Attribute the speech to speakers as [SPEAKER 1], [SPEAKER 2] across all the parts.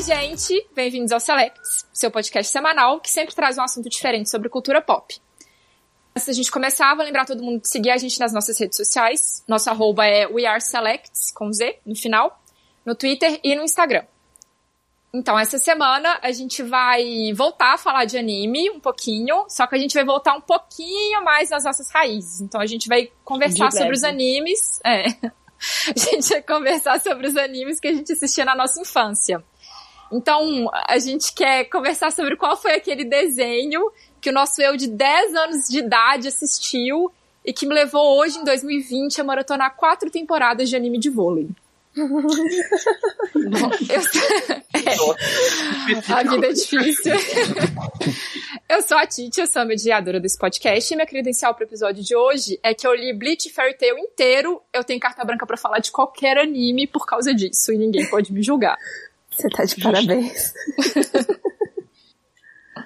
[SPEAKER 1] gente! Bem-vindos ao Selects, seu podcast semanal que sempre traz um assunto diferente sobre cultura pop. Antes da gente começar, vou lembrar todo mundo de seguir a gente nas nossas redes sociais. Nosso arroba é WeAreSelects, com Z no final, no Twitter e no Instagram. Então, essa semana a gente vai voltar a falar de anime um pouquinho, só que a gente vai voltar um pouquinho mais nas nossas raízes. Então, a gente vai conversar
[SPEAKER 2] De
[SPEAKER 1] sobre
[SPEAKER 2] leve.
[SPEAKER 1] os animes. É. A gente vai conversar sobre os animes que a gente assistia na nossa infância. Então, a gente quer conversar sobre qual foi aquele desenho que o nosso eu de 10 anos de idade assistiu e que me levou hoje, em 2020, a maratonar quatro temporadas de anime de vôlei. Bom, eu sou- a vida é difícil. eu sou a Titi, eu sou a mediadora desse podcast e minha credencial pro episódio de hoje é que eu li Bleach e Fairy Tail inteiro. Eu tenho carta branca pra falar de qualquer anime por causa disso e ninguém pode me julgar.
[SPEAKER 3] Você tá de parabéns.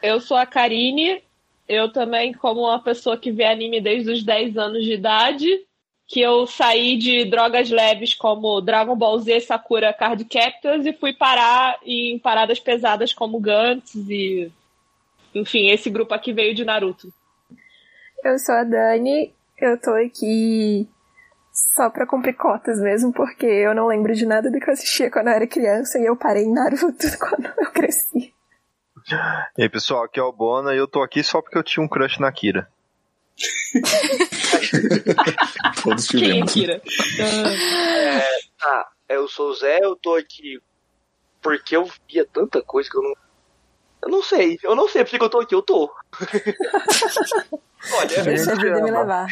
[SPEAKER 2] Eu sou a Karine. Eu também, como uma pessoa que vê anime desde os 10 anos de idade, que eu saí de drogas leves como Dragon Ball Z, Sakura, Card Captors e fui parar em paradas pesadas como Gantz e... Enfim, esse grupo aqui veio de Naruto.
[SPEAKER 3] Eu sou a Dani, eu tô aqui só pra cumprir cotas mesmo, porque eu não lembro de nada do que eu assistia quando eu era criança e eu parei em Naruto quando eu cresci.
[SPEAKER 4] E aí, pessoal, aqui é o Bona e eu tô aqui só porque eu tinha um crush na Kira.
[SPEAKER 5] Todos
[SPEAKER 2] Quem é
[SPEAKER 5] tivemos.
[SPEAKER 2] Kira?
[SPEAKER 6] Ah, eu sou o Zé, eu tô aqui porque eu via tanta coisa que eu não. Eu não sei, eu não sei por que que eu tô aqui, eu tô. Olha,
[SPEAKER 3] Deixa a vida me levar.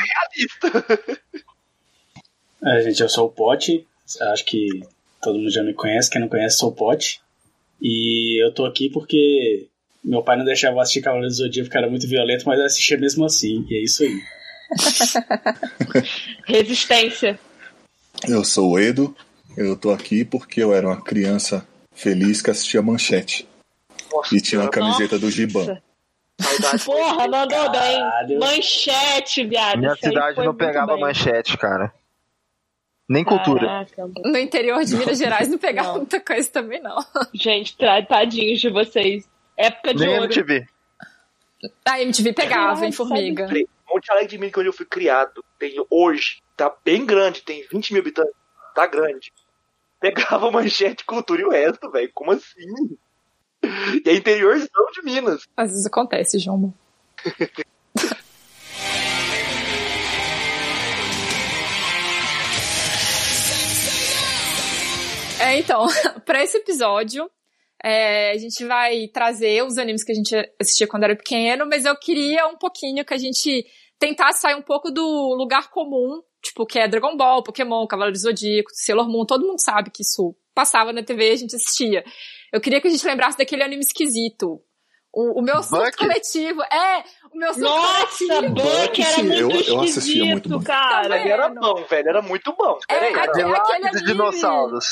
[SPEAKER 5] É, gente, eu sou o Pote. Acho que todo mundo já me conhece. Quem não conhece, sou o Pote. E eu tô aqui porque meu pai não deixava eu assistir Cavaleiros do Zodíaco, que era muito violento, mas eu assistia mesmo assim. E é isso aí.
[SPEAKER 2] Resistência.
[SPEAKER 7] Eu sou o Edo, eu tô aqui porque eu era uma criança feliz que assistia manchete
[SPEAKER 6] nossa,
[SPEAKER 7] e tinha uma camiseta do Giban.
[SPEAKER 2] Nossa.
[SPEAKER 6] saudade.
[SPEAKER 2] Porra, mandou bem.
[SPEAKER 5] Caralho.
[SPEAKER 2] Manchete, viado.
[SPEAKER 4] Minha
[SPEAKER 2] Isso aí
[SPEAKER 4] cidade
[SPEAKER 2] foi
[SPEAKER 4] não
[SPEAKER 2] muito
[SPEAKER 4] pegava
[SPEAKER 2] bem. Ah,
[SPEAKER 4] manchete, cara. Nem cultura.
[SPEAKER 2] Caraca,
[SPEAKER 1] No interior de Minas Gerais não pegava
[SPEAKER 2] Não.
[SPEAKER 1] muita coisa também, não.
[SPEAKER 2] Gente, tra- tadinhos de vocês. Época é, de
[SPEAKER 4] Nem
[SPEAKER 2] ouro.
[SPEAKER 4] MTV.
[SPEAKER 1] A MTV pegava,
[SPEAKER 2] Caralho,
[SPEAKER 1] em Formiga.
[SPEAKER 6] Peraí, Monte Alegre de Minas, que é onde eu fui criado, tem hoje, tá bem grande, tem 20 mil habitantes, tá grande. Pegava manchete, cultura e o resto, velho, como assim? E é interiorzão de Minas.
[SPEAKER 1] Às vezes acontece, João. É, então, para esse episódio, é, a gente vai trazer os animes que a gente assistia quando era pequeno, mas eu queria um pouquinho que a gente tentasse sair um pouco do lugar comum, tipo, que é Dragon Ball, Pokémon, Cavaleiro do Zodíaco, Sailor Moon, todo mundo sabe que isso passava na TV e a gente assistia. Eu queria que a gente lembrasse daquele anime esquisito. O, o meu surto
[SPEAKER 4] Bucky?
[SPEAKER 1] coletivo. É, o meu surto
[SPEAKER 2] Nossa,
[SPEAKER 1] coletivo.
[SPEAKER 2] Buck era
[SPEAKER 7] Sim, eu-
[SPEAKER 2] muito
[SPEAKER 7] eu assistia
[SPEAKER 2] esquisito,
[SPEAKER 7] muito Buck.
[SPEAKER 2] cara.
[SPEAKER 1] né? Também.
[SPEAKER 6] Era
[SPEAKER 1] não.
[SPEAKER 6] bom, velho, era muito bom.
[SPEAKER 1] É,
[SPEAKER 6] Peraí,
[SPEAKER 1] aquele, aquele
[SPEAKER 4] Cadillacs e
[SPEAKER 1] anime.
[SPEAKER 4] dinossauros.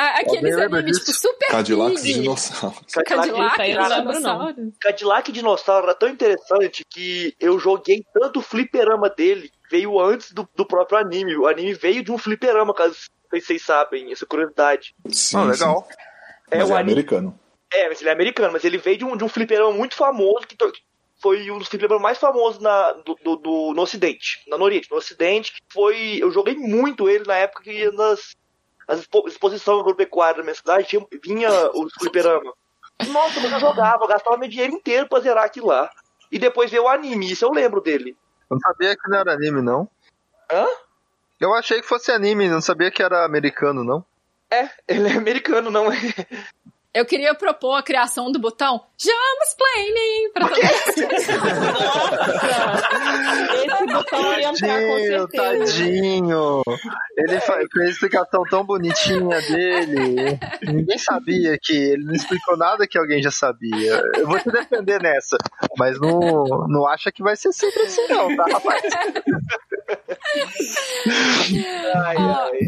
[SPEAKER 1] Ah,
[SPEAKER 4] Alguém
[SPEAKER 1] Aqueles
[SPEAKER 4] lembra
[SPEAKER 1] animes, tipo,
[SPEAKER 4] disso?
[SPEAKER 1] super
[SPEAKER 7] Cadillacs e
[SPEAKER 1] big.
[SPEAKER 7] dinossauros.
[SPEAKER 6] Cadillac,
[SPEAKER 1] Cadillac né?
[SPEAKER 2] Isso aí
[SPEAKER 1] e
[SPEAKER 2] eu não lembro, não.
[SPEAKER 1] dinossauros.
[SPEAKER 6] Cadillac Dinossauro era tão interessante que eu joguei tanto o fliperama dele, veio antes do, do próprio anime. O anime veio de um fliperama, caso vocês, vocês sabem, essa curiosidade.
[SPEAKER 7] Sim,
[SPEAKER 4] Ah,
[SPEAKER 7] sim.
[SPEAKER 4] legal.
[SPEAKER 6] É,
[SPEAKER 7] Mas
[SPEAKER 6] o
[SPEAKER 7] é
[SPEAKER 6] anime,
[SPEAKER 7] americano.
[SPEAKER 6] é, mas ele é americano, mas ele veio de um, de um fliperama muito famoso, que to- foi um dos fliperamas mais famosos na, do, do- do- no ocidente, na no oriente, no ocidente. que Foi, eu joguei muito ele na época que ia nas as expo- exposição agropecuária da minha cidade tinha- vinha os fliperama. Nossa, mas eu jogava, eu gastava meu dinheiro inteiro pra zerar aquilo lá. E depois veio o anime, isso eu lembro dele.
[SPEAKER 4] Eu não sabia que não era anime, não.
[SPEAKER 6] Hã?
[SPEAKER 4] Eu achei que fosse anime, não sabia que era americano, não.
[SPEAKER 6] É, ele é americano, não é?
[SPEAKER 1] Eu queria propor a criação do botão Jamus Planning pra todo
[SPEAKER 2] Esse botão ia entrar com
[SPEAKER 4] Tadinho,
[SPEAKER 2] certeza.
[SPEAKER 4] tadinho. Ele fa- fez a explicação tão bonitinha dele. Ninguém sabia que ele não explicou nada que alguém já sabia. Eu vou te defender nessa, mas não, não acha que vai ser sempre assim, não, tá, rapaz?
[SPEAKER 6] Ai,
[SPEAKER 1] Ah.
[SPEAKER 6] ai.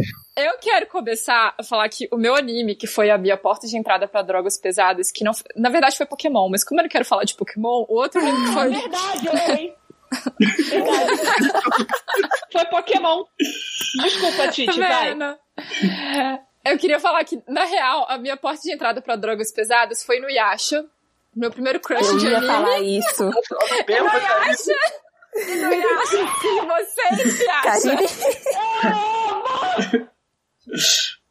[SPEAKER 1] Eu quero começar a falar que o meu anime, que foi a minha porta de entrada pra drogas pesadas, que não, na verdade foi Pokémon, mas como eu não quero falar de Pokémon, o outro anime que
[SPEAKER 2] É
[SPEAKER 1] foi
[SPEAKER 2] verdade, eu errei. Tá Verdade. Foi Pokémon. Desculpa, Titi, vai.
[SPEAKER 1] Vendo? Eu queria falar que, na real, a minha porta de entrada pra drogas pesadas foi no Yasha. Meu primeiro crush
[SPEAKER 3] Eu
[SPEAKER 1] de
[SPEAKER 3] ia
[SPEAKER 1] anime.
[SPEAKER 3] falar isso.
[SPEAKER 6] Nossa, bêbada, cara.
[SPEAKER 1] No Yasha, com vocês, Yasha.
[SPEAKER 3] Karine,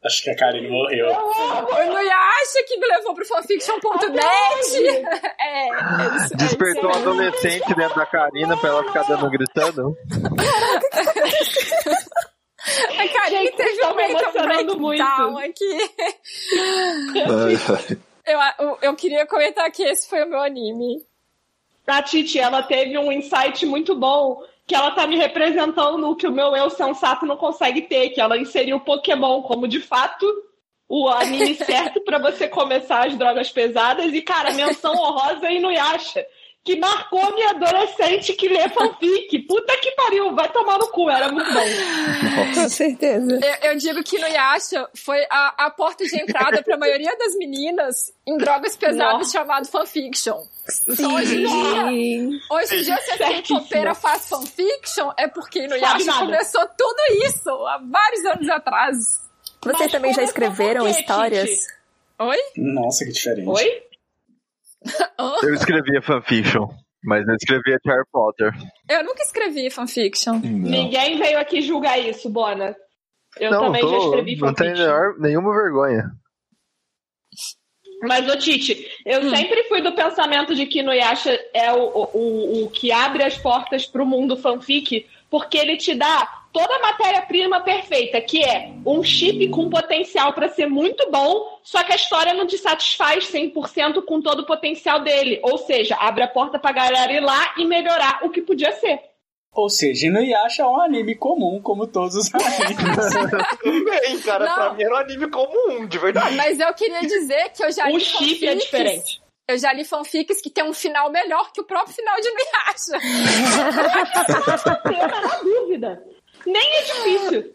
[SPEAKER 5] Acho que a Karine morreu.
[SPEAKER 1] Foi no Yasha que me levou pro fanfiction.net. É, é isso.
[SPEAKER 4] Despertou
[SPEAKER 1] é
[SPEAKER 4] um
[SPEAKER 1] isso aí.
[SPEAKER 4] adolescente dentro da Karina pra ela ficar dando um gritando.
[SPEAKER 1] A Karine
[SPEAKER 2] Gente,
[SPEAKER 1] teve
[SPEAKER 2] estão
[SPEAKER 1] um
[SPEAKER 2] me
[SPEAKER 1] break-
[SPEAKER 2] emocionando
[SPEAKER 1] breakdown
[SPEAKER 2] muito.
[SPEAKER 1] aqui.
[SPEAKER 7] Ai, ai.
[SPEAKER 1] Eu, eu, eu queria comentar que esse foi o meu anime.
[SPEAKER 2] A Titi, ela teve um insight muito bom, que ela tá me representando o que o meu eu sensato não consegue ter, que ela inseriu o Pokémon como, de fato, o anime certo pra você começar as drogas pesadas. E, cara, menção honrosa é Inuyasha, que marcou minha adolescente que lê fanfic. Puta que pariu, vai tomar no cu, era muito bom.
[SPEAKER 3] com
[SPEAKER 7] Nossa.
[SPEAKER 3] certeza.
[SPEAKER 1] Eu, eu digo que no Yasha foi a, a porta de entrada pra maioria das meninas em drogas pesadas
[SPEAKER 2] Nossa.
[SPEAKER 1] chamado fanfiction. Então, hoje em dia,
[SPEAKER 3] Sim.
[SPEAKER 1] Hoje em dia, se a
[SPEAKER 2] Certíssimo.
[SPEAKER 1] fofopeira faz fanfiction, é porque no
[SPEAKER 2] Sabe
[SPEAKER 1] Yasha
[SPEAKER 2] nada.
[SPEAKER 1] começou tudo isso há vários anos atrás.
[SPEAKER 3] Vocês
[SPEAKER 2] Mas
[SPEAKER 3] também já
[SPEAKER 2] como
[SPEAKER 3] escreveram
[SPEAKER 2] fofoquete,
[SPEAKER 3] histórias?
[SPEAKER 2] Titi?
[SPEAKER 1] Oi?
[SPEAKER 5] Nossa, que diferente.
[SPEAKER 2] Oi?
[SPEAKER 4] Eu escrevia fanfiction, mas não escrevia de Harry Potter.
[SPEAKER 1] Eu nunca escrevi fanfiction.
[SPEAKER 7] Não.
[SPEAKER 2] Ninguém veio aqui julgar isso, Bona. Eu
[SPEAKER 4] não,
[SPEAKER 2] também já
[SPEAKER 4] tô,
[SPEAKER 2] escrevi
[SPEAKER 4] não tem
[SPEAKER 2] fanfiction.
[SPEAKER 4] nenhuma- nenhuma vergonha.
[SPEAKER 2] Mas, ô Tite, eu
[SPEAKER 1] Hum.
[SPEAKER 2] sempre fui do pensamento de que Inuyasha é o, o, o- o que abre as portas pro mundo fanfic, porque ele te dá toda a matéria-prima perfeita, que é um chip com potencial pra ser muito bom, só que a história não te satisfaz 100% com todo o potencial dele. Ou seja, abre a porta pra galera ir lá e melhorar o que podia ser.
[SPEAKER 5] Ou seja, Inuyasha é um anime comum, como todos os animes.
[SPEAKER 6] Tudo bem, cara.
[SPEAKER 1] Não.
[SPEAKER 6] Pra mim era um anime comum, de verdade.
[SPEAKER 1] Mas eu queria dizer que eu já li
[SPEAKER 2] o chip é
[SPEAKER 1] fanfics-
[SPEAKER 2] diferente.
[SPEAKER 1] Eu já li fanfics que tem um final melhor que o próprio final de Nuyasha.
[SPEAKER 2] Eu tava na é dúvida. Nem é difícil.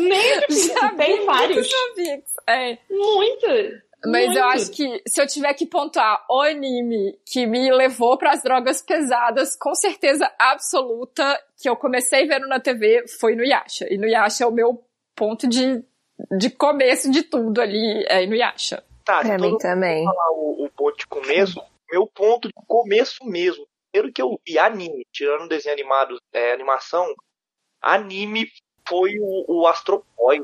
[SPEAKER 2] Nem é difícil.
[SPEAKER 1] Já
[SPEAKER 2] Tem vários.
[SPEAKER 1] fanfics. É.
[SPEAKER 2] Muito.
[SPEAKER 1] Mas
[SPEAKER 2] muito.
[SPEAKER 1] eu acho que se eu tiver que pontuar o anime que me levou para as drogas pesadas, com certeza absoluta, que eu comecei vendo na TV, foi no Yasha. E no Yasha é o meu ponto de, de começo de tudo ali, é no Yasha.
[SPEAKER 6] Tá,
[SPEAKER 3] Pra
[SPEAKER 6] se
[SPEAKER 3] mim
[SPEAKER 6] todo
[SPEAKER 3] também.
[SPEAKER 6] falar o, o ponto de começo, meu ponto de começo mesmo. Primeiro que eu vi anime, tirando desenho animado, é, animação, anime foi o, o Astro Boy.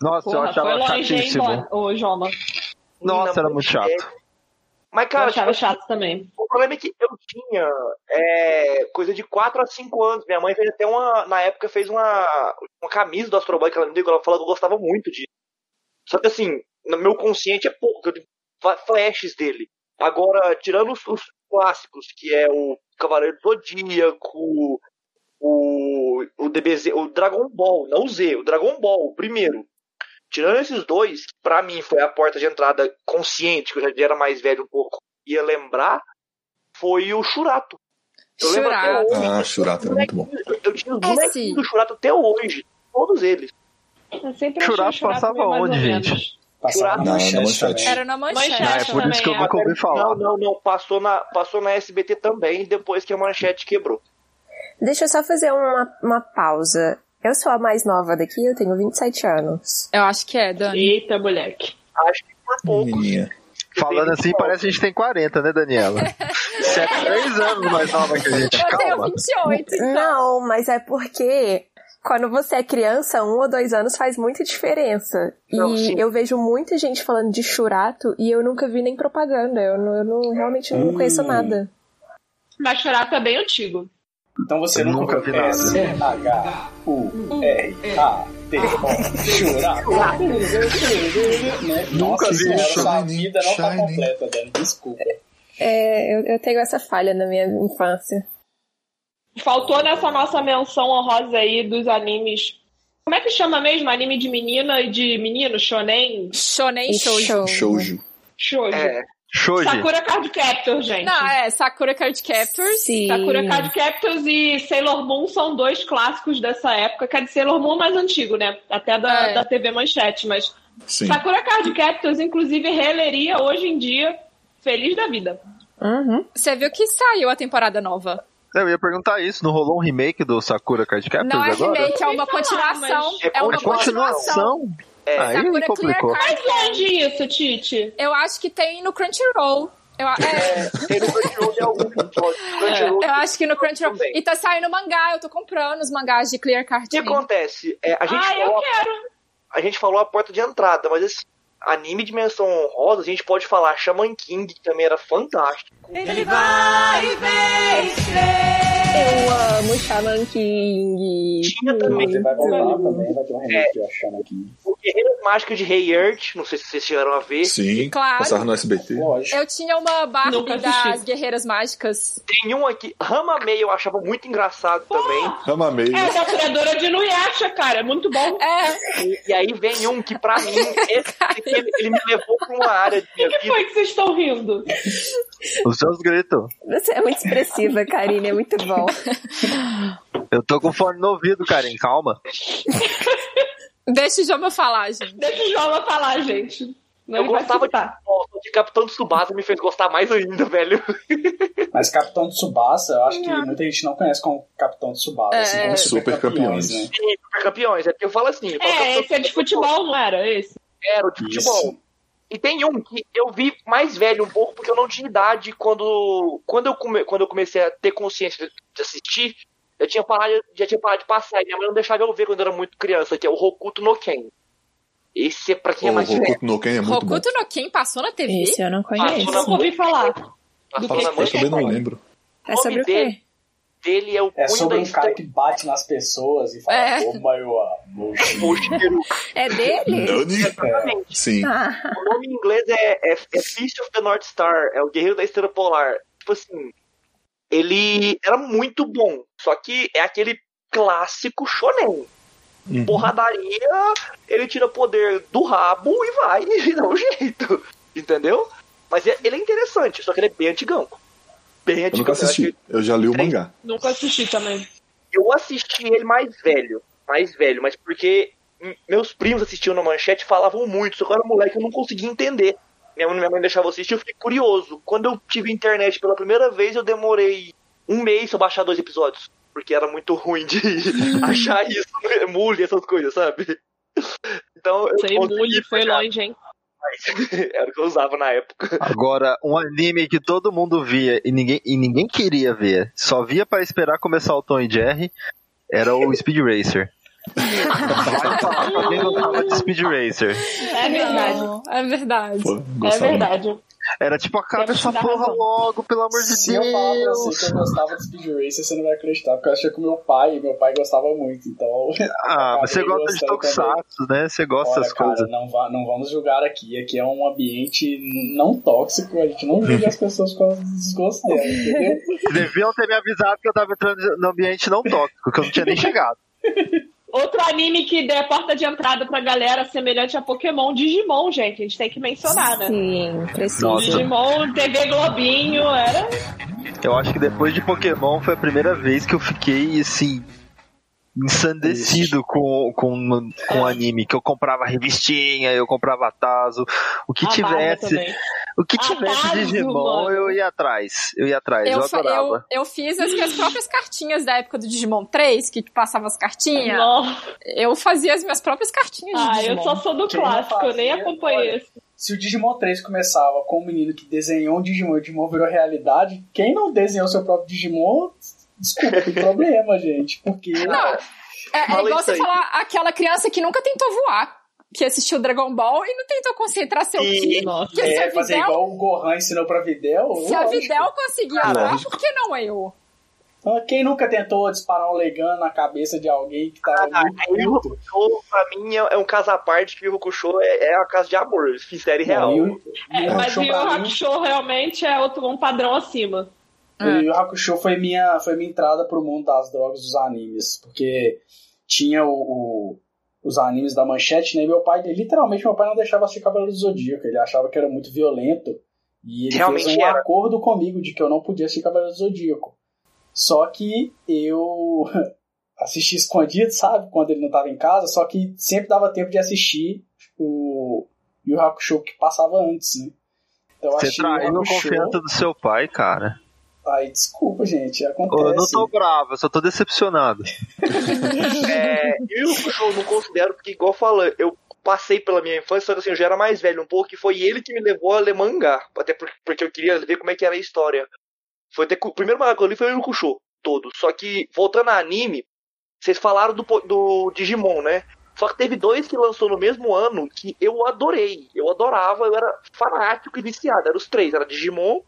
[SPEAKER 4] Nossa, eu
[SPEAKER 2] Porra,
[SPEAKER 4] achava
[SPEAKER 2] foi longe, hein,
[SPEAKER 4] chatíssimo.
[SPEAKER 2] Bona? Ô, Joma.
[SPEAKER 4] Nossa,
[SPEAKER 6] Menina,
[SPEAKER 4] era muito chato.
[SPEAKER 6] Mas,
[SPEAKER 2] Eu
[SPEAKER 6] cara,
[SPEAKER 2] achava
[SPEAKER 6] tipo,
[SPEAKER 2] chato também.
[SPEAKER 6] o problema é que eu tinha é, coisa de 4 a 5 anos. Minha mãe fez até uma. Na época fez uma, uma camisa do Astro Boy que ela me deu, ela falou que eu gostava muito disso. Só que assim, no meu consciente é pouco, eu tenho fa- flashes dele. Agora, tirando os, os clássicos, que é o Cavaleiro do Zodíaco, o, o DBZ, o Dragon Ball, não o Z, o Dragon Ball, o primeiro. Tirando esses dois, pra mim foi a porta de entrada consciente, que eu já era mais velho um pouco, ia lembrar, foi o Churato. Eu lembro até
[SPEAKER 1] Churato.
[SPEAKER 6] hoje,
[SPEAKER 7] Ah, Churato era muito bom.
[SPEAKER 6] eu- eu tinha os
[SPEAKER 1] É,
[SPEAKER 6] bonequinhos
[SPEAKER 1] sim.
[SPEAKER 6] do Churato até hoje, todos eles.
[SPEAKER 2] Eu sempre
[SPEAKER 4] Churato
[SPEAKER 2] achei o
[SPEAKER 4] passava
[SPEAKER 2] meio mais
[SPEAKER 4] onde,
[SPEAKER 2] ou
[SPEAKER 4] gente?
[SPEAKER 2] menos.
[SPEAKER 5] Passava na
[SPEAKER 7] Não,
[SPEAKER 5] manchete,
[SPEAKER 7] na manchete.
[SPEAKER 5] também.
[SPEAKER 1] Era na manchete.
[SPEAKER 4] Ah,
[SPEAKER 2] Manchete.
[SPEAKER 4] é por isso que eu
[SPEAKER 2] também,
[SPEAKER 4] nunca ouvi
[SPEAKER 6] Não,
[SPEAKER 4] falar.
[SPEAKER 6] não, não, passou na, passou na SBT também, depois que a manchete quebrou.
[SPEAKER 3] Deixa eu só fazer uma, uma pausa. Eu sou a mais nova daqui, eu tenho 27 anos.
[SPEAKER 1] Eu acho que é, Dani.
[SPEAKER 2] Eita, moleque.
[SPEAKER 6] Acho que por pouco.
[SPEAKER 7] Menininha.
[SPEAKER 4] Falando assim, parece que a gente tem 40, né, Daniela? Você é 3 anos mais nova que a gente.
[SPEAKER 1] Eu tenho
[SPEAKER 4] Calma.
[SPEAKER 1] 28, então.
[SPEAKER 3] Não, mas é porque quando você é criança, um ou dois anos faz muita diferença. E
[SPEAKER 6] Não, sim.
[SPEAKER 3] eu vejo muita gente falando de churato e eu nunca vi nem propaganda. Eu, não, eu não- realmente não
[SPEAKER 5] Hum.
[SPEAKER 3] conheço nada.
[SPEAKER 2] Mas Churato é bem antigo.
[SPEAKER 5] Então você
[SPEAKER 4] Eu nunca
[SPEAKER 5] nunca ouviu
[SPEAKER 4] vi nada.
[SPEAKER 5] S H U R A T O Churato. Né?
[SPEAKER 4] Nunca
[SPEAKER 5] Nossa
[SPEAKER 4] vi
[SPEAKER 5] senhora,
[SPEAKER 7] isso.
[SPEAKER 5] sua vida não tá
[SPEAKER 7] Shining.
[SPEAKER 5] completa, Dani. Desculpa.
[SPEAKER 3] É, eu, eu tenho essa falha na minha infância.
[SPEAKER 2] Faltou nessa nossa menção honrosa aí dos animes. Como é que chama mesmo? Anime de menina e de menino? Shonen?
[SPEAKER 1] Shonen
[SPEAKER 3] E
[SPEAKER 1] Shoujo.
[SPEAKER 3] show.
[SPEAKER 7] Shoujo.
[SPEAKER 2] Shoujo.
[SPEAKER 6] É,
[SPEAKER 4] Shoji.
[SPEAKER 2] Sakura Card Captor, gente.
[SPEAKER 1] Não, é Sakura Card Captors.
[SPEAKER 3] Sim.
[SPEAKER 2] Sakura Card Captors e Sailor Moon são dois clássicos dessa época. Quer dizer, Sailor Moon é mais antigo, né? Até da,
[SPEAKER 1] É.
[SPEAKER 2] da TV Manchete, mas
[SPEAKER 7] Sim.
[SPEAKER 2] Sakura Card Captors, inclusive, releria hoje em dia, feliz da vida.
[SPEAKER 3] Uhum.
[SPEAKER 1] Você viu que saiu a temporada nova.
[SPEAKER 4] Eu ia perguntar isso, não rolou um remake do Sakura Card Captors
[SPEAKER 1] Não é
[SPEAKER 4] agora?
[SPEAKER 1] remake, é uma
[SPEAKER 2] Não sei falar,
[SPEAKER 1] continuação.
[SPEAKER 2] mas-
[SPEAKER 1] É uma
[SPEAKER 6] É continuação.
[SPEAKER 1] continuação.
[SPEAKER 4] Continuação?
[SPEAKER 6] É.
[SPEAKER 4] Aí
[SPEAKER 1] Sakura
[SPEAKER 4] complicou.
[SPEAKER 1] Clear Card,
[SPEAKER 2] Mas onde isso, Titi?
[SPEAKER 1] eu acho que tem no Crunchyroll. Eu, a- é,
[SPEAKER 6] Tem no Crunchyroll tem algum episódio. Crunchyroll.
[SPEAKER 1] eu acho que no Crunchyroll.
[SPEAKER 6] É, Também.
[SPEAKER 1] E tá saindo mangá, eu tô comprando os mangás de Clear Card.
[SPEAKER 6] O que
[SPEAKER 1] Game.
[SPEAKER 6] acontece? É, a, gente
[SPEAKER 2] Ah, eu
[SPEAKER 6] falou,
[SPEAKER 2] quero.
[SPEAKER 6] a gente falou a porta de entrada, mas esse anime de menção honrosa, a gente pode falar Shaman King, que também era fantástico.
[SPEAKER 3] Eu amo Shaman King.
[SPEAKER 6] Tinha também
[SPEAKER 5] Você vai voltar também, vai ter um remake, eu achando aqui.
[SPEAKER 6] o Guerreiro Mágico de Rei Earth, não sei se vocês chegaram a ver.
[SPEAKER 7] Sim,
[SPEAKER 1] Claro.
[SPEAKER 7] passava no SBT.
[SPEAKER 5] Lógico.
[SPEAKER 1] Eu tinha uma
[SPEAKER 2] Nunca
[SPEAKER 1] Barbie
[SPEAKER 2] assisti.
[SPEAKER 1] das Guerreiras Mágicas.
[SPEAKER 6] Tem um aqui, Ramamei eu achava muito engraçado também.
[SPEAKER 7] Ramamei.
[SPEAKER 2] É da curadora de Nuyasha, cara. É muito bom.
[SPEAKER 1] É,
[SPEAKER 6] E, e aí vem um que pra mim, esse, ele, ele me levou pra uma área de minha
[SPEAKER 2] O que
[SPEAKER 6] vida.
[SPEAKER 2] foi que vocês estão rindo?
[SPEAKER 4] Os seus gritos.
[SPEAKER 3] Você é muito expressiva, Karine, é muito bom.
[SPEAKER 4] Eu tô com fone no ouvido, Karen, calma.
[SPEAKER 1] deixa o Joma falar, gente.
[SPEAKER 2] Deixa o João falar, gente. Não
[SPEAKER 6] Eu
[SPEAKER 2] ele vai
[SPEAKER 6] gostava de,
[SPEAKER 2] surtar.
[SPEAKER 6] Nossa, de Capitão Tsubasa me fez gostar mais ainda, velho.
[SPEAKER 2] É.
[SPEAKER 5] Mas Capitão de Tsubasa, eu acho que muita gente não conhece como Capitão de Tsubasa.
[SPEAKER 1] É,
[SPEAKER 5] assim,
[SPEAKER 1] é.
[SPEAKER 5] como
[SPEAKER 7] Super
[SPEAKER 5] supercampeões,
[SPEAKER 7] campeões.
[SPEAKER 5] né?
[SPEAKER 6] Super campeões, é porque eu falo assim. eu falo
[SPEAKER 2] É,
[SPEAKER 6] Capitão
[SPEAKER 2] esse é de futebol, não era? Esse.
[SPEAKER 6] Era de futebol.
[SPEAKER 5] né? Isso.
[SPEAKER 6] E tem um que eu vi mais velho um pouco, porque eu não tinha idade quando, quando, eu, come- quando eu comecei a ter consciência de assistir. Eu tinha parado, já tinha parado de passar, e minha mãe não deixava eu ver quando eu era muito criança, que é o Hokuto no Ken. Esse é pra quem é
[SPEAKER 7] O
[SPEAKER 6] mais velho.
[SPEAKER 7] Hokuto no Ken é muito bom.
[SPEAKER 1] Hokuto no Ken passou na TV?
[SPEAKER 3] Esse eu não
[SPEAKER 2] Eu
[SPEAKER 6] conheço.
[SPEAKER 3] conheço.
[SPEAKER 2] Ah, nunca ouvi falar.
[SPEAKER 6] Passou
[SPEAKER 2] que
[SPEAKER 6] na
[SPEAKER 2] que
[SPEAKER 6] mãe
[SPEAKER 7] Eu também não lembro.
[SPEAKER 3] É sobre o quê?
[SPEAKER 6] dele, é o
[SPEAKER 5] É
[SPEAKER 6] punho da
[SPEAKER 5] sobre um cara
[SPEAKER 6] história.
[SPEAKER 5] que bate nas pessoas e fala,
[SPEAKER 1] É.
[SPEAKER 5] oh my god,
[SPEAKER 3] É dele?
[SPEAKER 7] Nani?
[SPEAKER 6] Exatamente.
[SPEAKER 7] Sim.
[SPEAKER 3] Ah,
[SPEAKER 6] O nome em inglês é, é, é Fist of the North Star, é o Guerreiro da Estrela Polar. Tipo assim, ele era muito bom, só que é aquele clássico shonen.
[SPEAKER 7] Uhum.
[SPEAKER 6] Porradaria, ele tira poder do rabo e vai, e dá um jeito, entendeu? Mas é- ele é interessante, só que ele é bem antigão. Bem
[SPEAKER 7] Eu
[SPEAKER 6] antigão.
[SPEAKER 7] nunca
[SPEAKER 6] eu acho
[SPEAKER 7] assisti.
[SPEAKER 6] que
[SPEAKER 7] Eu já li o mangá.
[SPEAKER 2] Nunca assisti também.
[SPEAKER 6] Eu assisti ele mais velho, mais velho, mas porque hum, meus primos assistiam na manchete e falavam muito, só que eu era moleque eu não conseguia entender. Minha mãe, minha mãe deixava eu assistir, eu fiquei curioso. Quando eu tive internet pela primeira vez, eu demorei um mês pra baixar dois episódios. Porque era muito ruim de achar isso, né? emule, essas coisas, sabe? Então eu
[SPEAKER 2] Sei
[SPEAKER 6] consegui
[SPEAKER 2] muito, foi
[SPEAKER 6] pegar,
[SPEAKER 2] longe, hein?
[SPEAKER 6] mas Era o que eu usava na época.
[SPEAKER 4] Agora, um anime que todo mundo via e ninguém, e ninguém queria ver, só via pra esperar começar o Tom e Jerry, era o Speed Racer. Vai falar que alguém gostava de Speed Racer.
[SPEAKER 2] É verdade.
[SPEAKER 1] Não, é verdade.
[SPEAKER 7] Pô,
[SPEAKER 2] É
[SPEAKER 7] gostava muito.
[SPEAKER 2] verdade.
[SPEAKER 4] Era tipo, acaba
[SPEAKER 2] Deve te
[SPEAKER 4] essa
[SPEAKER 2] dar
[SPEAKER 4] porra
[SPEAKER 2] razão.
[SPEAKER 4] logo, pelo amor de
[SPEAKER 5] Se eu falar pra
[SPEAKER 4] Deus.
[SPEAKER 5] você que eu gostava de Speed Racer, você não vai acreditar, porque eu achei com meu pai, e meu pai gostava muito, então...
[SPEAKER 4] Ah, mas você
[SPEAKER 5] Acabei
[SPEAKER 4] gosta de
[SPEAKER 5] gostando
[SPEAKER 4] tokusatsu, né? Você gosta
[SPEAKER 5] Olha,
[SPEAKER 4] dessas
[SPEAKER 5] cara,
[SPEAKER 4] coisas.
[SPEAKER 5] Não, va- não vamos julgar aqui. Aqui é um ambiente não tóxico. A gente não julga as pessoas por causa do desgosto dela, entendeu?
[SPEAKER 4] Deviam ter me avisado que eu tava entrando no ambiente não tóxico, que eu não tinha nem chegado.
[SPEAKER 2] Outro anime que der porta de entrada pra galera semelhante a Pokémon, Digimon, gente. A gente tem que mencionar, né?
[SPEAKER 3] sim, preciso.
[SPEAKER 4] Nossa.
[SPEAKER 2] Digimon, TV Globinho, era.
[SPEAKER 4] Eu acho que depois de Pokémon foi a primeira vez que eu fiquei, assim, ensandecido com, com, com anime. Que eu comprava revistinha, eu comprava Tazo. O que
[SPEAKER 2] Amava
[SPEAKER 4] tivesse,
[SPEAKER 2] também.
[SPEAKER 4] o que tivesse
[SPEAKER 2] Tazo,
[SPEAKER 4] de Digimon,
[SPEAKER 2] mano.
[SPEAKER 4] eu ia atrás. Eu ia atrás, eu,
[SPEAKER 1] Eu, fa- eu,
[SPEAKER 4] adorava.
[SPEAKER 1] eu fiz as minhas próprias cartinhas da época do Digimon 3, que passava as cartinhas.
[SPEAKER 2] Nossa,
[SPEAKER 1] Eu fazia as minhas próprias cartinhas de
[SPEAKER 2] ah, eu
[SPEAKER 1] um Digimon.
[SPEAKER 2] só sou do
[SPEAKER 5] Quem não
[SPEAKER 2] clássico, eu nem
[SPEAKER 5] fazia,
[SPEAKER 2] acompanhei
[SPEAKER 5] olha.
[SPEAKER 2] esse.
[SPEAKER 5] Se o Digimon 3 começava com um menino que desenhou um Digimon e o Digimon virou realidade, quem não desenhou seu próprio Digimon, desculpa, tem problema, gente. Porque.
[SPEAKER 1] Não, é, é
[SPEAKER 6] Fala
[SPEAKER 1] igual
[SPEAKER 6] isso
[SPEAKER 1] você
[SPEAKER 6] aí.
[SPEAKER 1] falar aquela criança que nunca tentou voar, que assistiu Dragon Ball e não tentou concentrar seu ki.
[SPEAKER 2] Nossa.
[SPEAKER 1] Que se a
[SPEAKER 5] é, fazer
[SPEAKER 1] Videl-
[SPEAKER 5] igual o Gohan ensinou pra Videl.
[SPEAKER 1] se a
[SPEAKER 5] lógico.
[SPEAKER 1] Videl conseguia
[SPEAKER 7] Cara,
[SPEAKER 1] voar,
[SPEAKER 7] lógico.
[SPEAKER 1] por que não eu?
[SPEAKER 5] Ah, Quem nunca tentou disparar um Legan na cabeça de alguém que tava
[SPEAKER 6] Ah,
[SPEAKER 5] muito
[SPEAKER 6] aí o
[SPEAKER 5] puto?
[SPEAKER 6] Hokusho, pra mim, é é um caso à parte que o Hokusho é, é a casa de amor, em série real.
[SPEAKER 5] Não, e o-
[SPEAKER 2] É,
[SPEAKER 5] e o
[SPEAKER 2] mas
[SPEAKER 5] Hakusho
[SPEAKER 2] o
[SPEAKER 5] pra mim-
[SPEAKER 2] Hakusho realmente é outro, um padrão acima.
[SPEAKER 1] É.
[SPEAKER 5] E o Hakusho foi minha, foi minha entrada pro mundo das drogas dos animes, porque tinha o, o- os animes da manchete, né? E meu pai, literalmente, meu pai não deixava assistir Cavaleiro do Zodíaco, ele achava que era muito violento. E ele
[SPEAKER 6] Realmente
[SPEAKER 5] fez um
[SPEAKER 6] era.
[SPEAKER 5] acordo comigo de que eu não podia assistir Cavaleiro do Zodíaco. Só que eu assisti escondido, sabe? Quando ele não tava em casa, só que sempre dava tempo de assistir o Yu Yu Hakusho que passava antes, né? Então eu
[SPEAKER 4] Você
[SPEAKER 5] achei o
[SPEAKER 4] traiu a
[SPEAKER 5] Hakusho-
[SPEAKER 4] confiança do seu pai, cara.
[SPEAKER 5] Ai, desculpa, gente. Acontece.
[SPEAKER 4] Eu não tô bravo, eu só tô decepcionado.
[SPEAKER 6] É, e o Hokusho eu não considero, porque, igual fala, eu passei pela minha infância, só que assim, eu já era mais velho um pouco, e foi ele que me levou a ler mangá, até por- porque eu queria ver como é que era a história. Foi até, que o primeiro mangá que eu li foi o Kusho, todo. Só que, voltando a anime, vocês falaram do, po- do Digimon, né? Só que teve dois que lançou no mesmo ano que eu adorei. Eu adorava, eu era fanático e viciado. Eram os três, era Digimon,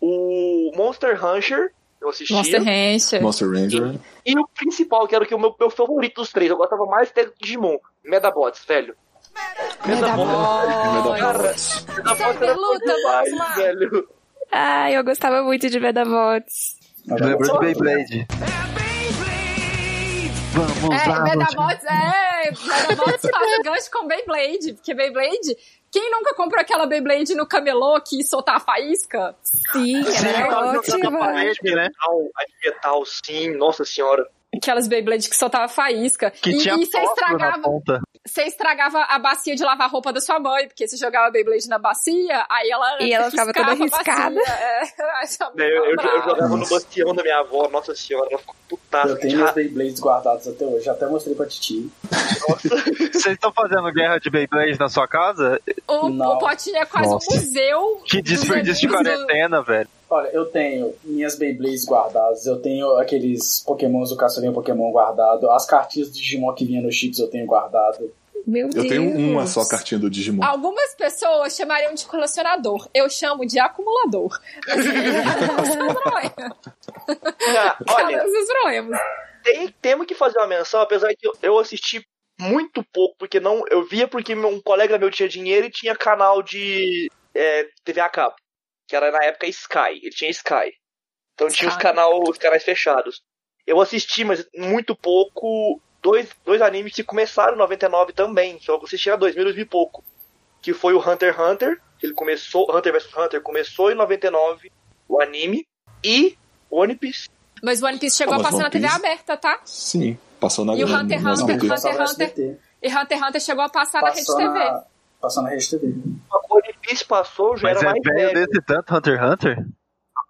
[SPEAKER 6] o Monster Rancher, eu assistia.
[SPEAKER 1] Monster Rancher.
[SPEAKER 7] Monster Ranger.
[SPEAKER 6] E o principal, que era o que o meu, meu favorito dos três, eu gostava mais até do Digimon, Metabots, velho.
[SPEAKER 7] É
[SPEAKER 1] Medabots.
[SPEAKER 6] Cara, Metabots era bom
[SPEAKER 1] Luta, vamos
[SPEAKER 6] demais,
[SPEAKER 1] lá.
[SPEAKER 6] velho.
[SPEAKER 3] Ai, eu gostava muito de Vedavots.
[SPEAKER 4] Lembrou de
[SPEAKER 6] Só-
[SPEAKER 4] Beyblade. Vamos
[SPEAKER 1] É,
[SPEAKER 4] lá,
[SPEAKER 1] Medabots, é, Medabots faz o gancho com Beyblade, porque Beyblade, quem nunca comprou aquela Beyblade no camelô que soltava a faísca? né?
[SPEAKER 3] Sim,
[SPEAKER 6] né?
[SPEAKER 4] Sim,
[SPEAKER 3] era
[SPEAKER 4] tava jogando pra
[SPEAKER 3] ótima.
[SPEAKER 4] parede.
[SPEAKER 6] de metal, a de metal, sim, nossa senhora.
[SPEAKER 1] Aquelas Beyblade que soltava faísca.
[SPEAKER 4] Que
[SPEAKER 1] e
[SPEAKER 4] tinha né?
[SPEAKER 1] e você
[SPEAKER 4] fósforo na
[SPEAKER 1] estragava,
[SPEAKER 4] ponta.
[SPEAKER 1] você estragava a bacia de lavar roupa da sua mãe, porque você jogava Beyblade na bacia, aí ela
[SPEAKER 3] E ela ficava toda
[SPEAKER 1] riscava a
[SPEAKER 3] riscada.
[SPEAKER 1] bacia, é, eu achava
[SPEAKER 6] Eu, eu- eu
[SPEAKER 1] bravo.
[SPEAKER 6] jogava no
[SPEAKER 7] Nossa.
[SPEAKER 6] bastião da minha avó, nossa senhora, ela ficou
[SPEAKER 5] Eu
[SPEAKER 6] putaça.
[SPEAKER 5] tenho meus Beyblades guardados até hoje, até mostrei pra Titi.
[SPEAKER 4] Vocês estão fazendo guerra de Beyblade na sua casa?
[SPEAKER 1] O,
[SPEAKER 5] Não.
[SPEAKER 1] o potinho é quase
[SPEAKER 4] Nossa.
[SPEAKER 1] um museu.
[SPEAKER 4] Que
[SPEAKER 1] dos
[SPEAKER 4] desperdício de
[SPEAKER 1] animes do-
[SPEAKER 4] quarentena, velho.
[SPEAKER 5] Olha, eu tenho minhas Beyblades guardadas, eu tenho aqueles Pokémons do Caçulinha Pokémon guardado, as cartinhas do Digimon que vinha nos chips eu tenho guardado.
[SPEAKER 3] Meu
[SPEAKER 7] Eu
[SPEAKER 3] Deus.
[SPEAKER 7] tenho uma só cartinha do Digimon.
[SPEAKER 1] Algumas pessoas chamariam de colecionador. Eu chamo de acumulador. Mas são os problemas.
[SPEAKER 6] Ah, Olha,
[SPEAKER 1] São os problemas.
[SPEAKER 6] tem, temos que fazer uma menção, apesar que eu, eu assisti muito pouco, porque não. Eu via porque meu- um colega meu tinha dinheiro e tinha canal de é, TV a cabo. Que era na época Sky. Ele tinha Sky. Então tinha os,
[SPEAKER 1] Sky.
[SPEAKER 6] canal, os canais fechados. Eu assisti, mas muito pouco, dois, dois animes que começaram em 99 também. Só que eu assisti a 2000, 2000 e pouco. Que foi o Hunter x Hunter. que Ele começou, Hunter vs Hunter começou em 99, o anime. E One Piece.
[SPEAKER 1] Mas o One Piece chegou
[SPEAKER 7] Ah,
[SPEAKER 1] a
[SPEAKER 7] mas
[SPEAKER 1] passar na
[SPEAKER 7] One Piece-
[SPEAKER 1] TV aberta, tá?
[SPEAKER 7] Sim, passou na
[SPEAKER 1] E o
[SPEAKER 7] na-
[SPEAKER 1] Hunter x
[SPEAKER 7] nas
[SPEAKER 1] Hunter,
[SPEAKER 7] Beyblades.
[SPEAKER 5] Passava
[SPEAKER 1] Hunter,
[SPEAKER 5] SBT.
[SPEAKER 1] E Hunter x Hunter chegou a passar
[SPEAKER 5] Passou
[SPEAKER 1] na Rede TV.
[SPEAKER 5] na, passou na Rede TV.
[SPEAKER 6] One Piece passou, eu já
[SPEAKER 4] Mas
[SPEAKER 6] era
[SPEAKER 4] é
[SPEAKER 6] mais
[SPEAKER 4] velho
[SPEAKER 6] velho.
[SPEAKER 4] desse tanto, Hunter x Hunter?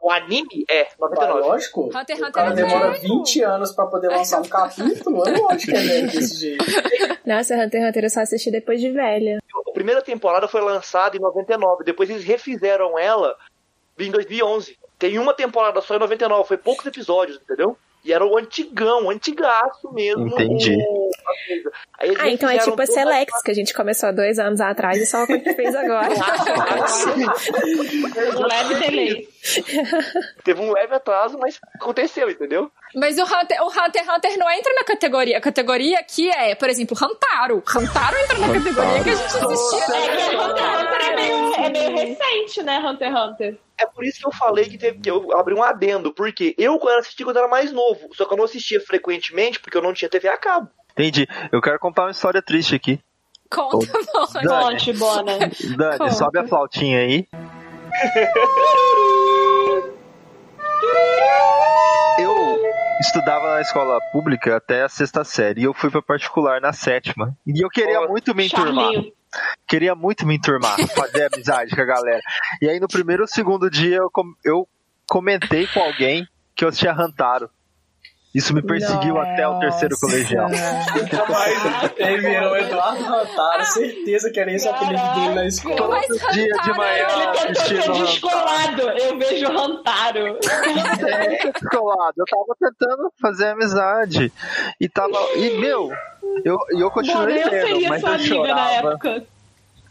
[SPEAKER 6] O anime é
[SPEAKER 5] Pá,
[SPEAKER 6] 99.
[SPEAKER 5] lógico,
[SPEAKER 1] Hunter x
[SPEAKER 5] o
[SPEAKER 1] Hunter
[SPEAKER 5] cara
[SPEAKER 1] é
[SPEAKER 5] demora
[SPEAKER 1] velho.
[SPEAKER 5] 20 anos pra poder lançar um capítulo, é lógico que é velho desse jeito.
[SPEAKER 3] Nossa, Hunter x Hunter eu só assisti depois de velha.
[SPEAKER 6] A primeira temporada foi lançada em 99, depois eles refizeram ela em 2011. Tem uma temporada só em 99, foi poucos episódios, entendeu? E era o antigão, o antigaço mesmo.
[SPEAKER 4] Entendi.
[SPEAKER 6] o- a coisa. Aí eles
[SPEAKER 3] Ah, então é
[SPEAKER 6] refizeram
[SPEAKER 3] tipo a
[SPEAKER 6] toda-
[SPEAKER 3] Selex, que a gente começou há dois anos atrás e só fez agora.
[SPEAKER 2] Um leve delay.
[SPEAKER 6] Teve um leve atraso, mas aconteceu, entendeu?
[SPEAKER 1] Mas o Hunter, o Hunter x Hunter não entra na categoria. A categoria que é, por exemplo, Hantaro. Hantaro entra na categoria que a gente assistia.
[SPEAKER 2] É que Hunter x Hunter é meio, é meio recente, né, Hunter x Hunter?
[SPEAKER 6] É por isso que eu falei que, teve, que eu abri um adendo, porque eu quando assisti quando era mais novo, só que eu não assistia frequentemente porque eu não tinha TV a cabo.
[SPEAKER 4] Entendi. Eu quero contar uma história triste aqui.
[SPEAKER 1] Conta, mano.
[SPEAKER 4] Dani.
[SPEAKER 2] Conte, Bona.
[SPEAKER 4] Dani,
[SPEAKER 1] Conta.
[SPEAKER 4] sobe a flautinha aí. Eu estudava na escola pública até a sexta série e eu fui pra particular na sétima. E eu queria
[SPEAKER 6] Nossa.
[SPEAKER 4] muito me enturmar.
[SPEAKER 2] Charlinho.
[SPEAKER 4] Queria muito me enturmar, fazer amizade com a galera. E aí no primeiro ou segundo dia eu, com- eu comentei com alguém que eu tinha Rantaro. Isso me perseguiu até o terceiro colegial.
[SPEAKER 5] Ele virou Eduardo Rantaro, certeza que era esse o apelido dele na escola.
[SPEAKER 1] Mas
[SPEAKER 4] Todo dia de
[SPEAKER 1] Hantaro
[SPEAKER 4] manhã
[SPEAKER 1] é
[SPEAKER 2] Ele tentou ser
[SPEAKER 4] assistindo
[SPEAKER 2] descolado. Eu vejo Rantaro.
[SPEAKER 4] colado. Eu tava tentando fazer amizade. E tava. E, meu, eu, e
[SPEAKER 2] Bona,
[SPEAKER 4] eu continuei
[SPEAKER 2] eu
[SPEAKER 4] lendo,
[SPEAKER 2] seria
[SPEAKER 4] mas
[SPEAKER 2] sua
[SPEAKER 4] eu
[SPEAKER 2] amiga na
[SPEAKER 4] chorava.
[SPEAKER 2] época.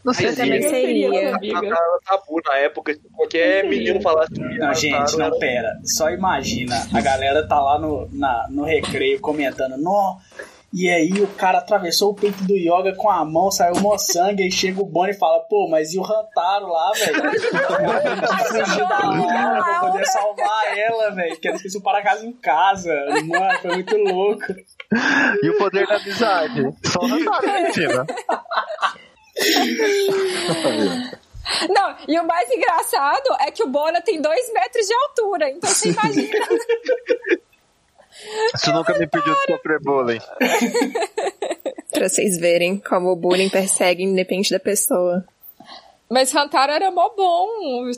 [SPEAKER 4] Não
[SPEAKER 6] Eu
[SPEAKER 1] é
[SPEAKER 4] sei
[SPEAKER 3] também
[SPEAKER 4] se.
[SPEAKER 2] Eu seria sua É, amiga.
[SPEAKER 6] Era tabu na época, se qualquer menino falasse que
[SPEAKER 5] Não, gente,
[SPEAKER 6] era
[SPEAKER 5] não, pera. Só imagina, a galera tá lá no, na- no recreio comentando, nó, e aí o cara atravessou o peito do Yoga com a mão, saiu mó sangue, aí chega o Bonnie e fala, pô, mas e o Rantaro lá, velho? Fugiu da Laura pra poder salvar ela, velho, que ela esqueceu o paracaso em casa. Mano, foi muito louco.
[SPEAKER 4] E o poder da amizade. Só tá, né, o Rantaro, Cristina.
[SPEAKER 7] tá
[SPEAKER 1] Não, e o mais engraçado é que o Bona tem dois metros de altura, então você imagina.
[SPEAKER 4] Isso nunca me pediu de sofrer bullying.
[SPEAKER 3] Pra vocês verem como o bullying persegue independente da pessoa.
[SPEAKER 1] Mas Hantaro era mó bom.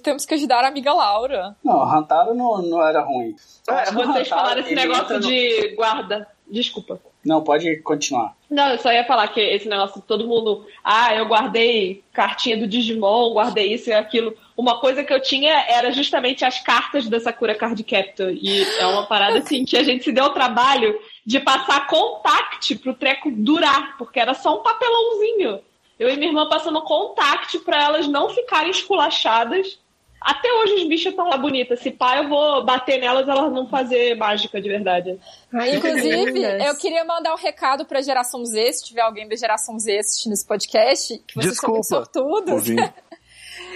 [SPEAKER 1] Temos que ajudar a amiga Laura.
[SPEAKER 5] Não, o Rantaro não, não era ruim.
[SPEAKER 6] É,
[SPEAKER 5] Acho que
[SPEAKER 2] Vocês
[SPEAKER 5] o
[SPEAKER 6] tá."
[SPEAKER 5] Rantaro,
[SPEAKER 2] falaram esse
[SPEAKER 5] ele
[SPEAKER 2] negócio
[SPEAKER 5] entra no-
[SPEAKER 2] de guarda. Desculpa.
[SPEAKER 5] Não, pode continuar.
[SPEAKER 2] Não, eu só ia falar que esse negócio de todo mundo, ah, eu guardei cartinha do Digimon, guardei isso e aquilo. Uma coisa que eu tinha era justamente as cartas da Sakura Card Captor. E é uma parada assim que a gente se deu o trabalho de passar contact pro treco durar, porque era só um papelãozinho. Eu e minha irmã passando contact para elas não ficarem esculachadas. Até hoje os bichos estão lá bonitas. Se pá, eu vou bater nelas, elas vão fazer mágica de verdade.
[SPEAKER 3] Ai,
[SPEAKER 1] Inclusive,
[SPEAKER 3] meninas.
[SPEAKER 1] eu queria mandar um recado pra geração Z, se tiver alguém da geração Z assistindo esse podcast, que vocês
[SPEAKER 4] Desculpa.
[SPEAKER 1] são muito sortudos,
[SPEAKER 7] Ouvi.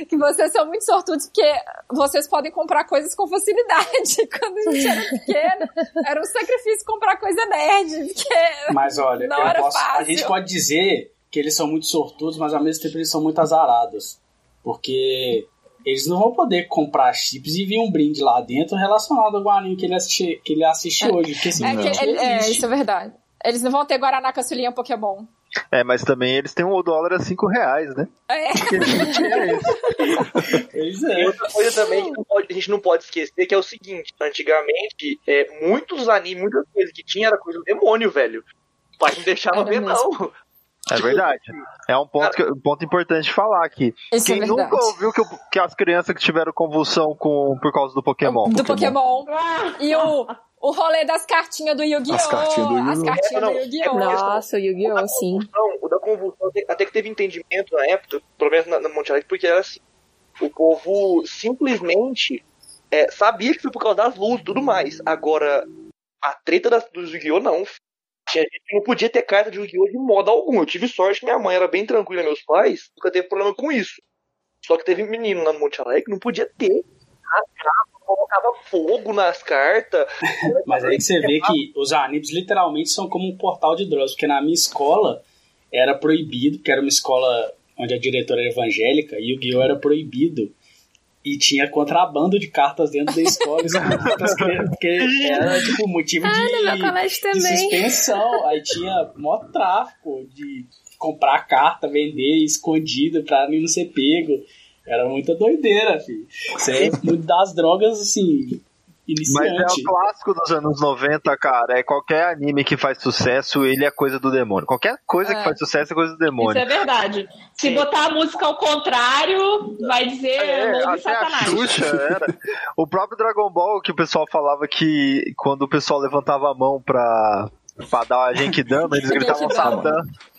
[SPEAKER 1] que vocês são muito sortudos, porque vocês podem comprar coisas com facilidade. Quando a gente era pequena, era um sacrifício comprar coisa nerd, porque...
[SPEAKER 5] Mas olha,
[SPEAKER 1] Na
[SPEAKER 5] eu
[SPEAKER 1] hora
[SPEAKER 5] posso- a
[SPEAKER 1] fácil.
[SPEAKER 5] gente pode dizer que eles são muito sortudos, mas ao mesmo tempo eles são muito azarados. Porque eles não vão poder comprar chips e vir um brinde lá dentro relacionado ao anime que ele assiste, que ele assiste hoje. Porque esse
[SPEAKER 1] É,
[SPEAKER 5] brinde
[SPEAKER 1] que
[SPEAKER 5] não
[SPEAKER 1] ele- é,
[SPEAKER 5] existe.
[SPEAKER 1] isso é verdade. Eles não vão ter Guaraná Caçulinha Pokémon.
[SPEAKER 4] É, mas também eles têm um dólar a 5 reais, né?
[SPEAKER 1] É.
[SPEAKER 5] Pois
[SPEAKER 6] E
[SPEAKER 5] é.
[SPEAKER 6] outra coisa também que não pode- a gente não pode esquecer que é o seguinte: antigamente, é, muitos animes, muitas coisas que tinha era coisa do demônio, velho. O pai não deixava
[SPEAKER 1] Era
[SPEAKER 6] ver,
[SPEAKER 1] mesmo.
[SPEAKER 6] não.
[SPEAKER 4] É verdade. É um ponto, que- um ponto importante de falar aqui.
[SPEAKER 1] Isso
[SPEAKER 4] Quem
[SPEAKER 1] é verdade.
[SPEAKER 4] nunca ouviu que, o- que as crianças que tiveram convulsão com, por causa do Pokémon?
[SPEAKER 1] do Pokémon.
[SPEAKER 2] Ah,
[SPEAKER 1] E o, o rolê das cartinhas do Yu-Gi-Oh!
[SPEAKER 7] As cartinhas do
[SPEAKER 1] As
[SPEAKER 7] Yu-Gi-Oh!
[SPEAKER 1] cartinhas do
[SPEAKER 6] É, não,
[SPEAKER 1] Yu-Gi-Oh!
[SPEAKER 6] é
[SPEAKER 8] Nossa, o Yu-Gi-Oh! Sim.
[SPEAKER 6] Não, o da convulsão até- até que teve entendimento na época, pelo menos na, na Monte Alegre, porque era assim: o povo simplesmente é, sabia que foi por causa das luzes e tudo mais. Agora, a treta das, do Yu-Gi-Oh! não. Tinha gente que não podia ter carta de Yu-Gi-Oh! de modo algum. Eu tive sorte que minha mãe era bem tranquila, meus pais, nunca teve problema com isso. Só que teve menino lá no Monte Alegre que não podia ter. Rasgava, colocava fogo nas cartas.
[SPEAKER 5] Mas aí que você vê que os animes literalmente são como um portal de drogas, porque na minha escola era proibido, porque era uma escola onde a diretora era evangélica, e o guiô era proibido. E tinha contrabando de cartas dentro da escola, isso é era- porque era tipo motivo de,
[SPEAKER 8] Ah, Meu colégio
[SPEAKER 5] de
[SPEAKER 8] também.
[SPEAKER 5] suspensão. Aí tinha mó tráfico de comprar carta, vender escondido pra mim não ser pego. Era muita doideira, filho. Isso é muito das drogas, assim,
[SPEAKER 4] Mas é
[SPEAKER 5] iniciante.
[SPEAKER 4] o clássico dos anos 90, cara. É qualquer anime que faz sucesso, ele é coisa do demônio. Qualquer coisa que
[SPEAKER 1] É.
[SPEAKER 4] faz sucesso é coisa do
[SPEAKER 2] isso
[SPEAKER 4] demônio.
[SPEAKER 2] é verdade. Se botar a música ao contrário, vai dizer
[SPEAKER 4] É,
[SPEAKER 2] mão de
[SPEAKER 4] até a
[SPEAKER 2] Satanás.
[SPEAKER 4] Xuxa era. O próprio Dragon Ball, que o pessoal falava que quando o pessoal levantava a mão pra, pra dar a Genkidama, eles gritavam
[SPEAKER 1] Genkidama.
[SPEAKER 4] Satã.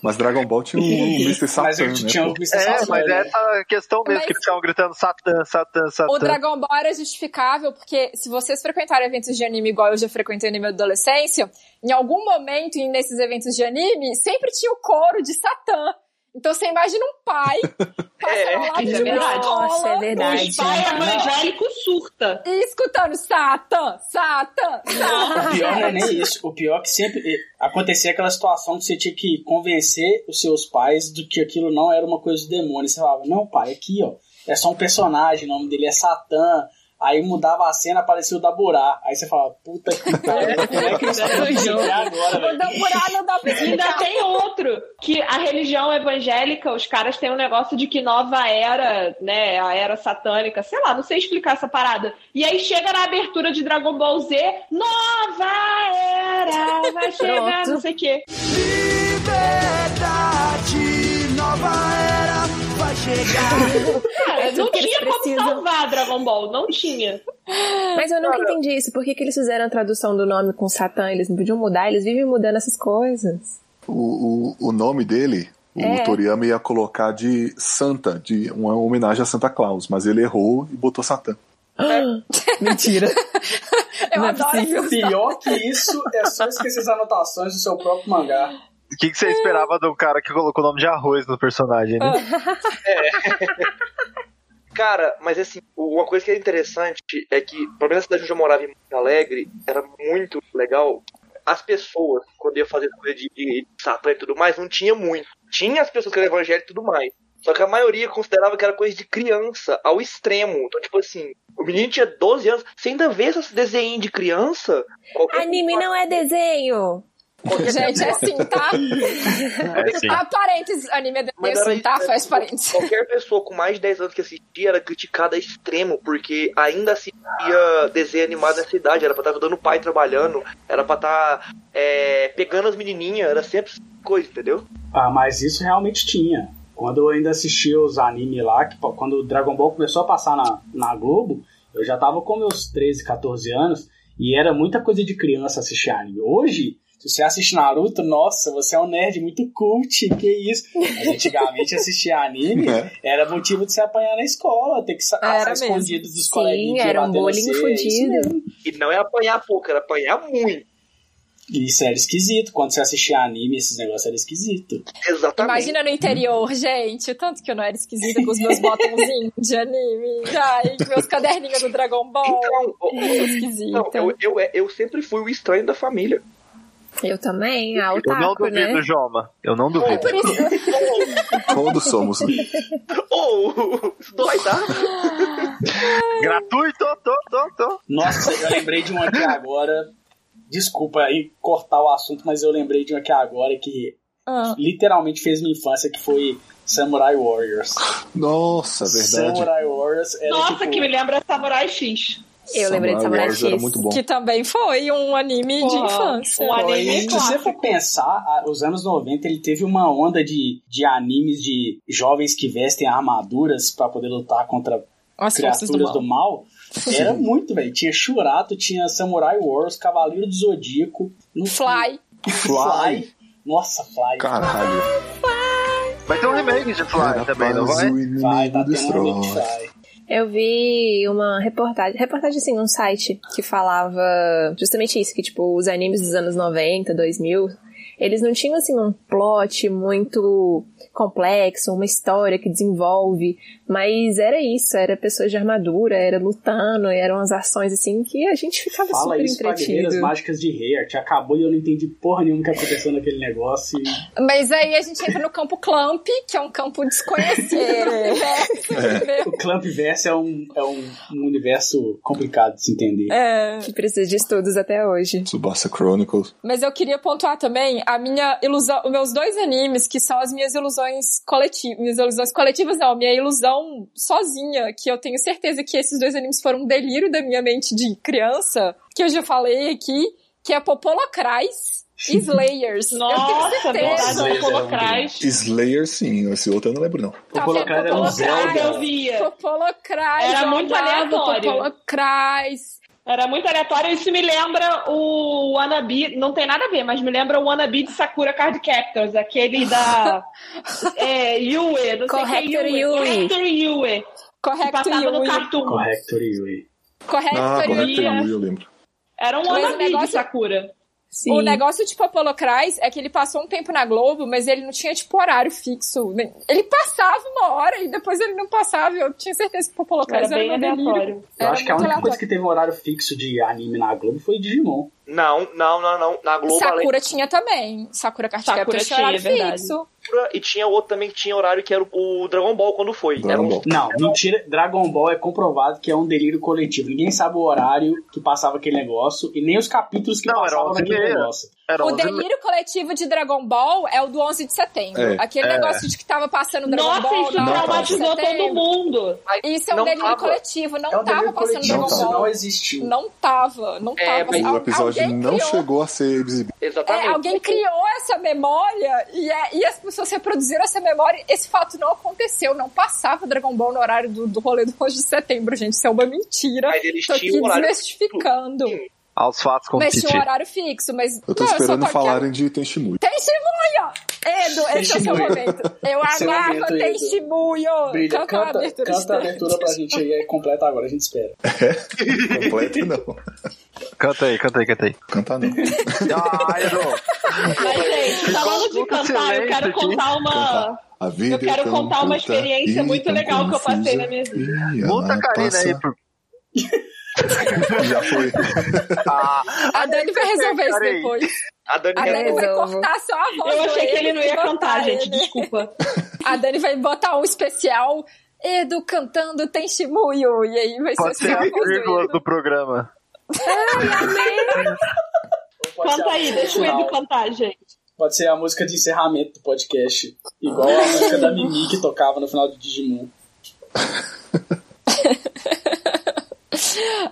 [SPEAKER 7] Mas Dragon Ball tinha um Mr.
[SPEAKER 5] Mas
[SPEAKER 7] Satan,
[SPEAKER 5] eu tinha
[SPEAKER 7] né?
[SPEAKER 5] um Mr.
[SPEAKER 4] É,
[SPEAKER 5] Satan,
[SPEAKER 4] mas é
[SPEAKER 5] né?
[SPEAKER 4] essa questão mesmo,
[SPEAKER 1] Mas-
[SPEAKER 4] que ficavam gritando Satã, Satã, Satã.
[SPEAKER 1] O Dragon Ball era justificável porque se vocês frequentarem eventos de anime igual eu já frequentei na minha adolescência, em algum momento e nesses eventos de anime sempre tinha o coro de Satã. Então você imagina um pai
[SPEAKER 6] É,
[SPEAKER 1] passando lá
[SPEAKER 2] isso é
[SPEAKER 1] de
[SPEAKER 2] verdade.
[SPEAKER 1] bola
[SPEAKER 8] Nossa, é verdade.
[SPEAKER 2] O pai evangélico surta.
[SPEAKER 1] e escutando Satã, Satã, Satã.
[SPEAKER 5] O pior não é nem isso. O pior é que sempre eh, acontecia aquela situação que você tinha que convencer os seus pais de que aquilo não era uma coisa do demônio. Você falava, não, pai, aqui, ó, é só um personagem, o nome dele é Satã. Aí mudava a cena, aparecia o Daburá. Aí você falava, puta que pariu, como é que eles vão entender agora,
[SPEAKER 1] O
[SPEAKER 5] velho?
[SPEAKER 1] Damburá não dá pra
[SPEAKER 2] E ainda tem outro, que a religião evangélica, os caras têm um negócio de que nova era, né, a era satânica, sei lá, não sei explicar essa parada. E aí chega na abertura de Dragon Ball Z, nova era, vai chegar,
[SPEAKER 8] Pronto.
[SPEAKER 2] não sei o quê. Cara,
[SPEAKER 8] É tudo
[SPEAKER 2] não
[SPEAKER 8] que eles
[SPEAKER 2] tinha como
[SPEAKER 8] precisam.
[SPEAKER 2] salvar Dragon Ball, não tinha.
[SPEAKER 8] Mas eu nunca entendi isso. Por que, que eles fizeram a tradução do nome com Satã? Eles não podiam mudar, eles vivem mudando essas coisas.
[SPEAKER 7] O, o, o nome dele, o
[SPEAKER 8] É.
[SPEAKER 7] Toriyama ia colocar de Santa, de uma homenagem a Santa Claus, mas ele errou e botou Satã.
[SPEAKER 8] Mentira.
[SPEAKER 1] Eu
[SPEAKER 8] Não é
[SPEAKER 1] adoro
[SPEAKER 8] possível.
[SPEAKER 1] essas-
[SPEAKER 5] Pior que isso é só esquecer as anotações do seu próprio mangá.
[SPEAKER 4] O que, que você esperava do cara que colocou o nome de arroz no personagem, né?
[SPEAKER 6] Cara, mas assim, uma coisa que é interessante é que, pelo menos na cidade onde eu morava em Monte Alegre, era muito legal. As pessoas, quando ia fazer coisa de, de satã e tudo mais, não tinha muito. Tinha as pessoas que eram evangélicas e tudo mais. Só que a maioria considerava que era coisa de criança, ao extremo. Então, tipo assim, o menino tinha 12 anos, você ainda vê esses desenhos de criança? Qualquer
[SPEAKER 8] Anime não é desenho.
[SPEAKER 1] Gente, é assim, tá?
[SPEAKER 9] É, sim.
[SPEAKER 1] Ah, parênteses, anime é
[SPEAKER 6] Mas
[SPEAKER 1] desenho assim,
[SPEAKER 6] era-
[SPEAKER 1] tá?
[SPEAKER 6] era-
[SPEAKER 1] Faz parênteses.
[SPEAKER 6] Qualquer pessoa com mais de 10 anos que assistia era criticada a extremo, porque ainda assistia desenho animado nessa idade. Era pra estar ajudando o pai trabalhando, era pra estar é, pegando as menininhas, era sempre coisa, entendeu?
[SPEAKER 5] Ah, mas isso realmente tinha. Quando eu ainda assistia os animes lá, que, pô, quando o Dragon Ball começou a passar na, na Globo, eu já tava com meus 13, 14 anos, e era muita coisa de criança assistir anime. Hoje, se você assiste Naruto, nossa, você é um nerd muito cult, que isso. Mas antigamente assistir anime
[SPEAKER 7] É.
[SPEAKER 5] era motivo de se apanhar na escola, ter que sa-
[SPEAKER 8] Era
[SPEAKER 5] passar
[SPEAKER 8] mesmo.
[SPEAKER 5] escondido dos
[SPEAKER 8] Sim,
[SPEAKER 5] coleguinhas. que
[SPEAKER 8] era um
[SPEAKER 5] batendo
[SPEAKER 8] bullying
[SPEAKER 5] você, é isso
[SPEAKER 8] fudido.
[SPEAKER 5] mesmo.
[SPEAKER 6] E não era apanhar pouco, era apanhar muito.
[SPEAKER 5] E Isso era esquisito. Quando você assistia anime, esses negócios eram esquisitos.
[SPEAKER 6] Exatamente.
[SPEAKER 1] Imagina no interior, gente. o Tanto que eu não era esquisita com os meus botãozinhos de anime. Ai, meus caderninhos do Dragon Ball.
[SPEAKER 6] Então, ó,
[SPEAKER 1] Esquisita.
[SPEAKER 6] não, eu, eu, é, eu sempre fui o estranho da família.
[SPEAKER 8] Eu também, ah, o
[SPEAKER 4] Eu não
[SPEAKER 8] taco,
[SPEAKER 4] duvido,
[SPEAKER 8] né?
[SPEAKER 4] Joma. Eu não duvido.
[SPEAKER 1] Por isso,
[SPEAKER 7] Todos somos. né?
[SPEAKER 6] Ou isso dói, tá?
[SPEAKER 4] Gratuito, tô, tô, tô.
[SPEAKER 5] Nossa, eu lembrei de uma aqui agora. Desculpa aí cortar o assunto, mas eu lembrei de uma aqui agora que
[SPEAKER 1] Ah.
[SPEAKER 5] literalmente fez minha infância, que foi Samurai Warriors.
[SPEAKER 7] Nossa, É verdade.
[SPEAKER 5] Samurai Warriors era
[SPEAKER 2] Nossa,
[SPEAKER 5] tipo,
[SPEAKER 2] que me lembra Samurai X.
[SPEAKER 8] Eu lembrei de Samurai
[SPEAKER 7] Wars era
[SPEAKER 8] X. Tipo,
[SPEAKER 7] muito bom.
[SPEAKER 1] que também foi um anime de
[SPEAKER 2] Porra,
[SPEAKER 1] infância.
[SPEAKER 2] Um
[SPEAKER 5] Pô,
[SPEAKER 2] anime
[SPEAKER 5] e se você
[SPEAKER 2] clássico.
[SPEAKER 5] for pensar, a- os anos 90 ele teve uma onda de, de animes de jovens que vestem armaduras pra poder lutar contra
[SPEAKER 1] As forças do
[SPEAKER 5] criaturas
[SPEAKER 1] mal.
[SPEAKER 5] do mal. Era muito, velho. Tinha Shurato, tinha Samurai Wars, Cavaleiro do Zodíaco, no
[SPEAKER 1] Fly.
[SPEAKER 5] Fly. Nossa, Fly.
[SPEAKER 7] Caralho.
[SPEAKER 4] Vai ter um remake de Fly
[SPEAKER 7] Cara,
[SPEAKER 4] também, não
[SPEAKER 7] rapaz,
[SPEAKER 4] vai?
[SPEAKER 7] o
[SPEAKER 5] Vai,
[SPEAKER 7] inimigo
[SPEAKER 5] tá tendo um
[SPEAKER 7] destrói.
[SPEAKER 5] remake de Fly.
[SPEAKER 1] É
[SPEAKER 8] Eu vi uma reportagem, reportagem assim, num site que falava justamente isso, que tipo, os animes dos anos 90, 2000, eles não tinham assim um plot muito complexo, uma história que desenvolve, mas era isso, era pessoas de armadura, era lutando, eram as ações assim que a gente ficava
[SPEAKER 5] Fala
[SPEAKER 8] super
[SPEAKER 5] isso pra Guerreiras
[SPEAKER 8] entretido.
[SPEAKER 5] Mágicas de Heart. Acabou e eu não entendi porra nenhuma que aconteceu naquele negócio. E
[SPEAKER 1] Mas aí a gente entra no campo Clamp, que é um campo desconhecido.
[SPEAKER 2] É.
[SPEAKER 1] né?
[SPEAKER 5] O Clamp Verse é, um, é um, um universo complicado de se entender.
[SPEAKER 1] É.
[SPEAKER 8] Que precisa de estudos até hoje.
[SPEAKER 7] Tsubasa Chronicles.
[SPEAKER 1] Mas eu queria pontuar também a minha ilusão, os meus dois animes, que são as minhas ilusões coletivas. Minhas ilusões coletivas, não, minha ilusão sozinha, que eu tenho certeza que esses dois animes foram um delírio da minha mente de criança, que eu já falei aqui, que é Popolocrais e Slayers.
[SPEAKER 2] Nossa,
[SPEAKER 1] eu tenho certeza.
[SPEAKER 2] verdade,
[SPEAKER 5] Nossa,
[SPEAKER 2] eu
[SPEAKER 5] é um
[SPEAKER 2] colocrais.
[SPEAKER 7] Slayer, sim. Esse outro eu não lembro, não.
[SPEAKER 1] Tá vendo?
[SPEAKER 5] Popolocrais era um
[SPEAKER 2] Colocrais
[SPEAKER 5] Zelda.
[SPEAKER 2] eu via.
[SPEAKER 1] Popolocrais.
[SPEAKER 2] Era
[SPEAKER 1] eu
[SPEAKER 2] muito
[SPEAKER 1] amava
[SPEAKER 2] aleatório.
[SPEAKER 1] Popolocrais.
[SPEAKER 2] Era muito aleatório. Isso me lembra o Wannabe. Não tem nada a ver, mas me lembra o Wannabe de Sakura Card Captors, aquele da. é, Yue. Não sei
[SPEAKER 8] Corrector
[SPEAKER 2] o que é Yue.
[SPEAKER 8] Yue.
[SPEAKER 2] Corrector Yue. Que
[SPEAKER 1] Correcto,
[SPEAKER 2] passava no
[SPEAKER 1] Yui.
[SPEAKER 2] cartoon.
[SPEAKER 5] Corrector Yui.
[SPEAKER 1] Correcto,
[SPEAKER 7] Ah,
[SPEAKER 1] Yui.
[SPEAKER 7] correto,
[SPEAKER 2] Yuri.
[SPEAKER 7] eu lembro.
[SPEAKER 2] Era um
[SPEAKER 1] Mas o
[SPEAKER 2] Wannabe de
[SPEAKER 1] negócio-
[SPEAKER 2] Sakura.
[SPEAKER 8] Sim.
[SPEAKER 1] O negócio de Popolocrais é que ele passou um tempo na Globo, mas ele não tinha, tipo, horário fixo. Ele passava uma hora e depois ele não passava. e Eu tinha certeza que
[SPEAKER 2] Era
[SPEAKER 1] Popolocrais era, um meu
[SPEAKER 2] bem
[SPEAKER 1] delírio.
[SPEAKER 2] aleatório.
[SPEAKER 5] Eu
[SPEAKER 1] Era
[SPEAKER 5] acho que a
[SPEAKER 1] muito
[SPEAKER 5] única coisa
[SPEAKER 1] aleatório.
[SPEAKER 5] que teve um horário fixo de anime na Globo foi Digimon.
[SPEAKER 6] Não, não, não, não. Na Globo, além
[SPEAKER 1] Sakura tinha também. Sakura Cartier
[SPEAKER 2] Sakura
[SPEAKER 1] tinha horário
[SPEAKER 2] tinha, é verdade.
[SPEAKER 1] fixo.
[SPEAKER 6] Sakura, e tinha outro também que tinha horário que era o, o Dragon Ball quando foi.
[SPEAKER 7] Dragon
[SPEAKER 6] Era um-
[SPEAKER 7] Ball.
[SPEAKER 5] Não,
[SPEAKER 1] Tá
[SPEAKER 5] mentira. Dragon Ball é comprovado que é um delírio coletivo. Ninguém sabe o horário que passava aquele negócio e nem os capítulos que
[SPEAKER 4] Não, era
[SPEAKER 5] passavam
[SPEAKER 4] 11 e
[SPEAKER 5] naquele
[SPEAKER 4] meia.
[SPEAKER 5] negócio.
[SPEAKER 4] Era
[SPEAKER 1] O
[SPEAKER 4] 11
[SPEAKER 1] delírio coletivo de Dragon Ball é o do 11 de setembro.
[SPEAKER 7] É,
[SPEAKER 1] Aquele negócio de que tava passando Dragon
[SPEAKER 2] Nossa,
[SPEAKER 1] Ball
[SPEAKER 2] isso
[SPEAKER 5] tá.
[SPEAKER 1] na hora do 11 de
[SPEAKER 2] traumatizou todo
[SPEAKER 1] setembro.
[SPEAKER 2] mundo.
[SPEAKER 1] Isso é um
[SPEAKER 6] Não
[SPEAKER 1] delírio
[SPEAKER 6] tava.
[SPEAKER 1] coletivo. Não
[SPEAKER 5] é um
[SPEAKER 1] tava
[SPEAKER 5] delírio
[SPEAKER 1] passando
[SPEAKER 5] coletivo,
[SPEAKER 1] Dragon
[SPEAKER 5] isso
[SPEAKER 1] Ball.
[SPEAKER 5] não existiu.
[SPEAKER 1] Não tava, não
[SPEAKER 6] É,
[SPEAKER 1] tava.
[SPEAKER 6] mas
[SPEAKER 7] O
[SPEAKER 1] Al-
[SPEAKER 7] episódio
[SPEAKER 1] alguém
[SPEAKER 7] não
[SPEAKER 1] criou.
[SPEAKER 7] chegou a ser exibido.
[SPEAKER 1] É,
[SPEAKER 6] Exatamente.
[SPEAKER 1] alguém criou essa memória e, é- e as pessoas reproduziram essa memória. Esse fato não aconteceu, não passava Dragon Ball no horário do, do rolê do 11 de setembro, gente. Isso é uma mentira.
[SPEAKER 6] Mas eles
[SPEAKER 1] Tô aqui
[SPEAKER 5] um
[SPEAKER 6] tinham um horário
[SPEAKER 1] desmistificando.
[SPEAKER 4] Aos fatos com o
[SPEAKER 1] Mas tinha um
[SPEAKER 4] Titi.
[SPEAKER 1] horário fixo, mas.
[SPEAKER 7] Eu tô
[SPEAKER 1] não,
[SPEAKER 7] esperando
[SPEAKER 1] eu só tô aqui-
[SPEAKER 7] falarem de Tenshinui.
[SPEAKER 1] Tem testemunho! Edo, esse é o seu
[SPEAKER 5] Testemunho.
[SPEAKER 1] momento. Eu
[SPEAKER 5] Esse é o
[SPEAKER 1] aguardo
[SPEAKER 5] momento, Edo.
[SPEAKER 1] testemunho!
[SPEAKER 5] Brilha,
[SPEAKER 1] Canta, a
[SPEAKER 5] canta,
[SPEAKER 1] abertura.
[SPEAKER 5] canta a abertura pra gente aí, é completa agora, a gente espera.
[SPEAKER 7] Completo, não.
[SPEAKER 4] Canta aí, canta aí, canta aí.
[SPEAKER 7] Cantar, não.
[SPEAKER 4] Ah, Edu.
[SPEAKER 2] Mas, gente, falando de
[SPEAKER 4] Ficou
[SPEAKER 2] cantar, eu
[SPEAKER 4] silêncio
[SPEAKER 2] quero
[SPEAKER 4] aqui.
[SPEAKER 2] contar uma.
[SPEAKER 7] Cantar. A vida
[SPEAKER 2] Eu quero
[SPEAKER 7] é tão
[SPEAKER 2] contar uma
[SPEAKER 7] curta
[SPEAKER 2] experiência
[SPEAKER 7] e
[SPEAKER 2] muito
[SPEAKER 7] tão
[SPEAKER 2] legal que eu passei
[SPEAKER 7] confusa.
[SPEAKER 2] na minha vida.
[SPEAKER 7] E
[SPEAKER 4] Muta
[SPEAKER 7] ela
[SPEAKER 4] a Karina aí.
[SPEAKER 7] passa...
[SPEAKER 4] Por...
[SPEAKER 7] Já foi.
[SPEAKER 6] Ah,
[SPEAKER 1] A Dani vai resolver isso
[SPEAKER 4] Peraí.
[SPEAKER 1] depois.
[SPEAKER 6] a Dani
[SPEAKER 1] A Dani vai
[SPEAKER 8] Resolvo.
[SPEAKER 1] cortar só a voz.
[SPEAKER 2] Eu
[SPEAKER 1] do
[SPEAKER 2] achei que
[SPEAKER 1] Edo
[SPEAKER 2] ele não
[SPEAKER 1] e
[SPEAKER 2] ia
[SPEAKER 1] botar
[SPEAKER 2] cantar, gente,
[SPEAKER 1] ele.
[SPEAKER 2] desculpa.
[SPEAKER 1] A Dani vai botar um especial Edu cantando tem Tenshimuyo. E aí vai ser
[SPEAKER 4] Pode ser
[SPEAKER 1] só
[SPEAKER 4] a
[SPEAKER 1] a voz do
[SPEAKER 4] vírgula
[SPEAKER 1] Edu.
[SPEAKER 4] do programa.
[SPEAKER 1] Amém.
[SPEAKER 5] Pode ser
[SPEAKER 2] Canta
[SPEAKER 5] a
[SPEAKER 2] aí,
[SPEAKER 5] música
[SPEAKER 2] deixa o
[SPEAKER 5] final.
[SPEAKER 2] Edu cantar, gente.
[SPEAKER 5] Pode ser a música de encerramento do podcast. Igual a música da Mimi que tocava no final do Digimon.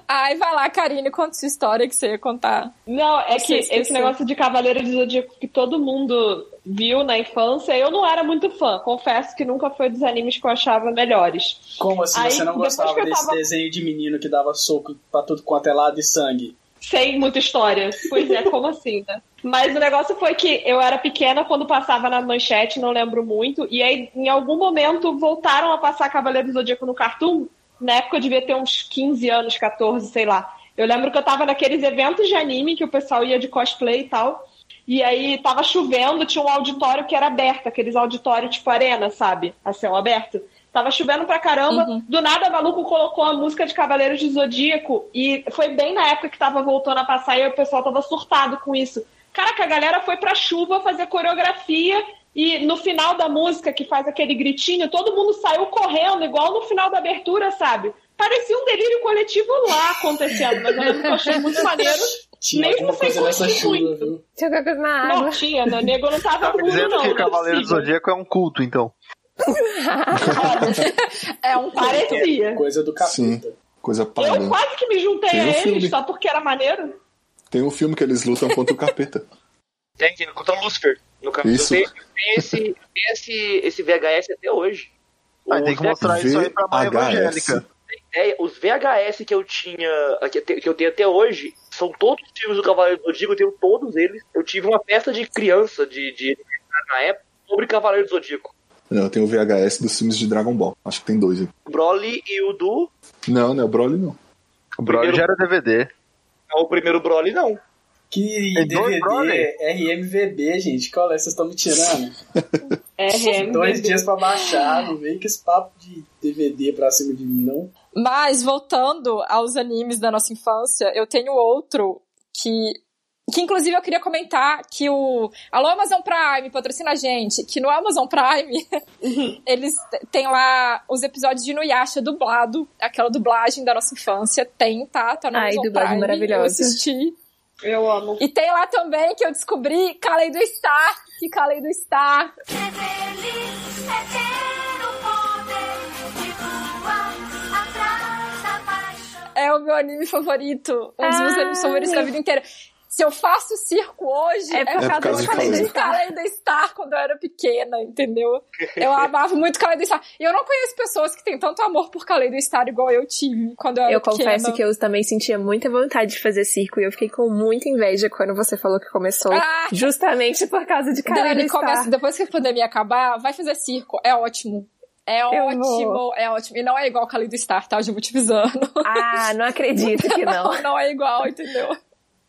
[SPEAKER 1] Ai, vai lá, Karine, conta sua história que você ia contar.
[SPEAKER 2] Não, é
[SPEAKER 1] Você
[SPEAKER 2] que esse
[SPEAKER 1] esqueceu.
[SPEAKER 2] negócio de Cavaleiro do Zodíaco que todo mundo viu na infância, eu não era muito fã. Confesso que nunca foi dos animes que eu achava melhores.
[SPEAKER 5] Como assim
[SPEAKER 2] Aí,
[SPEAKER 5] você não
[SPEAKER 2] depois
[SPEAKER 5] gostava
[SPEAKER 2] que eu
[SPEAKER 5] desse
[SPEAKER 2] tava-
[SPEAKER 5] desenho de menino que dava soco pra tudo quanto é lado e sangue?
[SPEAKER 2] Sem muita história. Pois é, como assim, né? Mas o negócio foi que eu era pequena quando passava na manchete, não lembro muito. E aí, em algum momento, voltaram a passar Cavaleiro do Zodíaco no Cartoon. Na época eu devia ter uns 15 anos, 14, sei lá. Eu lembro que eu tava naqueles eventos de anime que o pessoal ia de cosplay e tal. E aí tava chovendo, tinha um auditório que era aberto, aqueles auditórios tipo arena, sabe? A céu aberto. Tava chovendo pra caramba. Do nada, o maluco colocou a música de Cavaleiros do Zodíaco. E foi bem na época que tava voltando a passar e o pessoal tava surtado com isso. Caraca, a galera foi pra chuva fazer coreografia. E no final da música, que faz aquele gritinho, todo mundo saiu correndo, igual no final da abertura, sabe? Parecia um delírio coletivo lá acontecendo. Mas eu lembro que eu achei muito maneiro.
[SPEAKER 5] Tinha
[SPEAKER 2] mesmo
[SPEAKER 5] alguma
[SPEAKER 2] sem
[SPEAKER 5] coisa nessa
[SPEAKER 2] curtir
[SPEAKER 5] chuva,
[SPEAKER 2] muito.
[SPEAKER 5] viu?
[SPEAKER 8] Tinha alguma coisa na água.
[SPEAKER 2] Não tinha, né? Nego eu não tava
[SPEAKER 4] Tá me
[SPEAKER 2] mundo, não.
[SPEAKER 4] dizendo que
[SPEAKER 2] não
[SPEAKER 4] o Cavaleiro do
[SPEAKER 2] possível.
[SPEAKER 4] Zodíaco é um culto, então.
[SPEAKER 1] É um
[SPEAKER 2] Parecia.
[SPEAKER 5] Coisa do
[SPEAKER 7] Sim,
[SPEAKER 5] capeta.
[SPEAKER 7] coisa
[SPEAKER 2] Eu
[SPEAKER 7] pagã.
[SPEAKER 2] quase que me juntei
[SPEAKER 7] Tem
[SPEAKER 2] a
[SPEAKER 7] um
[SPEAKER 2] eles
[SPEAKER 7] filme.
[SPEAKER 2] só porque era maneiro.
[SPEAKER 7] Tem um filme que eles lutam contra o capeta.
[SPEAKER 6] Tem, tem, contra o Lucifer no caminho.
[SPEAKER 7] Isso.
[SPEAKER 6] Eu tenho, eu tenho esse, tenho esse, esse VHS até hoje.
[SPEAKER 4] Aí Ah, tem
[SPEAKER 6] Os
[SPEAKER 4] que mostrar isso aí pra mãe
[SPEAKER 7] VHS.
[SPEAKER 4] evangélica.
[SPEAKER 6] É, os VHS que eu tinha, que te- que eu tenho até hoje, são todos os filmes do Cavaleiro do Zodíaco, eu tenho todos eles. Eu tive uma festa de criança de, de na época sobre Cavaleiro do Zodíaco.
[SPEAKER 7] Não, tem o VHS dos filmes de Dragon Ball. Acho que tem dois. hein?
[SPEAKER 6] Broly e o do.
[SPEAKER 7] Não, não é o Broly, não.
[SPEAKER 4] O Broly
[SPEAKER 6] Primeiro-
[SPEAKER 4] já era DVD.
[SPEAKER 6] Não, o primeiro Broly não.
[SPEAKER 5] Que
[SPEAKER 4] Tem É dois
[SPEAKER 5] DVD,
[SPEAKER 4] brother?
[SPEAKER 5] RMVB, gente. Qual é? Vocês estão me tirando?
[SPEAKER 2] RM.
[SPEAKER 5] Dois dias pra baixar, não vem com esse papo de DVD pra cima de mim, não.
[SPEAKER 1] Mas voltando aos animes da nossa infância, eu tenho outro que que inclusive eu queria comentar que o Alô Amazon Prime patrocina a gente, que no Amazon Prime
[SPEAKER 8] Uhum.
[SPEAKER 1] eles t- têm lá os episódios de Inuyasha dublado, aquela dublagem da nossa infância, tem, tá? Tá no
[SPEAKER 8] Ai,
[SPEAKER 1] Amazon
[SPEAKER 8] dublagem
[SPEAKER 1] Prime,
[SPEAKER 8] maravilhosa.
[SPEAKER 1] eu assisti.
[SPEAKER 2] Eu amo.
[SPEAKER 1] E tem lá também que eu descobri Kalei do Star, que Kalei do Star é o meu anime favorito, um dos meus
[SPEAKER 8] Ai.
[SPEAKER 1] animes favoritos da vida inteira. Se eu faço circo hoje,
[SPEAKER 8] Ah, É
[SPEAKER 1] é,
[SPEAKER 8] por
[SPEAKER 1] por causa do
[SPEAKER 7] causa
[SPEAKER 1] Kalei
[SPEAKER 7] de
[SPEAKER 1] Star. Ainda Star quando eu era pequena, entendeu? Eu amava muito Kalei Star. E eu não conheço pessoas que têm tanto amor por Kalei Star igual eu tive quando eu era
[SPEAKER 8] Eu
[SPEAKER 1] pequena.
[SPEAKER 8] confesso que eu também sentia muita vontade de fazer circo e eu fiquei com muita inveja quando você falou que começou.
[SPEAKER 1] Ah!
[SPEAKER 8] Justamente por causa de Caralho
[SPEAKER 1] Dani,
[SPEAKER 8] Star.
[SPEAKER 1] começa, depois que a pandemia acabar, vai fazer circo. É ótimo. É
[SPEAKER 8] vou.
[SPEAKER 1] ótimo, é ótimo. E não é igual Kalei Star, tá? Eu já vou te avisando.
[SPEAKER 8] Ah, não acredito que não.
[SPEAKER 1] não é igual, entendeu?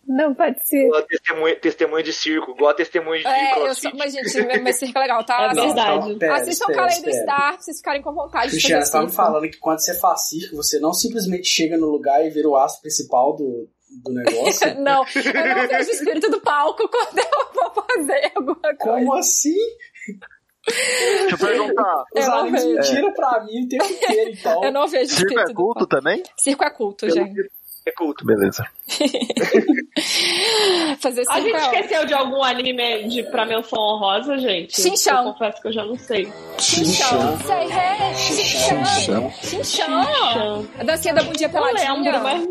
[SPEAKER 8] Não pode ser.
[SPEAKER 6] Igual a testemunha, testemunha de circo, igual a testemunha de
[SPEAKER 1] É, eu
[SPEAKER 6] crossfit.
[SPEAKER 1] sou, mas gente, mas circo é legal, tá?
[SPEAKER 2] É
[SPEAKER 1] Assistam-
[SPEAKER 2] verdade.
[SPEAKER 5] então, pera,
[SPEAKER 1] Assistam o
[SPEAKER 5] espera,
[SPEAKER 1] Kalei do
[SPEAKER 5] espera.
[SPEAKER 1] Star, pra vocês ficarem com vontade de
[SPEAKER 5] Cristiano,
[SPEAKER 1] fazer
[SPEAKER 5] você tá me
[SPEAKER 1] circo.
[SPEAKER 5] falando que quando você faz circo, você não simplesmente chega no lugar e vira o astro principal do, do negócio?
[SPEAKER 1] Não, eu não vejo o espírito do palco quando eu vou fazer alguma coisa.
[SPEAKER 5] Como assim?
[SPEAKER 4] Deixa eu perguntar.
[SPEAKER 5] Os
[SPEAKER 1] Eu não
[SPEAKER 5] animes
[SPEAKER 1] vejo.
[SPEAKER 5] mentiram pra mim o tempo inteiro, então.
[SPEAKER 1] Eu não vejo o
[SPEAKER 4] Circo
[SPEAKER 1] espírito
[SPEAKER 4] é
[SPEAKER 1] do
[SPEAKER 4] culto
[SPEAKER 1] palco.
[SPEAKER 4] também?
[SPEAKER 1] Circo é culto, gente.
[SPEAKER 6] É culto.
[SPEAKER 4] Beleza.
[SPEAKER 1] Fazer circo
[SPEAKER 2] A gente
[SPEAKER 1] é ótimo.
[SPEAKER 2] esqueceu de algum anime de, pra menção honrosa, gente?
[SPEAKER 1] Chinchão.
[SPEAKER 2] Eu confesso que eu já não sei.
[SPEAKER 1] Chinchão, sei rei, chinchão,
[SPEAKER 7] Chama.
[SPEAKER 1] chinchão. A dancinha da bundinha
[SPEAKER 2] Não
[SPEAKER 1] peladinha.
[SPEAKER 2] lembro, é um mas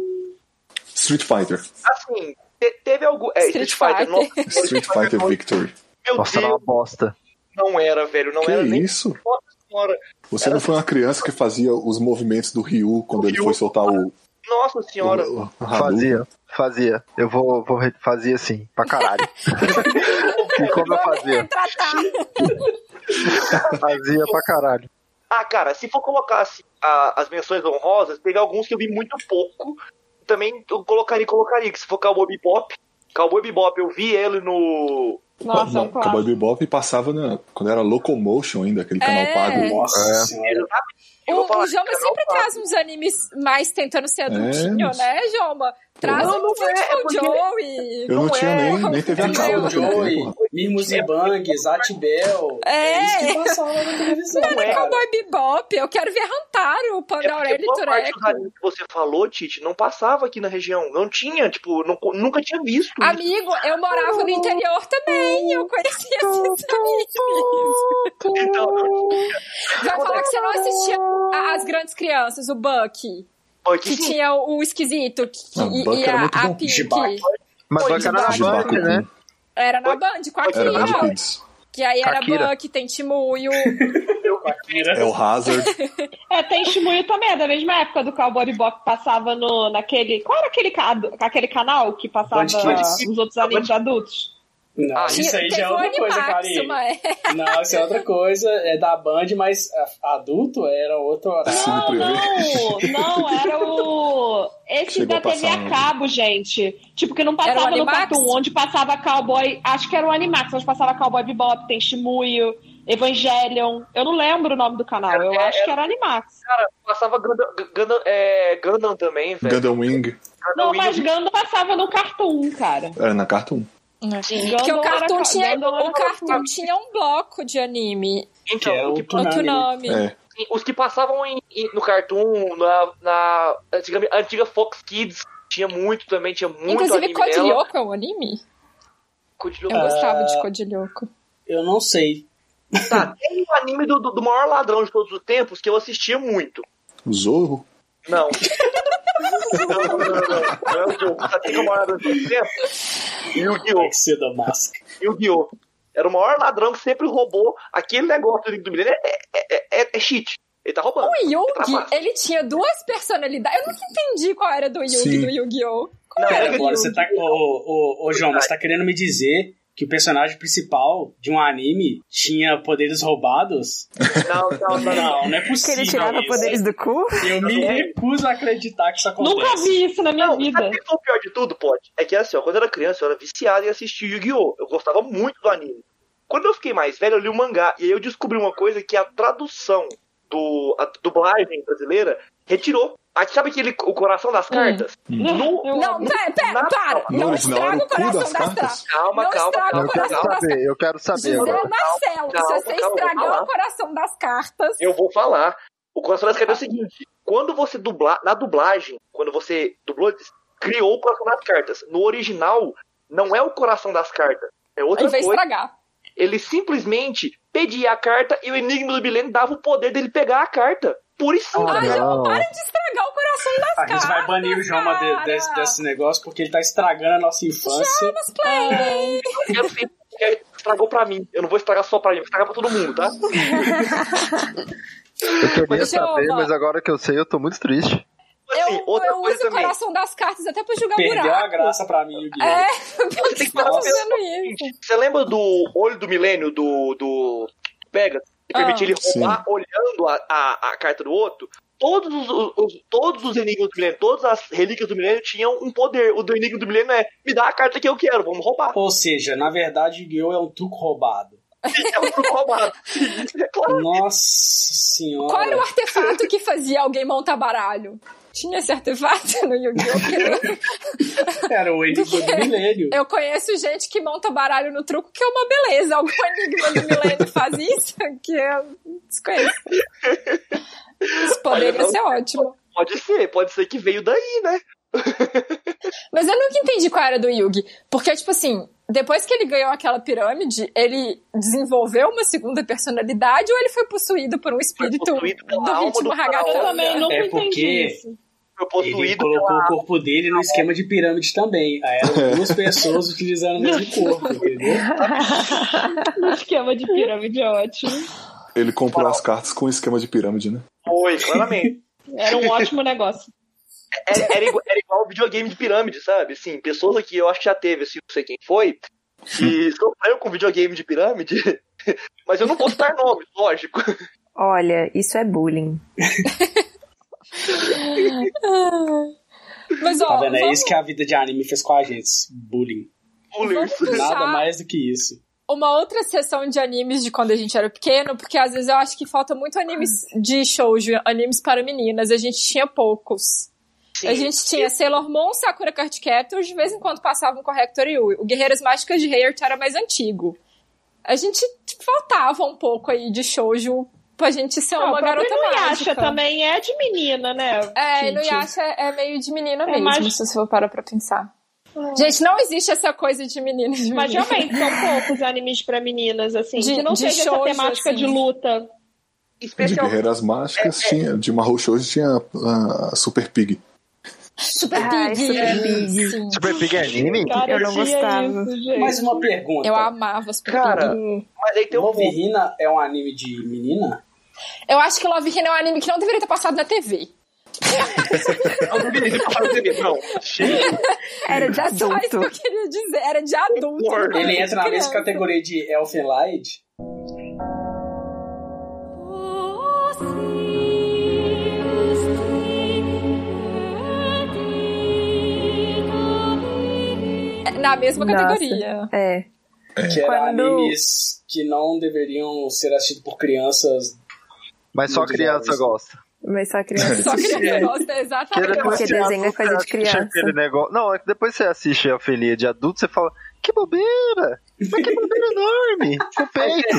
[SPEAKER 7] Street Fighter.
[SPEAKER 6] Assim, te- teve algum. É,
[SPEAKER 1] Street
[SPEAKER 6] Street Fighter.
[SPEAKER 1] Fighter.
[SPEAKER 6] Não,
[SPEAKER 7] Street Fighter Victory.
[SPEAKER 6] meu
[SPEAKER 4] Nossa, era uma
[SPEAKER 6] Deus,
[SPEAKER 4] bosta.
[SPEAKER 6] não era, velho. Não
[SPEAKER 7] Que
[SPEAKER 6] era nem.
[SPEAKER 7] isso?
[SPEAKER 6] Nossa senhora.
[SPEAKER 7] Você não foi uma criança que fazia os movimentos do Ryu quando ele
[SPEAKER 6] Ryu.
[SPEAKER 7] foi soltar o,
[SPEAKER 6] Nossa senhora.
[SPEAKER 7] o, o Hadouken?
[SPEAKER 4] Fazia, fazia. Eu vou, vou re- fazia assim, pra caralho. e como
[SPEAKER 1] Vou
[SPEAKER 4] eu
[SPEAKER 1] me
[SPEAKER 4] fazia?
[SPEAKER 1] retratar.
[SPEAKER 4] Fazia pra caralho.
[SPEAKER 6] Ah, cara, se for colocar assim, a- as menções honrosas, pegar alguns que eu vi muito pouco, também eu colocaria, colocaria. Que se for Cowboy Bebop, Cowboy Bebop, eu vi ele no...
[SPEAKER 2] Nossa, é
[SPEAKER 7] não,
[SPEAKER 2] um clássico.
[SPEAKER 7] Cowboy Bebop passava na, quando era Locomotion ainda, aquele canal
[SPEAKER 1] É.
[SPEAKER 7] pago.
[SPEAKER 5] Nossa senhora.
[SPEAKER 6] Eu
[SPEAKER 1] O,
[SPEAKER 6] vou falar
[SPEAKER 1] o Joma
[SPEAKER 6] canal
[SPEAKER 1] sempre
[SPEAKER 6] pago.
[SPEAKER 1] traz uns animes mais tentando ser adultinho,
[SPEAKER 7] É,
[SPEAKER 1] né, Joma? Traz
[SPEAKER 6] Não, não
[SPEAKER 1] um vídeo
[SPEAKER 6] é, é
[SPEAKER 1] com o
[SPEAKER 6] porque-
[SPEAKER 1] Joey. é.
[SPEAKER 7] Eu não tinha nem- nem TV a
[SPEAKER 1] Meu
[SPEAKER 7] cabo
[SPEAKER 1] Deus.
[SPEAKER 7] naquele tempo.
[SPEAKER 5] Joey, Mimos Bang, Zat Bell.
[SPEAKER 1] É,
[SPEAKER 5] isso que passava na televisão.
[SPEAKER 1] não era
[SPEAKER 5] cara.
[SPEAKER 1] Cowboy Bebop, eu quero ver Rantaro, o
[SPEAKER 6] É
[SPEAKER 1] Panda
[SPEAKER 6] porque
[SPEAKER 1] Aurélio e
[SPEAKER 6] boa parte
[SPEAKER 1] Turek.
[SPEAKER 6] dos animes que você falou, Tite, não passava aqui na região. Não tinha, tipo, não- nunca tinha visto. isso.
[SPEAKER 1] Amigo, eu morava no interior também, eu conhecia esses animes.
[SPEAKER 6] Então,
[SPEAKER 1] Vai falar que você não assistia a- as grandes crianças, o Bucky,
[SPEAKER 6] ó, que
[SPEAKER 1] que
[SPEAKER 6] sim,
[SPEAKER 1] tinha o, o esquisito que,
[SPEAKER 7] Ah,
[SPEAKER 1] e-
[SPEAKER 7] Bucky
[SPEAKER 1] e
[SPEAKER 7] era
[SPEAKER 1] a,
[SPEAKER 7] muito
[SPEAKER 1] a
[SPEAKER 7] bom.
[SPEAKER 1] Pink.
[SPEAKER 5] Jibaku.
[SPEAKER 4] Mas
[SPEAKER 1] Oi,
[SPEAKER 4] vai ficar na
[SPEAKER 1] Jibaku.
[SPEAKER 4] Band, né?
[SPEAKER 1] Era na
[SPEAKER 6] Oi,
[SPEAKER 1] Band, com a
[SPEAKER 7] Era
[SPEAKER 1] Kira,
[SPEAKER 7] Band Kids.
[SPEAKER 1] que aí era
[SPEAKER 4] Kakira.
[SPEAKER 1] Bucky, tem Timuio.
[SPEAKER 7] É o Hazard.
[SPEAKER 2] É, tem Shimuyu também, é da mesma época do Cowboy Bebop que passava no, naquele... Qual era aquele, ca- aquele canal que passava
[SPEAKER 5] Band Kids.
[SPEAKER 2] os outros animes adultos?
[SPEAKER 5] Não,
[SPEAKER 6] Ah,
[SPEAKER 5] isso aí já é
[SPEAKER 1] Teve o
[SPEAKER 5] outra coisa,
[SPEAKER 1] Animax,
[SPEAKER 5] Karine.
[SPEAKER 1] mas...
[SPEAKER 5] Não, isso é outra coisa. É da Band, mas a- adulto era outro horário.
[SPEAKER 7] Cine
[SPEAKER 2] Não,
[SPEAKER 7] Privé.
[SPEAKER 2] não, não, era o. Esse
[SPEAKER 7] Chegou
[SPEAKER 2] da
[SPEAKER 7] a
[SPEAKER 2] TV
[SPEAKER 7] passar
[SPEAKER 2] a
[SPEAKER 7] onde?
[SPEAKER 2] cabo, gente. Tipo, que
[SPEAKER 1] Era
[SPEAKER 2] não
[SPEAKER 1] o
[SPEAKER 2] passava no
[SPEAKER 1] Animax?
[SPEAKER 2] Cartoon, onde passava Cowboy. Acho que era o Animax, onde passava Cowboy Bebop, tem Shimuyo, Evangelion. Eu não lembro o nome do canal, eu
[SPEAKER 6] Era-
[SPEAKER 2] acho que era Animax.
[SPEAKER 6] cara, passava Gundam, Gundam, é, Gundam também, velho.
[SPEAKER 7] Gundam Wing.
[SPEAKER 6] Gundam
[SPEAKER 2] Não,
[SPEAKER 6] Wing eu
[SPEAKER 2] mas
[SPEAKER 6] vi-
[SPEAKER 2] Gundam passava no Cartoon, cara.
[SPEAKER 7] Era na Cartoon.
[SPEAKER 1] Porque o
[SPEAKER 2] Gundam era
[SPEAKER 1] Cartoon
[SPEAKER 2] ca-
[SPEAKER 1] tinha,
[SPEAKER 2] Gundam era
[SPEAKER 1] o Cartoon
[SPEAKER 2] Cartoon.
[SPEAKER 1] tinha um bloco de anime,
[SPEAKER 5] Que era
[SPEAKER 6] Então, o
[SPEAKER 5] o
[SPEAKER 6] que
[SPEAKER 1] o
[SPEAKER 5] Tunami.
[SPEAKER 1] Tsunami.
[SPEAKER 7] É.
[SPEAKER 6] Sim, os que passavam em- em- no Cartoon, na, na antiga, antiga Fox Kids, tinha muito também, tinha muito
[SPEAKER 1] Inclusive,
[SPEAKER 6] anime nela.
[SPEAKER 1] Codilhoco é um anime? Eu
[SPEAKER 6] Codilhoco.
[SPEAKER 1] gostava de Codilhoco.
[SPEAKER 5] Eu não sei.
[SPEAKER 6] Tá, tem o anime do, do- do maior ladrão de todos os tempos que eu assistia muito.
[SPEAKER 7] O Zorro.
[SPEAKER 6] Não. não, não, não, não, não. Não, Diogo, Sabe quem é o maior ladrão de todos os tempos?
[SPEAKER 5] é
[SPEAKER 6] Yu-Gi-Oh!
[SPEAKER 5] Tuxedo Mask.
[SPEAKER 6] Yu-Gi-Oh! Era o maior ladrão que sempre roubou aquele negócio do Link do Milênio. É, é, é, é, é cheat. Ele tá roubando.
[SPEAKER 1] O Yugi,
[SPEAKER 6] Ultrapassa.
[SPEAKER 1] ele tinha duas personalidades. Eu nunca entendi qual era do Yugi
[SPEAKER 7] Sim.
[SPEAKER 1] e do Yu-Gi-Oh! Qual
[SPEAKER 6] Não,
[SPEAKER 1] era?
[SPEAKER 5] Pera,
[SPEAKER 6] é que-
[SPEAKER 5] agora você tá. Ô, ô, ô, João, mas você tá querendo me dizer que o personagem principal de um anime tinha poderes roubados?
[SPEAKER 6] Não, não, não, não.
[SPEAKER 5] Não, não é
[SPEAKER 3] Que
[SPEAKER 5] possível.
[SPEAKER 3] ele tirava
[SPEAKER 5] isso.
[SPEAKER 3] poderes do cu?
[SPEAKER 5] Eu me recuso a acreditar que isso acontece.
[SPEAKER 2] Nunca vi isso na minha
[SPEAKER 6] Não,
[SPEAKER 2] vida.
[SPEAKER 6] sabe o que foi o pior de tudo, pode? É que assim, ó, quando eu era criança, eu era viciado em assistir Yu-Gi-Oh! Eu gostava muito do anime. Quando eu fiquei mais velho, eu li o mangá. E aí eu descobri uma coisa que a tradução do. a dublagem brasileira retirou. Ah, sabe aquele o coração das cartas?
[SPEAKER 2] Não, eu-
[SPEAKER 1] Hum. Não, pera, pera,
[SPEAKER 6] Não,
[SPEAKER 1] para!
[SPEAKER 7] não,
[SPEAKER 1] Não
[SPEAKER 7] eles não eram
[SPEAKER 1] estraga o
[SPEAKER 7] o cu
[SPEAKER 1] coração
[SPEAKER 7] das
[SPEAKER 1] das
[SPEAKER 7] cartas?
[SPEAKER 1] traças.
[SPEAKER 6] Calma,
[SPEAKER 1] Não
[SPEAKER 6] calma,
[SPEAKER 1] estraga o
[SPEAKER 6] calma,
[SPEAKER 4] Eu quero
[SPEAKER 1] coração
[SPEAKER 6] calma.
[SPEAKER 1] das traças.
[SPEAKER 4] saber, eu quero saber
[SPEAKER 1] José
[SPEAKER 4] agora.
[SPEAKER 1] Marcelo,
[SPEAKER 6] calma,
[SPEAKER 1] se você
[SPEAKER 6] calma, vou
[SPEAKER 1] estragar
[SPEAKER 6] falar.
[SPEAKER 1] o coração das cartas.
[SPEAKER 6] Eu vou falar. O coração das cartas é o seguinte: quando você dublar. Na dublagem, quando você dublou, criou o coração das cartas. No original, não é o coração das cartas. É outra
[SPEAKER 1] Ele vai
[SPEAKER 6] coisa.
[SPEAKER 1] estragar.
[SPEAKER 6] Ele simplesmente pedia a carta e o Enigma do Bilênio dava o poder dele pegar a carta. Pura e simples.
[SPEAKER 1] Ai,
[SPEAKER 4] não.
[SPEAKER 1] João, para de estragar o coração das
[SPEAKER 5] A
[SPEAKER 1] cartas.
[SPEAKER 5] gente vai banir o Joma de-
[SPEAKER 1] cara.
[SPEAKER 5] desse, desse negócio porque ele tá estragando a nossa infância.
[SPEAKER 1] Mas,
[SPEAKER 6] Ah,
[SPEAKER 1] Clay,
[SPEAKER 6] Eu quero ser que assim, estragou pra mim. Eu não vou estragar só pra mim, vou estragar pra todo mundo, tá?
[SPEAKER 4] Eu queria
[SPEAKER 1] Mas, Joma,
[SPEAKER 4] saber, mas agora que eu sei, eu tô muito triste.
[SPEAKER 6] Assim,
[SPEAKER 1] eu, eu uso o coração das cartas até pra jogar
[SPEAKER 5] Perdeu a
[SPEAKER 1] buraco.
[SPEAKER 5] graça pra mim, Yu-Gi-Oh!
[SPEAKER 1] É, por que você tá
[SPEAKER 5] Nossa.
[SPEAKER 1] fazendo isso?
[SPEAKER 6] Você lembra do olho do milênio do, do Pegasus? Que permitia ele
[SPEAKER 1] Ah.
[SPEAKER 6] roubar
[SPEAKER 7] Sim.
[SPEAKER 6] olhando a, a, a carta do outro? Todos os, os- todos os enigmas do milênio, todas as relíquias do milênio tinham um poder. O do enigma do milênio é: me dá a carta que eu quero, vamos roubar.
[SPEAKER 5] Ou seja, na verdade, Yu-Gi-Oh! é um truco roubado.
[SPEAKER 6] É um truque roubado. É claro.
[SPEAKER 5] Nossa senhora.
[SPEAKER 1] Qual era o artefato que fazia alguém montar baralho? Tinha esse artefato no Yu-Gi-Oh!
[SPEAKER 5] Era o Enigma do Milênio.
[SPEAKER 1] Eu conheço gente que monta baralho no truco, que é uma beleza. Algum enigma do milênio faz isso, que eu desconheço. Isso poderia
[SPEAKER 6] Olha, não-
[SPEAKER 1] ser ótimo.
[SPEAKER 6] Pode ser, pode ser que veio daí, né?
[SPEAKER 1] Mas eu nunca entendi qual era do Yugi. Porque, tipo assim, depois que ele ganhou aquela pirâmide, ele desenvolveu uma segunda personalidade ou ele foi possuído por um espírito
[SPEAKER 6] possuído pela
[SPEAKER 1] do
[SPEAKER 6] alma
[SPEAKER 1] ritmo
[SPEAKER 6] do faraó.
[SPEAKER 2] eu
[SPEAKER 1] ragatanga?
[SPEAKER 2] também nunca
[SPEAKER 5] É porque-
[SPEAKER 2] entendi isso.
[SPEAKER 6] Foi
[SPEAKER 5] Ele
[SPEAKER 6] possuído
[SPEAKER 5] colocou
[SPEAKER 6] pela
[SPEAKER 5] o corpo dele no esquema de pirâmide também. Aí eram duas pessoas utilizando o mesmo corpo, entendeu?
[SPEAKER 2] No esquema de pirâmide é ótimo.
[SPEAKER 7] Ele comprou as cartas com esquema de pirâmide, né?
[SPEAKER 6] foi, claramente.
[SPEAKER 2] Era um ótimo negócio.
[SPEAKER 6] Era, era igual, era igual videogame de pirâmide, sabe? Assim, pessoas aqui, eu acho que já teve, assim, não sei quem foi, que sofreu com videogame de pirâmide, mas eu não vou citar nomes, lógico.
[SPEAKER 3] Olha, isso é bullying.
[SPEAKER 1] Mas,
[SPEAKER 5] Tá
[SPEAKER 1] ó,
[SPEAKER 5] vendo? É
[SPEAKER 1] vamos,
[SPEAKER 5] isso que a vida de anime fez com a gente. esse Bullying.
[SPEAKER 6] Bullers.
[SPEAKER 1] Vamos-
[SPEAKER 5] Nada
[SPEAKER 1] Puxar.
[SPEAKER 5] mais do que isso.
[SPEAKER 1] uma outra sessão de animes de quando a gente era pequeno, porque às vezes eu acho que falta muito animes de shoujo, animes para meninas, a gente tinha poucos. A gente tinha Sailor Moon, Sakura Card Captors, de vez em quando passava um Corrector Yui. O Guerreiras Mágicas de Heart era mais antigo. A gente faltava um pouco aí de shoujo pra gente ser
[SPEAKER 2] Não,
[SPEAKER 1] uma
[SPEAKER 2] Ah, o próprio
[SPEAKER 1] garota
[SPEAKER 2] Inuyasha
[SPEAKER 1] mágica.
[SPEAKER 2] também é de menina, né?
[SPEAKER 1] É,
[SPEAKER 2] gente?
[SPEAKER 1] Inuyasha é meio de menina mesmo,
[SPEAKER 2] mais-
[SPEAKER 1] se você for parar pra pensar.
[SPEAKER 2] É.
[SPEAKER 1] Gente, não existe essa coisa de menino e de
[SPEAKER 2] Mas
[SPEAKER 1] menina.
[SPEAKER 2] realmente são poucos animes pra meninas, assim,
[SPEAKER 1] De-
[SPEAKER 2] que não
[SPEAKER 1] de
[SPEAKER 2] seja essa
[SPEAKER 1] shoujo,
[SPEAKER 2] temática
[SPEAKER 1] assim.
[SPEAKER 2] de luta.
[SPEAKER 7] De
[SPEAKER 1] é
[SPEAKER 7] Guerreiras Mágicas tinha, de Mahou Shoujo tinha ah, Super Pig.
[SPEAKER 1] Super
[SPEAKER 2] Ah,
[SPEAKER 8] Ai,
[SPEAKER 1] Pig.
[SPEAKER 8] Super
[SPEAKER 1] É,
[SPEAKER 8] Pig.
[SPEAKER 1] sim.
[SPEAKER 4] Super Big Anime?
[SPEAKER 2] Cara,
[SPEAKER 8] Eu não
[SPEAKER 2] tinha
[SPEAKER 8] gostava.
[SPEAKER 2] Isso, gente.
[SPEAKER 5] Mais uma pergunta.
[SPEAKER 1] Eu amava Super
[SPEAKER 6] Cara,
[SPEAKER 1] Pig.
[SPEAKER 6] mas aí tem um
[SPEAKER 5] Love
[SPEAKER 6] ponto.
[SPEAKER 5] Hina é um anime de menina?
[SPEAKER 1] Eu acho que Love Hina é um anime que não deveria ter passado na TV.
[SPEAKER 6] Não, não deveria ter falado dele, não. Gente,
[SPEAKER 8] Era de
[SPEAKER 1] Só isso que
[SPEAKER 8] adulto.
[SPEAKER 1] eu queria dizer. Era de adulto.
[SPEAKER 6] Horror.
[SPEAKER 1] não era
[SPEAKER 5] Ele
[SPEAKER 1] Ah, de
[SPEAKER 5] entra na mesma
[SPEAKER 1] criança.
[SPEAKER 5] categoria de Elfen Light.
[SPEAKER 1] É, Na mesma
[SPEAKER 8] Nossa.
[SPEAKER 1] categoria.
[SPEAKER 8] É.
[SPEAKER 5] Que eram
[SPEAKER 8] Quando-
[SPEAKER 5] animes que não deveriam ser assistidos por crianças.
[SPEAKER 4] Mas só
[SPEAKER 5] Muito
[SPEAKER 4] criança
[SPEAKER 5] jovens.
[SPEAKER 4] gosta.
[SPEAKER 8] Mas só criança.
[SPEAKER 1] Só
[SPEAKER 5] É.
[SPEAKER 1] criança gosta,
[SPEAKER 4] Porque
[SPEAKER 1] exatamente.
[SPEAKER 4] depois
[SPEAKER 8] Porque
[SPEAKER 4] você
[SPEAKER 8] desenho é
[SPEAKER 4] adulto,
[SPEAKER 8] coisa de
[SPEAKER 4] você assiste
[SPEAKER 8] criança.
[SPEAKER 4] Aquele negócio... Não, é que depois você assiste a Felia de adulto, você fala, que bobeira! Mas que bobeira enorme! Com peito!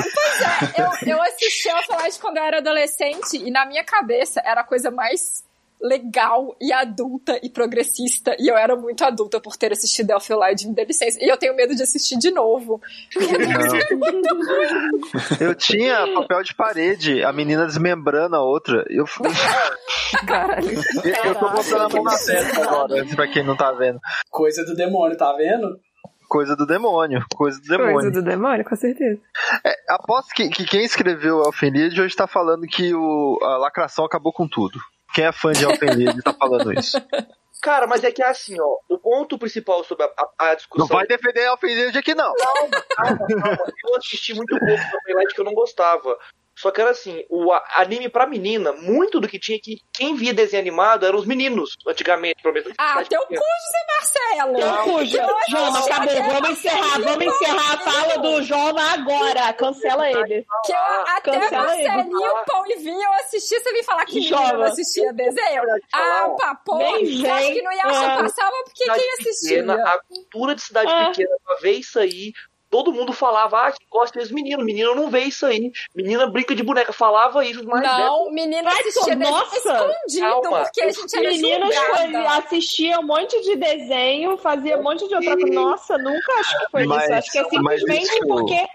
[SPEAKER 1] Eu, eu assisti ela falar de quando eu era adolescente e na minha cabeça era a coisa mais legal e adulta e progressista e eu era muito adulta por ter assistido Elfio Light, me dê licença. E eu tenho medo de assistir de novo. é
[SPEAKER 4] Eu tinha papel de parede, a menina desmembrando a outra. Eu, fui-
[SPEAKER 8] Caralho.
[SPEAKER 4] eu tô botando a mão na testa agora, pra quem não tá vendo.
[SPEAKER 5] Coisa do demônio, tá vendo?
[SPEAKER 4] Coisa do demônio, coisa do demônio.
[SPEAKER 8] Coisa do demônio, com certeza.
[SPEAKER 4] Aposto que, que quem escreveu Alfenide hoje tá falando que o, a lacração acabou com tudo. Quem é fã de Alfenide tá falando isso.
[SPEAKER 6] Cara, mas é que é assim, ó. O ponto principal sobre a, a- a discussão.
[SPEAKER 4] Não vai defender Alfenide aqui, não.
[SPEAKER 6] Calma, calma. Eu assisti muito pouco Kamen Rider que eu não gostava. Só que era assim, o a- anime pra menina, muito do que tinha que quem via desenho animado eram os meninos, antigamente, pelo menos.
[SPEAKER 1] Ah, teu cu, José Marcelo!
[SPEAKER 2] Não, Jana, Jana, acabou. Vamos encerrar, vamos encerrar a fala do Jona agora. Cancela ele.
[SPEAKER 1] Que eu, até
[SPEAKER 2] cancela aí,
[SPEAKER 1] Marcelinho,
[SPEAKER 6] vou falar.
[SPEAKER 1] Pão e Vinho eu assisti, você me falar que menina
[SPEAKER 2] Jova.
[SPEAKER 1] não assistia desenho?
[SPEAKER 6] Olha, te falar,
[SPEAKER 1] Ah,
[SPEAKER 6] ó,
[SPEAKER 1] papo!
[SPEAKER 2] nem
[SPEAKER 1] Eu acho
[SPEAKER 2] vem,
[SPEAKER 1] que não ia achar
[SPEAKER 2] ah,
[SPEAKER 1] passava porque
[SPEAKER 6] cidade
[SPEAKER 1] quem assistia?
[SPEAKER 6] pequena, a cultura de cidade
[SPEAKER 2] Ah.
[SPEAKER 6] pequena, pra ver isso aí, todo mundo falava, ah, que gosta desse menino, menina não vê isso aí, menina brinca de boneca, falava isso, mas é
[SPEAKER 1] Não, menina
[SPEAKER 2] Ai,
[SPEAKER 1] assistia desenho
[SPEAKER 2] nossa!
[SPEAKER 1] escondido,
[SPEAKER 6] Calma,
[SPEAKER 1] porque a gente era
[SPEAKER 2] Meninas foi,
[SPEAKER 1] julgada.
[SPEAKER 2] assistia um monte de desenho, fazia um monte de outra coisa. Nossa, nunca acho que foi
[SPEAKER 4] Mas-
[SPEAKER 2] isso. Acho que é
[SPEAKER 4] mas
[SPEAKER 2] simplesmente
[SPEAKER 4] isso-
[SPEAKER 2] porque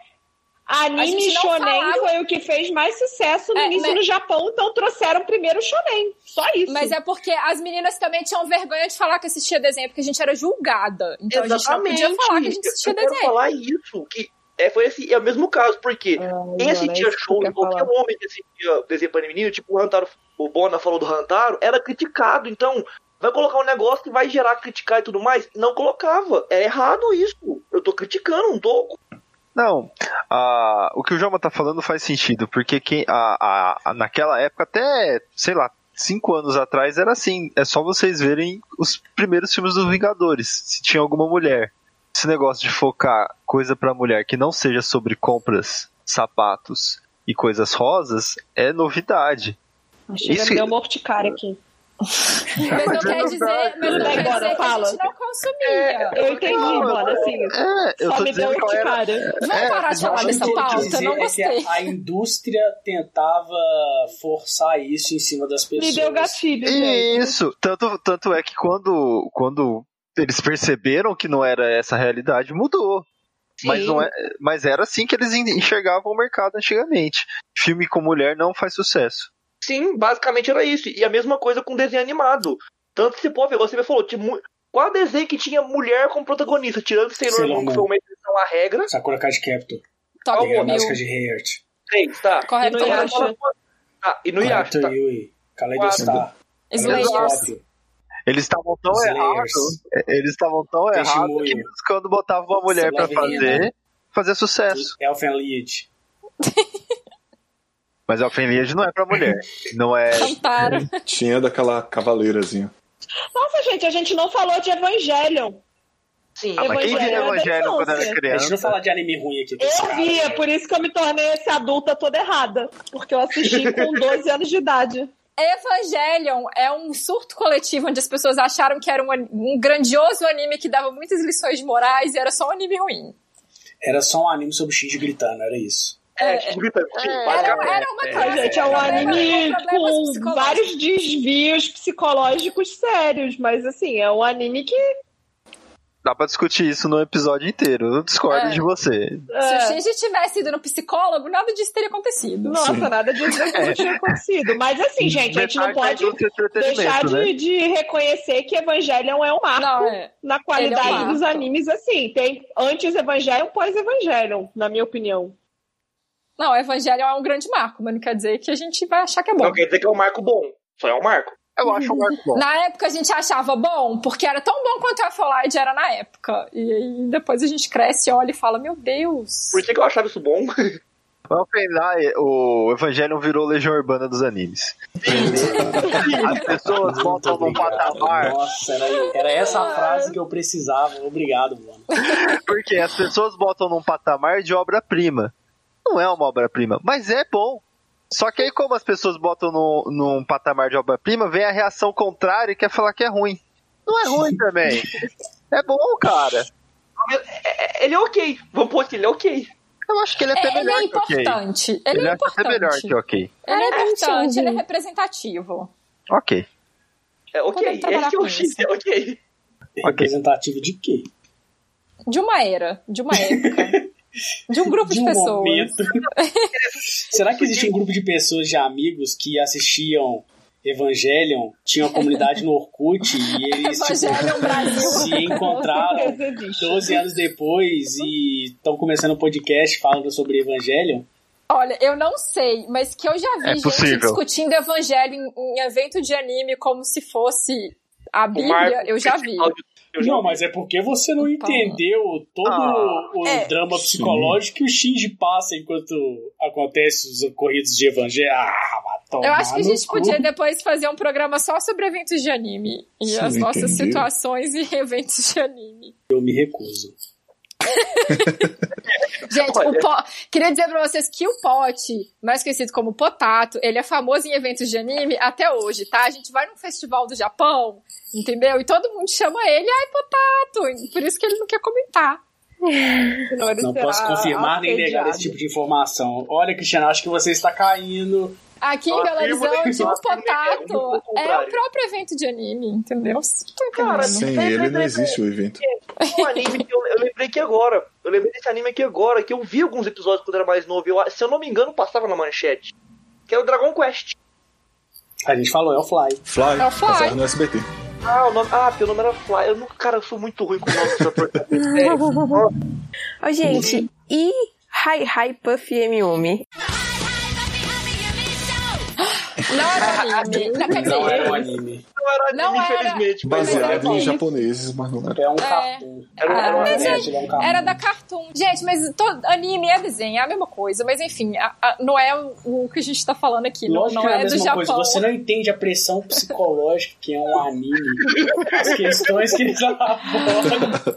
[SPEAKER 1] A
[SPEAKER 2] anime
[SPEAKER 1] gente não
[SPEAKER 2] shonen
[SPEAKER 1] falava.
[SPEAKER 2] foi o que fez mais sucesso no
[SPEAKER 1] É,
[SPEAKER 2] início
[SPEAKER 1] mas-
[SPEAKER 2] no Japão, então trouxeram primeiro o shonen. Só isso.
[SPEAKER 1] Mas é porque as meninas também tinham vergonha de falar que assistia desenho, porque a gente era julgada. Então a gente não podia falar que a gente assistia
[SPEAKER 6] eu quero
[SPEAKER 1] desenho.
[SPEAKER 6] falar isso, que é, foi esse, é o mesmo caso, porque quem assistia show, qualquer homem que assistia desenho para menino, tipo o Hantaro, o Bona falou do Hantaro, era criticado, então vai colocar um negócio que vai gerar criticar e tudo mais, não colocava, era errado isso, eu tô criticando, não tô...
[SPEAKER 4] Não, a- o que o Joma tá falando faz sentido, porque quem, a- a- a- naquela época, até, sei lá, cinco anos atrás era assim. É só vocês verem os primeiros filmes dos Vingadores, se tinha alguma mulher. Esse negócio de focar coisa pra mulher que não seja sobre compras, sapatos e coisas rosas é novidade.
[SPEAKER 2] Achei
[SPEAKER 4] isso-
[SPEAKER 2] que deu um uma urticária aqui.
[SPEAKER 1] Mas não
[SPEAKER 4] Mas é
[SPEAKER 1] quer dizer,
[SPEAKER 4] verdade.
[SPEAKER 1] mas não
[SPEAKER 2] Vai,
[SPEAKER 1] quer
[SPEAKER 2] bora,
[SPEAKER 1] dizer que a
[SPEAKER 2] fala.
[SPEAKER 1] gente não consumia.
[SPEAKER 2] Eu entendi,
[SPEAKER 4] Não,
[SPEAKER 2] Bona, assim.
[SPEAKER 4] É, eu
[SPEAKER 2] Só
[SPEAKER 4] tô
[SPEAKER 2] me deu
[SPEAKER 4] dizendo que ela era.
[SPEAKER 2] urticária.
[SPEAKER 1] Vamos
[SPEAKER 4] É,
[SPEAKER 1] parar de
[SPEAKER 4] mas
[SPEAKER 1] falar
[SPEAKER 5] Acho que
[SPEAKER 1] dessa
[SPEAKER 5] o que eu quis
[SPEAKER 1] pauta, eu não
[SPEAKER 5] dizer é que
[SPEAKER 1] gostei.
[SPEAKER 5] a, a indústria tentava forçar isso em cima das pessoas.
[SPEAKER 2] Me deu gatilho, gente.
[SPEAKER 4] Isso, tanto, tanto é que quando, quando eles perceberam que não era essa a realidade, mudou. Mas, não é, mas era assim que eles en- enxergavam o mercado antigamente. Filme com mulher não faz sucesso.
[SPEAKER 6] Sim, basicamente era isso, e a mesma coisa com desenho animado, tanto que você pode ver, você me falou, tinha mu- qual desenho que tinha mulher como protagonista, tirando Sailor,
[SPEAKER 5] Sailor
[SPEAKER 6] Moon,
[SPEAKER 5] Moon.
[SPEAKER 6] que foi uma exceção à regra,
[SPEAKER 5] Sakura Card Captor.
[SPEAKER 1] Top
[SPEAKER 6] Calma,
[SPEAKER 5] Pegar a
[SPEAKER 1] mil.
[SPEAKER 5] mágica de Heart.
[SPEAKER 6] três, tá?
[SPEAKER 1] Correto,
[SPEAKER 6] Então,
[SPEAKER 2] Inuyasha.
[SPEAKER 1] correto.
[SPEAKER 6] fala- Ah, e no
[SPEAKER 7] então
[SPEAKER 6] Yasha, tá?
[SPEAKER 5] Corrector Yui. Kaleidostar.
[SPEAKER 1] Slayers.
[SPEAKER 5] Kaleidoscópio.
[SPEAKER 4] Eles estavam tão
[SPEAKER 5] Slayers.
[SPEAKER 4] errados. é, Eles estavam tão
[SPEAKER 5] Peixe
[SPEAKER 4] errados
[SPEAKER 5] moído.
[SPEAKER 4] que eles, quando botavam uma mulher pra
[SPEAKER 5] Love
[SPEAKER 2] né?
[SPEAKER 5] Hina.
[SPEAKER 4] fazer, fazia sucesso.
[SPEAKER 5] Elfen Lied.
[SPEAKER 4] Mas a Fenliad não é pra mulher. Não é.
[SPEAKER 1] Cantara.
[SPEAKER 7] Tinha daquela cavaleirazinha.
[SPEAKER 2] Nossa, gente, a gente não falou de Evangelion.
[SPEAKER 6] Sim.
[SPEAKER 4] Ah, mas quem
[SPEAKER 2] Evangelho
[SPEAKER 4] via
[SPEAKER 2] é
[SPEAKER 4] Evangelho quando
[SPEAKER 2] denúncia.
[SPEAKER 4] era
[SPEAKER 5] Deixa eu não
[SPEAKER 4] criança?
[SPEAKER 5] falar de anime ruim aqui. dos
[SPEAKER 2] Eu
[SPEAKER 5] caras,
[SPEAKER 2] via,
[SPEAKER 5] né?
[SPEAKER 2] por isso que eu me tornei essa adulta toda errada. Porque eu assisti com 12 anos de idade.
[SPEAKER 1] Evangelion é um surto coletivo onde as pessoas acharam que era um, an- um grandioso anime que dava muitas lições morais e era só um anime ruim.
[SPEAKER 5] Era só um anime sobre Shinji gritando, era isso.
[SPEAKER 6] É, Shinji gritando.
[SPEAKER 1] basicamente. era uma
[SPEAKER 2] Ai, gente, é um anime com vários desvios psicológicos sérios, mas assim, é um anime que.
[SPEAKER 4] Dá pra discutir isso no episódio inteiro. Eu discordo
[SPEAKER 1] É.
[SPEAKER 4] de você.
[SPEAKER 1] Se
[SPEAKER 2] é,
[SPEAKER 1] o Shinji tivesse ido no psicólogo, nada disso teria acontecido.
[SPEAKER 2] Nossa,
[SPEAKER 4] Sim. É.
[SPEAKER 2] nada disso não tinha acontecido. Mas assim, gente, a gente não
[SPEAKER 4] Metade da
[SPEAKER 2] pode
[SPEAKER 4] indústria do
[SPEAKER 2] deixar
[SPEAKER 4] entretenimento,
[SPEAKER 2] de,
[SPEAKER 4] né?
[SPEAKER 2] de reconhecer que Evangelion é um marco
[SPEAKER 1] Não, é.
[SPEAKER 2] na qualidade
[SPEAKER 1] Ele é um marco.
[SPEAKER 2] dos animes, assim. Tem antes Evangelion, pós Evangelion, na minha opinião.
[SPEAKER 1] Não, Evangelion é um grande marco, mas não quer dizer que a gente vai achar que é bom.
[SPEAKER 6] Não quer dizer que é um marco bom. Só é um marco.
[SPEAKER 4] Eu acho um marco bom.
[SPEAKER 1] Na época a gente achava bom, porque era tão bom quanto a Folide era na época. E aí depois a gente cresce, olha e fala, meu Deus.
[SPEAKER 6] Por que, que eu achava isso bom?
[SPEAKER 4] Mas o Fendai, é, o Evangelion virou Legião Urbana dos animes. As pessoas
[SPEAKER 5] Muito
[SPEAKER 4] botam num
[SPEAKER 5] obrigado.
[SPEAKER 4] patamar.
[SPEAKER 5] Nossa, era, era essa a frase que eu precisava. Obrigado, mano.
[SPEAKER 4] Porque as pessoas botam num patamar de obra-prima. Não é uma obra-prima, mas é bom. Só que aí, como as pessoas botam no, num patamar de obra-prima, vem a reação contrária e quer falar que é ruim. Não é ruim também. É bom, cara.
[SPEAKER 6] É- Ele é ok. Vamos pôr que ele é ok.
[SPEAKER 4] Eu acho que ele é até
[SPEAKER 1] É, ele
[SPEAKER 4] melhor
[SPEAKER 1] é
[SPEAKER 4] que ok.
[SPEAKER 1] importante. Ele,
[SPEAKER 4] Ele
[SPEAKER 1] é
[SPEAKER 4] é até
[SPEAKER 1] importante.
[SPEAKER 4] melhor que ok.
[SPEAKER 1] Ele é importante,
[SPEAKER 8] entendi.
[SPEAKER 1] ele é representativo.
[SPEAKER 4] Ok.
[SPEAKER 6] É ok.
[SPEAKER 1] Podemos trabalhar
[SPEAKER 6] Esse que é
[SPEAKER 1] com
[SPEAKER 6] o X,
[SPEAKER 1] isso.
[SPEAKER 6] é ok.
[SPEAKER 5] Representativo de quê?
[SPEAKER 1] De uma era, de uma época. de um grupo de, pessoas.
[SPEAKER 5] Será que existe um grupo de pessoas, de amigos, que assistiam Evangelion, tinha uma comunidade no Orkut e eles tipo,
[SPEAKER 1] Evangelion Brasil.
[SPEAKER 5] se encontraram 12 anos depois e estão começando um podcast falando sobre Evangelion?
[SPEAKER 1] Olha, eu não sei, mas que eu já vi
[SPEAKER 4] É
[SPEAKER 1] gente
[SPEAKER 4] possível.
[SPEAKER 1] discutindo evangelho em, em evento de anime como se fosse a
[SPEAKER 6] O marco é
[SPEAKER 1] Bíblia, eu já vi.
[SPEAKER 6] principal de- Eu já
[SPEAKER 5] Não,
[SPEAKER 6] vi.
[SPEAKER 5] mas é porque você não
[SPEAKER 1] Opa.
[SPEAKER 5] entendeu todo
[SPEAKER 4] Ah,
[SPEAKER 5] o
[SPEAKER 1] é.
[SPEAKER 5] drama psicológico que o Shinji passa enquanto acontece os ocorridos de Evangelho. Ah, vai tomar
[SPEAKER 1] Eu acho que a
[SPEAKER 5] no
[SPEAKER 1] gente
[SPEAKER 5] cu.
[SPEAKER 1] podia depois fazer um programa só sobre eventos de anime e
[SPEAKER 7] Vocês
[SPEAKER 1] as nossas
[SPEAKER 7] entenderam?
[SPEAKER 1] situações e eventos de anime.
[SPEAKER 5] Eu me recuso.
[SPEAKER 1] Gente,
[SPEAKER 6] Olha.
[SPEAKER 1] o po... queria dizer pra vocês que o Pote, mais conhecido como Potato, ele é famoso em eventos de anime até hoje, tá? A gente vai num festival do Japão, entendeu? E todo mundo chama ele, ai, Potato! Por isso que ele não quer comentar.
[SPEAKER 5] Não posso confirmar nem negar esse tipo de informação. Olha, Cristiano, acho que você está caindo.
[SPEAKER 1] Aqui em
[SPEAKER 6] Ó,
[SPEAKER 1] Belo
[SPEAKER 6] eu vou ter que
[SPEAKER 1] Horizonte,
[SPEAKER 6] falar
[SPEAKER 1] o
[SPEAKER 6] que ele é um pouco
[SPEAKER 1] Potato é o
[SPEAKER 6] contrário.
[SPEAKER 1] próprio evento de anime, entendeu? Vocês não estão
[SPEAKER 6] Cara,
[SPEAKER 1] entendendo.
[SPEAKER 7] Sem ele não existe o evento.
[SPEAKER 6] um anime que eu, eu lembrei aqui agora. Eu lembrei desse anime aqui agora, que eu vi alguns episódios quando eu era mais novo. Eu, se eu não me engano, passava na manchete. Que era o Dragon Quest.
[SPEAKER 5] A gente falou, é o Fly.
[SPEAKER 7] Fly,
[SPEAKER 1] É o Fly.
[SPEAKER 7] passava no SBT.
[SPEAKER 6] Ah, o nome. Ah, porque o nome era Fly. Eu nunca, cara, eu sou muito ruim com o nome dessa porcaria. Sério. Nossa,
[SPEAKER 3] Ó, gente, e Hi Hi Puff M1?
[SPEAKER 1] Não era anime. Não, quer dizer,
[SPEAKER 5] Não era um anime.
[SPEAKER 6] Não era anime,
[SPEAKER 1] Não era.
[SPEAKER 6] infelizmente. mas
[SPEAKER 7] Baseado
[SPEAKER 6] era-
[SPEAKER 7] em japoneses, mas não era.
[SPEAKER 5] É um
[SPEAKER 1] É.
[SPEAKER 5] cartoon.
[SPEAKER 6] Era um-
[SPEAKER 1] Ah,
[SPEAKER 6] era um
[SPEAKER 1] mas
[SPEAKER 6] anime.
[SPEAKER 5] é, ele é um cartoon.
[SPEAKER 1] Era da Cartoon. Gente, mas todo anime é desenho, é a mesma coisa. Mas enfim, a- a- não é o, o que a gente tá falando aqui. Não,
[SPEAKER 5] Lógico
[SPEAKER 1] não
[SPEAKER 5] que é a
[SPEAKER 1] é do
[SPEAKER 5] mesma coisa.
[SPEAKER 1] Japão.
[SPEAKER 5] Você não entende a pressão psicológica que é um anime. As questões que eles abordam.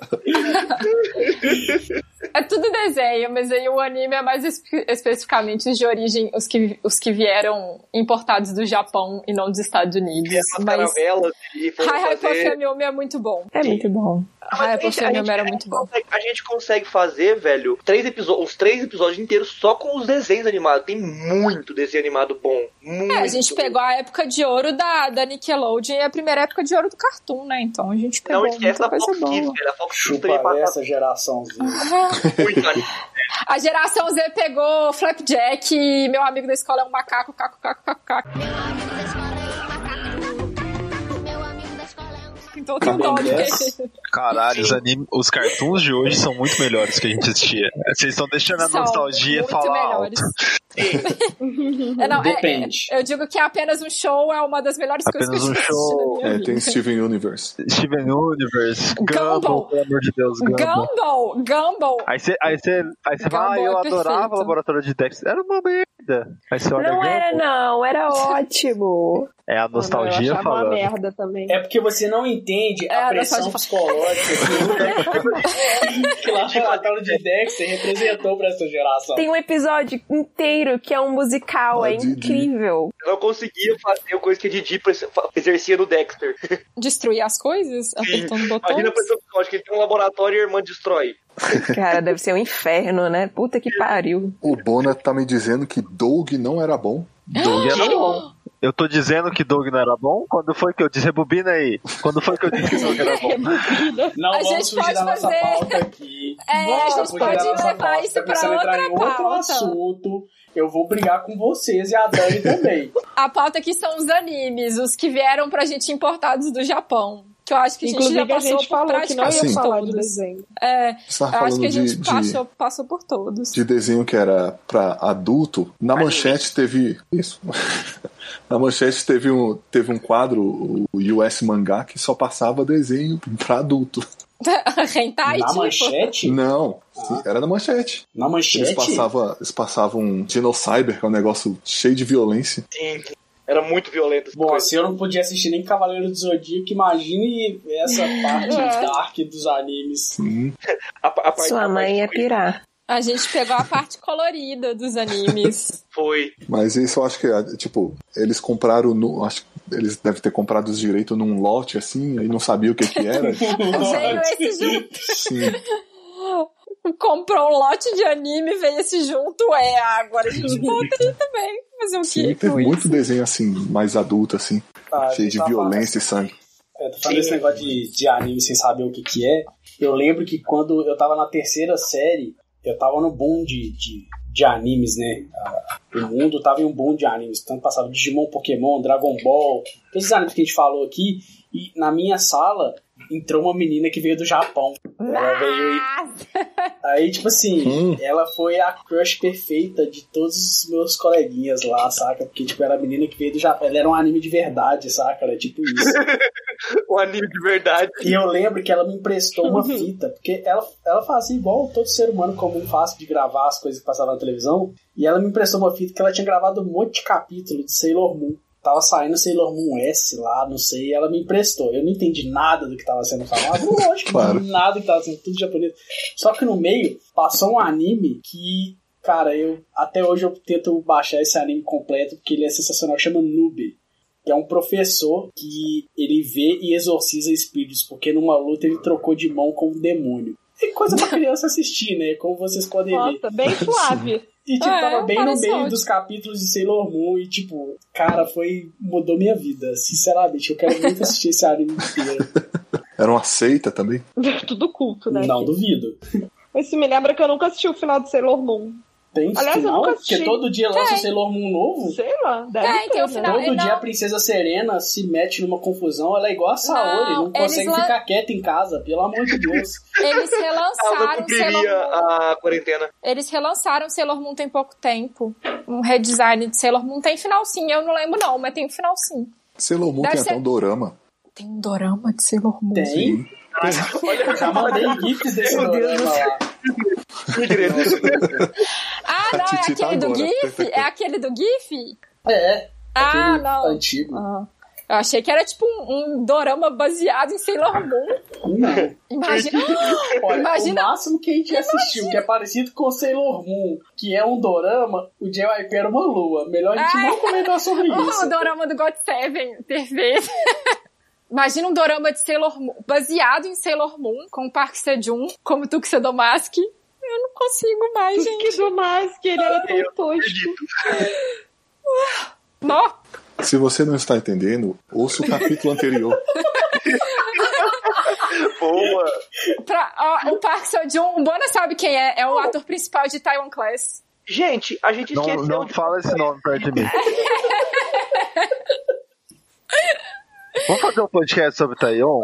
[SPEAKER 1] É tudo desenho, mas aí o anime é mais espe- especificamente os de origem, os que, os que vieram importados do Japão e não dos Estados Unidos.
[SPEAKER 6] Vieram as
[SPEAKER 1] Mas
[SPEAKER 6] caravelas assim, e foram
[SPEAKER 1] Hi Hi
[SPEAKER 6] fazer-
[SPEAKER 1] Puff Yumi é muito bom.
[SPEAKER 3] É muito bom.
[SPEAKER 1] Hi Hi Puff
[SPEAKER 6] a
[SPEAKER 1] Yumi
[SPEAKER 6] gente- é
[SPEAKER 1] era muito bom.
[SPEAKER 6] consegue- A gente consegue fazer, velho, três episo- os três episódios inteiros só com os desenhos animados. Tem muito desenho animado bom. Muito.
[SPEAKER 1] É, a gente pegou a época de ouro da, da Nickelodeon e a primeira época de ouro do Cartoon, né? Então a gente pegou
[SPEAKER 6] Não esquece
[SPEAKER 1] muita
[SPEAKER 6] da
[SPEAKER 1] coisa
[SPEAKER 6] Fox
[SPEAKER 1] boa.
[SPEAKER 6] Kids, velho. A Fox Kids também
[SPEAKER 5] Chupa
[SPEAKER 6] passa
[SPEAKER 5] essa geraçãozinha.
[SPEAKER 6] muito anime.
[SPEAKER 1] A geração Z pegou Flapjack e meu amigo da escola é um macaco, caco, caco, caco, caco. Então tem o
[SPEAKER 5] Tá bem,
[SPEAKER 1] nome
[SPEAKER 5] yes.
[SPEAKER 1] dele.
[SPEAKER 4] Caralho, os, anime, os cartoons de hoje são muito melhores que a gente assistia. Vocês estão deixando a
[SPEAKER 1] São
[SPEAKER 4] nostalgia
[SPEAKER 1] muito
[SPEAKER 4] falar alto.
[SPEAKER 1] melhores. É, não, é-
[SPEAKER 5] Depende.
[SPEAKER 1] é- eu digo que apenas um show é uma das melhores
[SPEAKER 4] Apenas
[SPEAKER 1] coisas que eu
[SPEAKER 4] um
[SPEAKER 1] já assisti na
[SPEAKER 4] show.
[SPEAKER 1] minha
[SPEAKER 7] É,
[SPEAKER 1] vida.
[SPEAKER 7] tem Steven Universe.
[SPEAKER 4] Steven Universe,
[SPEAKER 1] Gumball.
[SPEAKER 4] Gumball, pelo amor de Deus, Gumball.
[SPEAKER 1] Gumball, Gumball.
[SPEAKER 4] Aí você aí cê, aí cê fala, ah,
[SPEAKER 1] Gumball
[SPEAKER 4] eu
[SPEAKER 1] é
[SPEAKER 4] adorava
[SPEAKER 1] perfeito.
[SPEAKER 4] o laboratório de Dexter. Era uma merda. merda. Mas você olha
[SPEAKER 3] Não
[SPEAKER 4] junto,
[SPEAKER 3] era, não, era ótimo.
[SPEAKER 4] É a nostalgia
[SPEAKER 3] achava uma
[SPEAKER 4] falando.
[SPEAKER 3] merda também.
[SPEAKER 5] É porque você não entende a
[SPEAKER 3] É,
[SPEAKER 5] pressão
[SPEAKER 3] nostalgia.
[SPEAKER 5] psicológica que, que lá no Natal de Dexter representou pra essa geração.
[SPEAKER 3] Tem um episódio inteiro que é um musical, é incrível.
[SPEAKER 6] Eu não conseguia fazer o coisa que a Didi pre- fa- exercia no Dexter.
[SPEAKER 1] Destruir as coisas, apertando botões.
[SPEAKER 6] Imagina a pessoa psicológica, ele tem um laboratório e a irmã destrói.
[SPEAKER 8] Cara, deve ser um inferno, né? Puta que pariu.
[SPEAKER 7] O Bona tá me dizendo que Doug não era bom.
[SPEAKER 4] Doug era bom. Eu tô dizendo que Doug não era bom? Quando foi que eu disse? Rebobina aí. Quando foi que eu disse que Doug era bom?
[SPEAKER 5] Não
[SPEAKER 1] A
[SPEAKER 5] vamos
[SPEAKER 1] gente
[SPEAKER 5] fugir
[SPEAKER 1] pode
[SPEAKER 5] da nossa
[SPEAKER 1] fazer.
[SPEAKER 5] pauta aqui.
[SPEAKER 1] É, a gente
[SPEAKER 5] fugir da
[SPEAKER 1] pode
[SPEAKER 5] nossa
[SPEAKER 1] levar
[SPEAKER 5] pauta,
[SPEAKER 1] isso pra
[SPEAKER 5] começando a entrar
[SPEAKER 1] outra
[SPEAKER 5] em outro
[SPEAKER 1] pauta.
[SPEAKER 5] assunto. Eu vou brigar com vocês e a Dani também.
[SPEAKER 1] A pauta aqui são os animes, os que vieram pra gente importados do Japão. Que eu acho que a gente
[SPEAKER 2] Inclusive,
[SPEAKER 1] já passou
[SPEAKER 2] a gente
[SPEAKER 1] por
[SPEAKER 2] falou que não ia
[SPEAKER 1] praticamente
[SPEAKER 2] falar de
[SPEAKER 1] todos.
[SPEAKER 2] desenho.
[SPEAKER 1] É, eu acho
[SPEAKER 7] Você tava tá falando
[SPEAKER 1] que a gente
[SPEAKER 7] de- de-
[SPEAKER 1] passou, passou por todos.
[SPEAKER 7] de desenho que era pra adulto, na manchete teve isso. na manchete teve um teve um quadro o US Mangá que só passava desenho pra adulto.
[SPEAKER 1] Hentai,
[SPEAKER 5] Na
[SPEAKER 1] tipo.
[SPEAKER 5] manchete?
[SPEAKER 7] Não, sim, era na manchete.
[SPEAKER 5] Na
[SPEAKER 7] Eles
[SPEAKER 5] manchete?
[SPEAKER 7] passavam, eles passavam um Genocyber, que é um negócio cheio de violência.
[SPEAKER 6] Sim, era muito violento. essa
[SPEAKER 5] Bom,
[SPEAKER 6] coisa.
[SPEAKER 5] se eu não podia assistir nem Cavaleiro do Zodíaco, imagine essa parte
[SPEAKER 1] É.
[SPEAKER 5] dark dos animes.
[SPEAKER 6] A, a parte
[SPEAKER 8] Sua mãe
[SPEAKER 1] é
[SPEAKER 8] é ia pirar.
[SPEAKER 1] A gente pegou a parte colorida dos animes.
[SPEAKER 6] foi.
[SPEAKER 7] Mas isso eu acho que, é, tipo, eles compraram, no, acho que eles devem ter comprado os direitos num lote assim, aí não sabia o que que era.
[SPEAKER 1] veio esse junto.
[SPEAKER 7] Sim.
[SPEAKER 1] Comprou um lote de anime, veio esse junto. É, agora a gente volta ali também. Fazer o
[SPEAKER 7] Sim,
[SPEAKER 1] quê?
[SPEAKER 7] teve
[SPEAKER 1] com
[SPEAKER 7] muito
[SPEAKER 1] isso?
[SPEAKER 7] desenho assim, mais adulto, assim,
[SPEAKER 5] Tá, a
[SPEAKER 7] cheio
[SPEAKER 5] gente
[SPEAKER 7] de
[SPEAKER 5] tá
[SPEAKER 7] violência e sangue.
[SPEAKER 5] É, tô falando esse negócio de, de anime sem saber o que que é. Eu lembro que quando eu tava na terceira série, eu tava no boom de, de, de animes, né? Ah, O mundo tava em um boom de animes. Tanto passava Digimon, Pokémon, Dragon Ball, todos esses animes que a gente falou aqui. E na minha sala entrou uma menina que veio do Japão. Ela veio e Aí, tipo assim,
[SPEAKER 7] Hum.
[SPEAKER 5] ela foi a crush perfeita de todos os meus coleguinhas lá, saca? Porque, tipo, era a menina que veio do Japão. Ela era um anime de verdade, saca? Era tipo isso.
[SPEAKER 6] Um anime de verdade.
[SPEAKER 5] E eu lembro que ela me emprestou uma fita, porque ela, ela fazia igual todo ser humano comum faz de gravar as coisas que passavam na televisão. E ela me emprestou uma fita que ela tinha gravado um monte de capítulo de Sailor Moon. Tava saindo Sailor Moon S lá, não sei, e ela me emprestou. Eu não entendi nada do que tava sendo falado, lógico,
[SPEAKER 7] Claro.
[SPEAKER 5] nada do que tava sendo tudo japonês. Só que no meio passou um anime que, cara, eu até hoje eu tento baixar esse anime completo, porque ele é sensacional, chama Noob que é um professor que ele vê e exorciza espíritos, porque numa luta ele trocou de mão com um demônio. É coisa pra criança assistir, né? Como vocês podem ver.
[SPEAKER 2] Nossa, bem suave.
[SPEAKER 5] E tipo,
[SPEAKER 1] É,
[SPEAKER 2] um
[SPEAKER 5] tava bem no
[SPEAKER 1] parece
[SPEAKER 5] meio
[SPEAKER 1] ótimo.
[SPEAKER 5] dos capítulos de Sailor Moon e tipo, cara, foi. mudou minha vida. Sinceramente, eu quero muito assistir esse anime inteiro.
[SPEAKER 7] Era uma seita também.
[SPEAKER 2] Tudo culto, né?
[SPEAKER 5] Não duvido.
[SPEAKER 2] Isso me lembra que eu nunca assisti o final de Sailor Moon.
[SPEAKER 5] Tem
[SPEAKER 2] Aliás, eu
[SPEAKER 5] final?
[SPEAKER 2] nunca assisti.
[SPEAKER 5] Porque todo dia lança Sailor Moon novo.
[SPEAKER 2] Sei lá, deve
[SPEAKER 1] Tem,
[SPEAKER 2] ter,
[SPEAKER 1] tem É, então, o
[SPEAKER 2] né?
[SPEAKER 1] final. Não,
[SPEAKER 5] Todo
[SPEAKER 1] não.
[SPEAKER 5] dia a princesa Serena se mete numa confusão, ela é igual a Saori, não,
[SPEAKER 1] Não, eles
[SPEAKER 5] consegue
[SPEAKER 1] lan-
[SPEAKER 5] ficar quieta em casa, pelo amor de Deus.
[SPEAKER 1] Eles
[SPEAKER 6] Ela não
[SPEAKER 1] relançaram
[SPEAKER 6] cumpriria
[SPEAKER 1] Sailor Moon.
[SPEAKER 6] a quarentena.
[SPEAKER 1] Eles relançaram Sailor Moon tem pouco tempo. Um redesign de Sailor Moon tem final sim. Eu não lembro não, mas tem um final sim.
[SPEAKER 7] Sailor Moon
[SPEAKER 1] Deve
[SPEAKER 7] tem até
[SPEAKER 1] ser-
[SPEAKER 7] um dorama.
[SPEAKER 1] Tem um dorama de Sailor Moon.
[SPEAKER 5] Tem. Eu já mandei gifs desse
[SPEAKER 6] Meu Deus
[SPEAKER 5] programa lá.
[SPEAKER 6] Segredo.
[SPEAKER 1] Ah, não, é
[SPEAKER 7] Titi tá
[SPEAKER 1] aquele do
[SPEAKER 7] agora.
[SPEAKER 1] GIF? É aquele do GIF?
[SPEAKER 5] É,
[SPEAKER 1] Ah,
[SPEAKER 5] aquele
[SPEAKER 1] não.
[SPEAKER 5] antigo.
[SPEAKER 1] Ah, eu achei que era tipo um, um dorama baseado em Sailor Moon.
[SPEAKER 5] Não.
[SPEAKER 1] Imagina.
[SPEAKER 5] Olha,
[SPEAKER 1] Imagina-
[SPEAKER 5] o máximo que a gente assistiu, que é parecido com Sailor Moon, que é um dorama, o JYP era uma lua. Melhor a gente
[SPEAKER 1] Ah.
[SPEAKER 5] não comentar sobre
[SPEAKER 1] Oh, o
[SPEAKER 5] isso.
[SPEAKER 1] dorama do God Seven, perfeito. Imagina um dorama de Sailor Moon, baseado em Sailor Moon, com o Park Sejun, como Tuxedo Mask. Eu não consigo mais, gente.
[SPEAKER 2] Que do mais, que ele era tão tosco.
[SPEAKER 1] Nó.
[SPEAKER 7] Se você não está entendendo, ouça o capítulo anterior.
[SPEAKER 6] Boa.
[SPEAKER 1] Pra- ó, o Park Sejun, o Bona sabe quem é, é o ator principal de Taiwan Class.
[SPEAKER 6] Gente, a gente
[SPEAKER 4] Não,
[SPEAKER 6] esqueceu
[SPEAKER 4] não
[SPEAKER 6] de
[SPEAKER 4] fala esse nome perto de mim. Vamos fazer um podcast sobre Taiwan?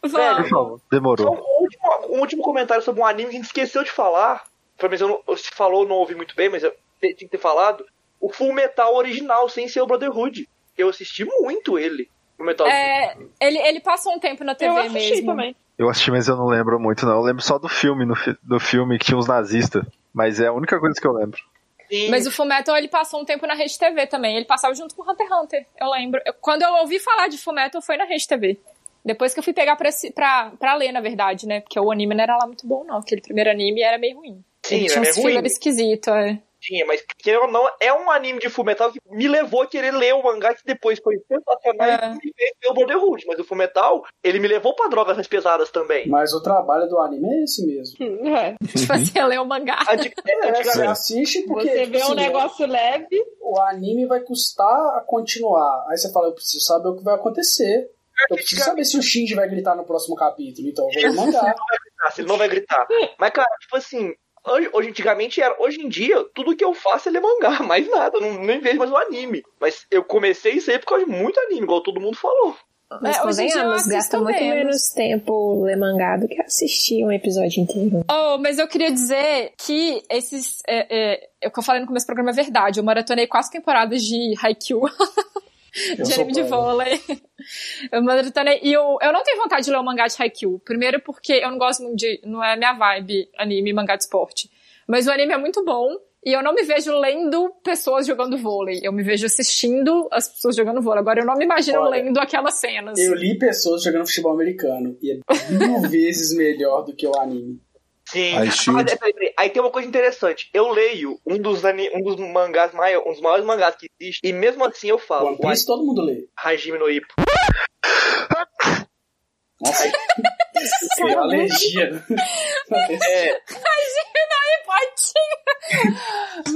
[SPEAKER 4] Por
[SPEAKER 1] Vamos.
[SPEAKER 4] favor. Demorou.
[SPEAKER 6] Então, um último, um último comentário sobre um anime que a gente esqueceu de falar. Pelo menos eu não, se falou, eu não ouvi muito bem, mas eu te- tinha que ter falado. O Full Metal original, sem ser o Brotherhood. Eu assisti muito ele. O Metal.
[SPEAKER 1] É, ele, ele passou um tempo na TV
[SPEAKER 2] Eu assisti
[SPEAKER 1] mesmo.
[SPEAKER 2] também.
[SPEAKER 4] Eu assisti, mas eu não lembro muito, não. Eu lembro só do filme, no fi- do filme que tinha uns nazistas. Mas é a única coisa que eu lembro.
[SPEAKER 6] Sim.
[SPEAKER 1] Mas o Fullmetal, ele passou um tempo na Rede TV também. Ele passava junto com o Hunter x Hunter, eu lembro. Eu- quando eu ouvi falar de Fullmetal, foi na Rede TV. Depois que eu fui pegar pra, se- pra, pra ler, na verdade, né? Porque o anime não era lá muito bom, não. Aquele primeiro anime era meio ruim.
[SPEAKER 6] Sim,
[SPEAKER 1] ele
[SPEAKER 6] era
[SPEAKER 1] tinha uns
[SPEAKER 6] meio ruim.
[SPEAKER 1] filler esquisito, é.
[SPEAKER 6] tinha, mas querendo ou não, é um anime de Fullmetal que me levou a querer ler o mangá que depois foi sensacional
[SPEAKER 1] É.
[SPEAKER 6] e me fez ver o Brotherhood. Mas o Fullmetal, ele me levou pra drogas mais pesadas também.
[SPEAKER 5] Mas o trabalho do anime é esse mesmo.
[SPEAKER 2] É,
[SPEAKER 1] Tipo assim, eu ler o mangá.
[SPEAKER 6] Anti- é,
[SPEAKER 5] É, você
[SPEAKER 6] antigamente-
[SPEAKER 5] assiste porque
[SPEAKER 2] Você
[SPEAKER 5] tipo
[SPEAKER 2] vê um
[SPEAKER 5] assim,
[SPEAKER 2] negócio leve,
[SPEAKER 5] o anime vai custar a continuar. Aí você fala, eu preciso saber o que vai acontecer. Eu preciso saber se o Shinji vai gritar no próximo capítulo. Então eu vou ler o mangá.
[SPEAKER 6] gritar, se ele Ah, não vai gritar. Mas, cara, tipo assim, hoje, hoje- antigamente era. Hoje em dia, tudo que eu faço é ler mangá, mais nada. Eu não, nem vejo mais o anime. Mas eu comecei isso aí por causa de muito anime, igual todo mundo falou.
[SPEAKER 8] Mas
[SPEAKER 1] É, hoje em dia eu
[SPEAKER 8] convenhamos, gasta
[SPEAKER 1] assisto
[SPEAKER 8] muito
[SPEAKER 1] menos.
[SPEAKER 8] menos. tempo ler mangá do que assistir um episódio inteiro.
[SPEAKER 1] Oh, mas eu queria dizer que esses. É, é, é o que eu falei no começo do programa é verdade. Eu maratonei quatro temporadas de Haikyuu,
[SPEAKER 5] Eu
[SPEAKER 1] de
[SPEAKER 5] sou né?
[SPEAKER 1] anime de
[SPEAKER 5] brother.
[SPEAKER 1] vôlei. Eu maratonei. E eu, eu não tenho vontade de ler o mangá de Haikyuu. Primeiro porque eu não gosto muito de. Não é minha vibe anime e mangá de esporte. Mas o anime é muito bom. E eu não me vejo lendo pessoas jogando vôlei. Eu me vejo assistindo as pessoas jogando vôlei. Agora eu não me imagino
[SPEAKER 5] Olha,
[SPEAKER 1] lendo aquelas cenas.
[SPEAKER 5] Eu li pessoas jogando futebol americano e é mil vezes melhor do que o anime.
[SPEAKER 6] Sim.
[SPEAKER 7] Aí, Shield.
[SPEAKER 6] Mas, é, peraí, peraí. Aí tem uma coisa interessante. Eu leio um dos, ani- um dos mangás maiores, um dos maiores mangás que existe, e mesmo assim eu falo,
[SPEAKER 5] One
[SPEAKER 6] o
[SPEAKER 5] Piece todo mundo lê.
[SPEAKER 6] Hajime no Ippo.
[SPEAKER 5] Nossa, que alergia.
[SPEAKER 6] É,
[SPEAKER 1] Potinho!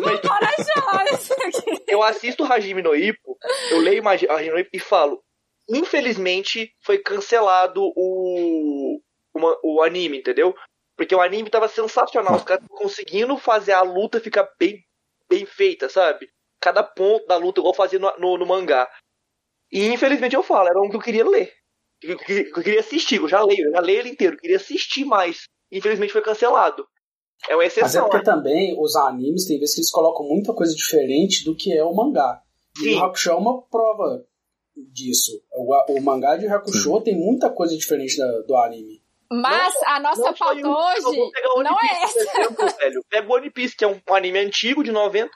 [SPEAKER 1] Vou parar de falar isso aqui.
[SPEAKER 6] eu assisto Hajime no Ippo, eu leio Magi- Hajime no Ippo e falo, infelizmente foi cancelado o, o ma- o anime, entendeu? Porque o anime tava sensacional, os caras tão conseguindo fazer a luta ficar bem, bem feita, sabe? Cada ponto da luta igual fazia no, no- no mangá. E infelizmente eu falo, era um que eu queria ler. Que eu, que- que eu queria assistir, eu já leio, eu já leio ele inteiro, eu queria assistir mais. Infelizmente foi cancelado. É uma
[SPEAKER 5] Mas é
[SPEAKER 6] exceção.
[SPEAKER 5] porque também os animes tem vezes que eles colocam muita coisa diferente do que é o mangá. E
[SPEAKER 6] Sim.
[SPEAKER 5] o Hakusho é uma prova disso. O, o mangá de Hakusho tem muita coisa diferente da- do anime.
[SPEAKER 1] Mas a nossa
[SPEAKER 6] Não um só
[SPEAKER 1] pauta
[SPEAKER 6] eu, eu vou
[SPEAKER 1] hoje
[SPEAKER 6] pegar o One
[SPEAKER 1] não é
[SPEAKER 6] Piece, por
[SPEAKER 1] essa.
[SPEAKER 6] exemplo, velho. Pega o One Piece, que é um, um anime antigo, de 90.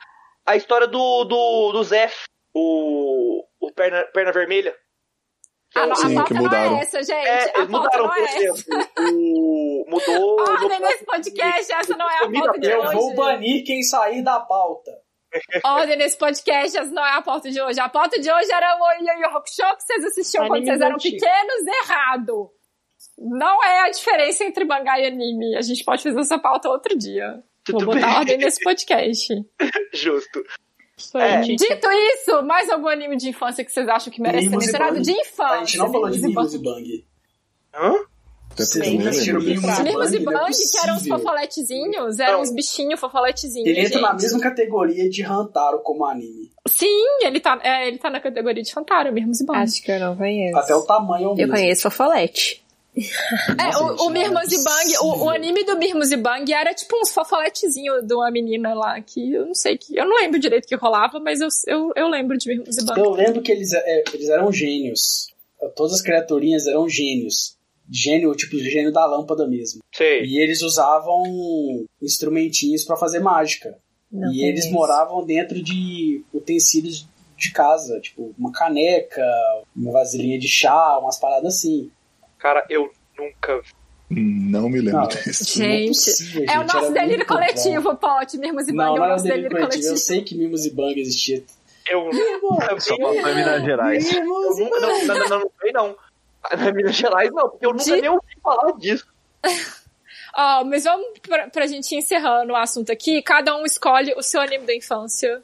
[SPEAKER 6] A história do, do, do Zef, o, o perna, perna Vermelha.
[SPEAKER 1] A, no- a
[SPEAKER 7] Sim,
[SPEAKER 1] pauta
[SPEAKER 7] que
[SPEAKER 1] não
[SPEAKER 7] mudaram.
[SPEAKER 1] é essa, gente.
[SPEAKER 6] É,
[SPEAKER 1] a
[SPEAKER 6] eles
[SPEAKER 1] pauta
[SPEAKER 6] mudaram,
[SPEAKER 1] não
[SPEAKER 6] por
[SPEAKER 1] é essa. Ah,
[SPEAKER 6] exemplo. O, mudou.
[SPEAKER 1] Ordem
[SPEAKER 6] mudou-
[SPEAKER 1] nesse podcast, essa não é a
[SPEAKER 6] Comida
[SPEAKER 1] pauta de
[SPEAKER 5] Eu vou
[SPEAKER 1] hoje.
[SPEAKER 5] banir quem sair da pauta.
[SPEAKER 1] Ordem nesse podcast, essa não é a pauta de hoje. A pauta de hoje era o Yu Yu Hakusho que vocês assistiam quando
[SPEAKER 2] Anime
[SPEAKER 1] vocês eram
[SPEAKER 2] antigo.
[SPEAKER 1] pequenos, errado. Não é a diferença entre mangá e anime. A gente pode fazer essa pauta outro dia.
[SPEAKER 6] Tudo
[SPEAKER 1] vou botar
[SPEAKER 6] bem.
[SPEAKER 1] ordem nesse podcast.
[SPEAKER 6] Justo.
[SPEAKER 2] isso aí,
[SPEAKER 6] É.
[SPEAKER 2] gente.
[SPEAKER 1] Dito isso, mais algum anime de infância que vocês acham que merece ser
[SPEAKER 5] Mimos e
[SPEAKER 1] mencionado?
[SPEAKER 5] Bang.
[SPEAKER 1] De infância.
[SPEAKER 5] A gente não falou de
[SPEAKER 1] Mimos Ah, e
[SPEAKER 5] Mimos e
[SPEAKER 1] Bang.
[SPEAKER 5] Bang.
[SPEAKER 6] Hã?
[SPEAKER 7] Vocês
[SPEAKER 5] Sim,
[SPEAKER 7] não
[SPEAKER 5] assistiram
[SPEAKER 7] lembram disso?
[SPEAKER 5] Mimos e
[SPEAKER 1] Mimos e
[SPEAKER 5] Bang? Não é
[SPEAKER 1] Bang, que eram uns
[SPEAKER 5] possível.
[SPEAKER 1] fofoletezinhos, eram uns bichinhos fofoletezinhos.
[SPEAKER 5] Ele entra na
[SPEAKER 1] gente.
[SPEAKER 5] mesma categoria de Hantaro como anime.
[SPEAKER 1] Sim, ele tá, é, ele tá na categoria de Fantaro, Mimos e Bang.
[SPEAKER 8] Acho que eu não conheço.
[SPEAKER 5] Até o tamanho é o
[SPEAKER 8] Eu
[SPEAKER 5] mesmo.
[SPEAKER 8] conheço Fofolete.
[SPEAKER 1] É,
[SPEAKER 5] Nossa,
[SPEAKER 1] o,
[SPEAKER 5] gente,
[SPEAKER 1] o
[SPEAKER 5] não é
[SPEAKER 1] Mirmos e Bang, o, o
[SPEAKER 5] possível.
[SPEAKER 1] anime do Mirmos e Bang era tipo uns fofoletezinhos de uma menina lá que eu não sei que. Eu não lembro direito o que rolava, mas eu, eu, eu lembro de Mirmos e Bang.
[SPEAKER 5] Eu lembro que eles, é, eles eram gênios. Todas as criaturinhas eram gênios. Gênio, tipo gênio da lâmpada mesmo.
[SPEAKER 6] Sei.
[SPEAKER 5] E eles usavam instrumentinhos pra fazer mágica.
[SPEAKER 8] Não
[SPEAKER 5] e eles
[SPEAKER 8] conheço.
[SPEAKER 5] moravam dentro de utensílios de casa, tipo uma caneca, uma vasilhinha de chá, umas paradas assim.
[SPEAKER 6] Cara, eu nunca vi.
[SPEAKER 7] Não me lembro
[SPEAKER 5] Não.
[SPEAKER 7] disso.
[SPEAKER 5] Não
[SPEAKER 1] Gente,
[SPEAKER 5] possível,
[SPEAKER 1] é o
[SPEAKER 5] gente,
[SPEAKER 1] nosso
[SPEAKER 5] era
[SPEAKER 1] delírio
[SPEAKER 5] muito bom.
[SPEAKER 1] coletivo, Pote. Mirmos e
[SPEAKER 5] Não,
[SPEAKER 1] Bang
[SPEAKER 5] não
[SPEAKER 1] é o
[SPEAKER 5] era o
[SPEAKER 1] nosso
[SPEAKER 5] delírio
[SPEAKER 1] delírio
[SPEAKER 5] coletivo.
[SPEAKER 1] coletivo.
[SPEAKER 5] Eu sei que Mimos e Bang existia.
[SPEAKER 6] Eu nunca vi.
[SPEAKER 4] Só faltou em Minas Gerais.
[SPEAKER 6] Eu nunca, não, não, não, não, não sei não. Na Minas Gerais, não, porque eu nunca
[SPEAKER 1] De-
[SPEAKER 6] nem ouvi falar disso.
[SPEAKER 1] Ó, mas vamos pra, pra gente encerrando o assunto aqui. Cada um escolhe o seu anime da infância.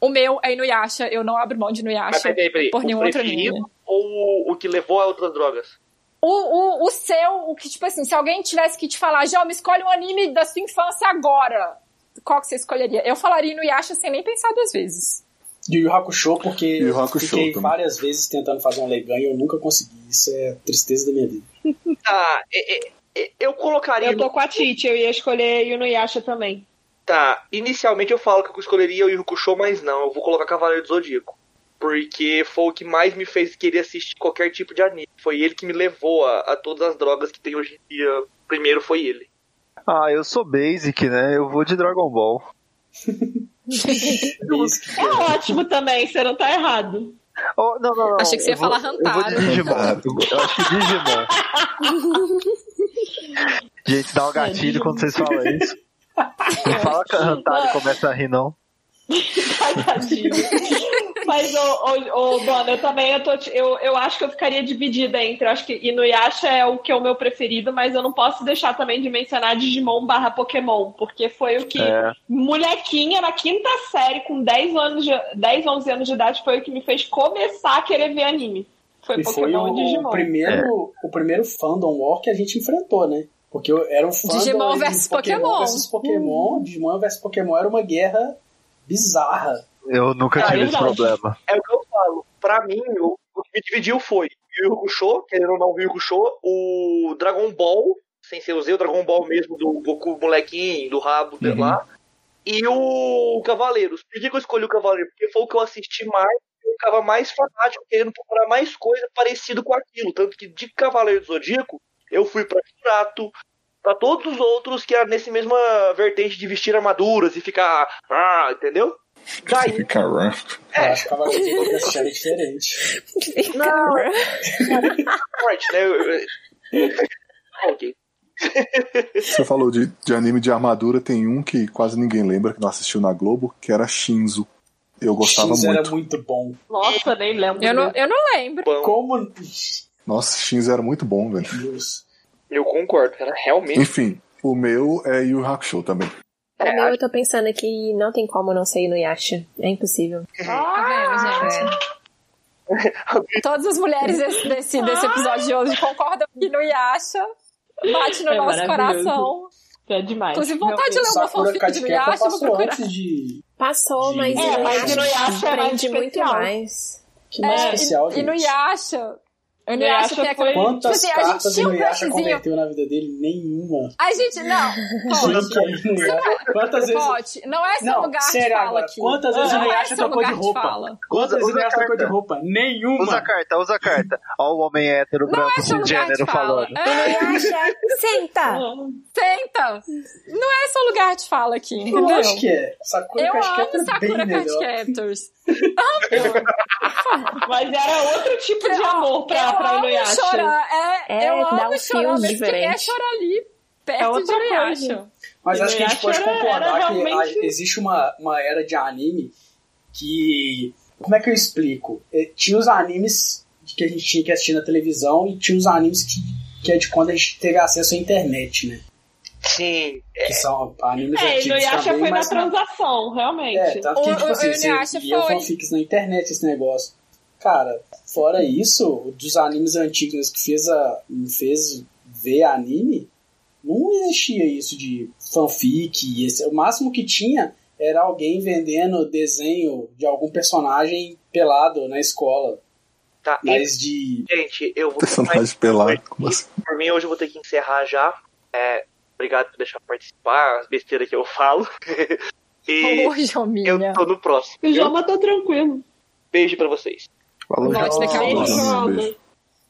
[SPEAKER 1] O meu é Inuyasha. Eu não abro mão de
[SPEAKER 6] Mas
[SPEAKER 1] Inuyasha
[SPEAKER 6] peraí, peraí, peraí.
[SPEAKER 1] por nenhum
[SPEAKER 6] o
[SPEAKER 1] outro anime.
[SPEAKER 6] preferido ou o- o que levou a outras drogas?
[SPEAKER 1] O, o, o seu, o que, tipo assim, se alguém tivesse que te falar, Jô, me escolhe um anime da sua infância agora. Qual que você escolheria? Eu falaria Inuyasha sem nem pensar duas vezes.
[SPEAKER 5] E o Yu Hakusho, porque
[SPEAKER 7] Yu
[SPEAKER 5] eu
[SPEAKER 7] Hakusho
[SPEAKER 5] fiquei
[SPEAKER 7] também.
[SPEAKER 5] várias vezes tentando fazer um legan e eu nunca consegui. Isso é a tristeza da minha vida.
[SPEAKER 6] Tá, é- é- é- eu colocaria
[SPEAKER 2] Eu tô com a Tite, eu ia escolher Yunuyasha também.
[SPEAKER 6] Tá, inicialmente eu falo que eu escolheria o Yu Hakusho, mas não, eu vou colocar Cavaleiro do Zodíaco. Porque foi o que mais me fez querer assistir qualquer tipo de anime. Foi ele que me levou a, a todas as drogas que tem hoje em dia. Primeiro foi ele.
[SPEAKER 4] Ah, eu sou basic, né? Eu vou de Dragon Ball.
[SPEAKER 2] É ótimo também, você não tá errado.
[SPEAKER 4] Oh, não, não, não.
[SPEAKER 1] Achei que você ia
[SPEAKER 4] Eu vou-
[SPEAKER 1] falar
[SPEAKER 4] Eu vou
[SPEAKER 1] Rantaro.
[SPEAKER 4] de Digimon.
[SPEAKER 5] Tá
[SPEAKER 4] Eu acho que Digimon. Gente, dá um gatilho quando vocês falam isso. Não fala que a Rantaro começa a rir, não.
[SPEAKER 2] Tadinho. Mas, ô, ô, ô, Dona, eu também eu, tô, te- eu, eu acho que eu ficaria dividida entre. Eu acho que Inuyasha é o que é o meu preferido, mas eu não posso deixar também de mencionar Digimon barra Pokémon, porque foi o que
[SPEAKER 10] É.
[SPEAKER 2] molequinha na quinta série, com 10, anos de, 10, 11 anos de idade, foi o que me fez começar a querer ver anime. Foi
[SPEAKER 5] e foi
[SPEAKER 2] Pokémon
[SPEAKER 5] o,
[SPEAKER 2] e Digimon.
[SPEAKER 5] primeiro, o primeiro fandom war que a gente enfrentou, né? Porque eu era um fandom
[SPEAKER 2] Digimon
[SPEAKER 5] de
[SPEAKER 2] versus
[SPEAKER 5] Pokémon
[SPEAKER 2] Pokémon.
[SPEAKER 5] versus Pokémon, Digimon versus Pokémon era uma guerra bizarra.
[SPEAKER 4] Eu nunca
[SPEAKER 5] Ah,
[SPEAKER 4] tive esse
[SPEAKER 5] verdade.
[SPEAKER 4] problema.
[SPEAKER 6] É o que eu falo. Pra mim, o, o que me dividiu foi Yu Yu Hakusho, querendo ou não, Yu Yu Hakusho, o Dragon Ball, sem ser o Z, o Dragon Ball mesmo, do Goku molequinho, do rabo sei
[SPEAKER 11] Uhum.
[SPEAKER 6] lá, e o Cavaleiros. Por que que eu escolhi o Cavaleiro? Porque foi o que eu assisti mais, eu ficava mais fanático, querendo procurar mais coisa parecido com aquilo. Tanto que de Cavaleiro do Zodíaco, eu fui pra Shurato, pra todos os outros que era nesse mesma vertente de vestir armaduras e ficar... Ah, entendeu? Daí
[SPEAKER 7] Caramba.
[SPEAKER 1] É.
[SPEAKER 5] Eu acho que o Cavaleiro do Zodíaco era diferente.
[SPEAKER 6] Não, é- forte, né? Eu- eu- ok.
[SPEAKER 7] Você falou de, de anime de armadura, tem um que quase ninguém lembra, que não assistiu na Globo, que era Shinzo. Eu gostava
[SPEAKER 5] Shinzo
[SPEAKER 7] muito.
[SPEAKER 5] era muito bom.
[SPEAKER 2] Nossa, nem lembro.
[SPEAKER 1] Eu não, eu não lembro.
[SPEAKER 5] Como.
[SPEAKER 7] Nossa, Shinzo era muito bom, velho.
[SPEAKER 6] Eu concordo, cara. Realmente.
[SPEAKER 7] Enfim, o meu é Yu Yu Hakusho também.
[SPEAKER 8] O meu, eu tô pensando aqui, não tem como não ser Inuyasha. É impossível.
[SPEAKER 1] Tá Todas as mulheres desse, desse, desse episódio de hoje concordam que no Yasha bate no
[SPEAKER 2] É
[SPEAKER 1] nosso
[SPEAKER 2] maravilhoso.
[SPEAKER 1] coração.
[SPEAKER 2] É demais.
[SPEAKER 1] Inclusive, vontade de ler uma
[SPEAKER 5] Sakura
[SPEAKER 1] fanfic de
[SPEAKER 5] Cardcaptor
[SPEAKER 1] Inuyasha, vou
[SPEAKER 5] passou
[SPEAKER 1] procurar.
[SPEAKER 5] antes de...
[SPEAKER 8] Passou, mas
[SPEAKER 5] É, mas
[SPEAKER 8] Inuyasha
[SPEAKER 2] Inuyasha é mais
[SPEAKER 8] aprende muito
[SPEAKER 2] especial.
[SPEAKER 8] mais.
[SPEAKER 5] Que mais
[SPEAKER 1] É,
[SPEAKER 5] especial,
[SPEAKER 1] e,
[SPEAKER 5] gente.
[SPEAKER 1] e no Yasha. Eu não
[SPEAKER 2] Inuyasha
[SPEAKER 1] acho que é
[SPEAKER 2] foi-
[SPEAKER 5] Quantas
[SPEAKER 1] tipo assim, a gente
[SPEAKER 5] cartas o
[SPEAKER 1] tinha um
[SPEAKER 5] Inuyasha
[SPEAKER 1] crushzinho.
[SPEAKER 5] converteu na vida dele? Nenhuma.
[SPEAKER 1] A gente, não. Pote,
[SPEAKER 5] Gente, é Inuyasha. Quantas vezes...
[SPEAKER 1] Pote, não é seu
[SPEAKER 5] Não,
[SPEAKER 1] lugar de
[SPEAKER 5] sério
[SPEAKER 1] fala
[SPEAKER 5] agora,
[SPEAKER 1] aqui.
[SPEAKER 5] quantas vezes o
[SPEAKER 1] não é seu
[SPEAKER 5] Inuyasha trocou de
[SPEAKER 1] lugar
[SPEAKER 5] roupa?
[SPEAKER 1] fala.
[SPEAKER 5] Quantas
[SPEAKER 4] Usa-
[SPEAKER 5] vezes o
[SPEAKER 4] usa
[SPEAKER 5] Inuyasha trocou de
[SPEAKER 4] carta.
[SPEAKER 5] roupa? Nenhuma.
[SPEAKER 4] Usa a carta, usa a carta. Ó o homem hétero
[SPEAKER 1] Não
[SPEAKER 4] branco
[SPEAKER 1] é seu
[SPEAKER 4] sem
[SPEAKER 1] lugar de
[SPEAKER 4] gênero
[SPEAKER 1] fala.
[SPEAKER 4] falando.
[SPEAKER 1] É,
[SPEAKER 8] Inuyasha, senta!
[SPEAKER 1] senta. Não é seu lugar de fala aqui,
[SPEAKER 5] Eu
[SPEAKER 1] entendeu?
[SPEAKER 5] acho que é. Sakura
[SPEAKER 1] Eu
[SPEAKER 5] Cardcaptor
[SPEAKER 1] amo
[SPEAKER 5] é bem
[SPEAKER 1] Sakura Card
[SPEAKER 5] melhor.
[SPEAKER 1] Captors.
[SPEAKER 2] Mas era outro tipo de amor pra,
[SPEAKER 1] eu
[SPEAKER 2] pra
[SPEAKER 1] amo
[SPEAKER 2] Inuyasha.
[SPEAKER 1] chorar. É,
[SPEAKER 8] É,
[SPEAKER 1] eu
[SPEAKER 8] dá
[SPEAKER 1] amo chorar,
[SPEAKER 8] um feels
[SPEAKER 1] mas quem é
[SPEAKER 8] diferente.
[SPEAKER 1] chorar ali,
[SPEAKER 2] É
[SPEAKER 1] perto de
[SPEAKER 2] outra
[SPEAKER 1] Inuyasha.
[SPEAKER 2] coisa.
[SPEAKER 5] Mas acho que a gente pode
[SPEAKER 2] Inuyasha era-
[SPEAKER 5] concordar
[SPEAKER 2] era
[SPEAKER 5] que
[SPEAKER 2] realmente-
[SPEAKER 5] a- existe uma, uma era de anime que. Como é que eu explico? Eh, Tinha os animes que a gente tinha que assistir na televisão e tinha os animes que, que é de quando a gente teve acesso à internet, né?
[SPEAKER 6] Sim.
[SPEAKER 5] Que são animes
[SPEAKER 2] É,
[SPEAKER 5] antigos
[SPEAKER 2] Inuyasha
[SPEAKER 5] também,
[SPEAKER 2] foi na
[SPEAKER 5] mas não-
[SPEAKER 2] transação, realmente.
[SPEAKER 5] É, tanto que,
[SPEAKER 1] O-
[SPEAKER 5] tipo
[SPEAKER 1] o-
[SPEAKER 5] assim,
[SPEAKER 1] o
[SPEAKER 5] você
[SPEAKER 1] Inuyasha
[SPEAKER 5] via
[SPEAKER 1] foi.
[SPEAKER 5] fanfics na internet esse negócio. Cara, fora isso, o dos animes antigos que fez a, me fez ver anime, não existia isso de fanfic. Esse, o máximo que tinha era alguém vendendo desenho de algum personagem pelado na escola.
[SPEAKER 6] Tá,
[SPEAKER 1] É.
[SPEAKER 5] Mas de.
[SPEAKER 6] Gente, eu vou.
[SPEAKER 7] Personagem pelado. Como assim?
[SPEAKER 6] Por mim, hoje eu vou ter que encerrar já. É, obrigado por deixar eu participar, as besteiras que eu falo. e
[SPEAKER 1] Ô, Jominha.
[SPEAKER 6] eu tô no próximo.
[SPEAKER 2] O
[SPEAKER 6] viu?
[SPEAKER 2] Joma tá tranquilo.
[SPEAKER 6] Beijo pra vocês.
[SPEAKER 7] Falou,
[SPEAKER 1] Volte
[SPEAKER 7] gente.
[SPEAKER 1] daqui a pouco.
[SPEAKER 7] Falou,
[SPEAKER 2] Joma.
[SPEAKER 7] beijo.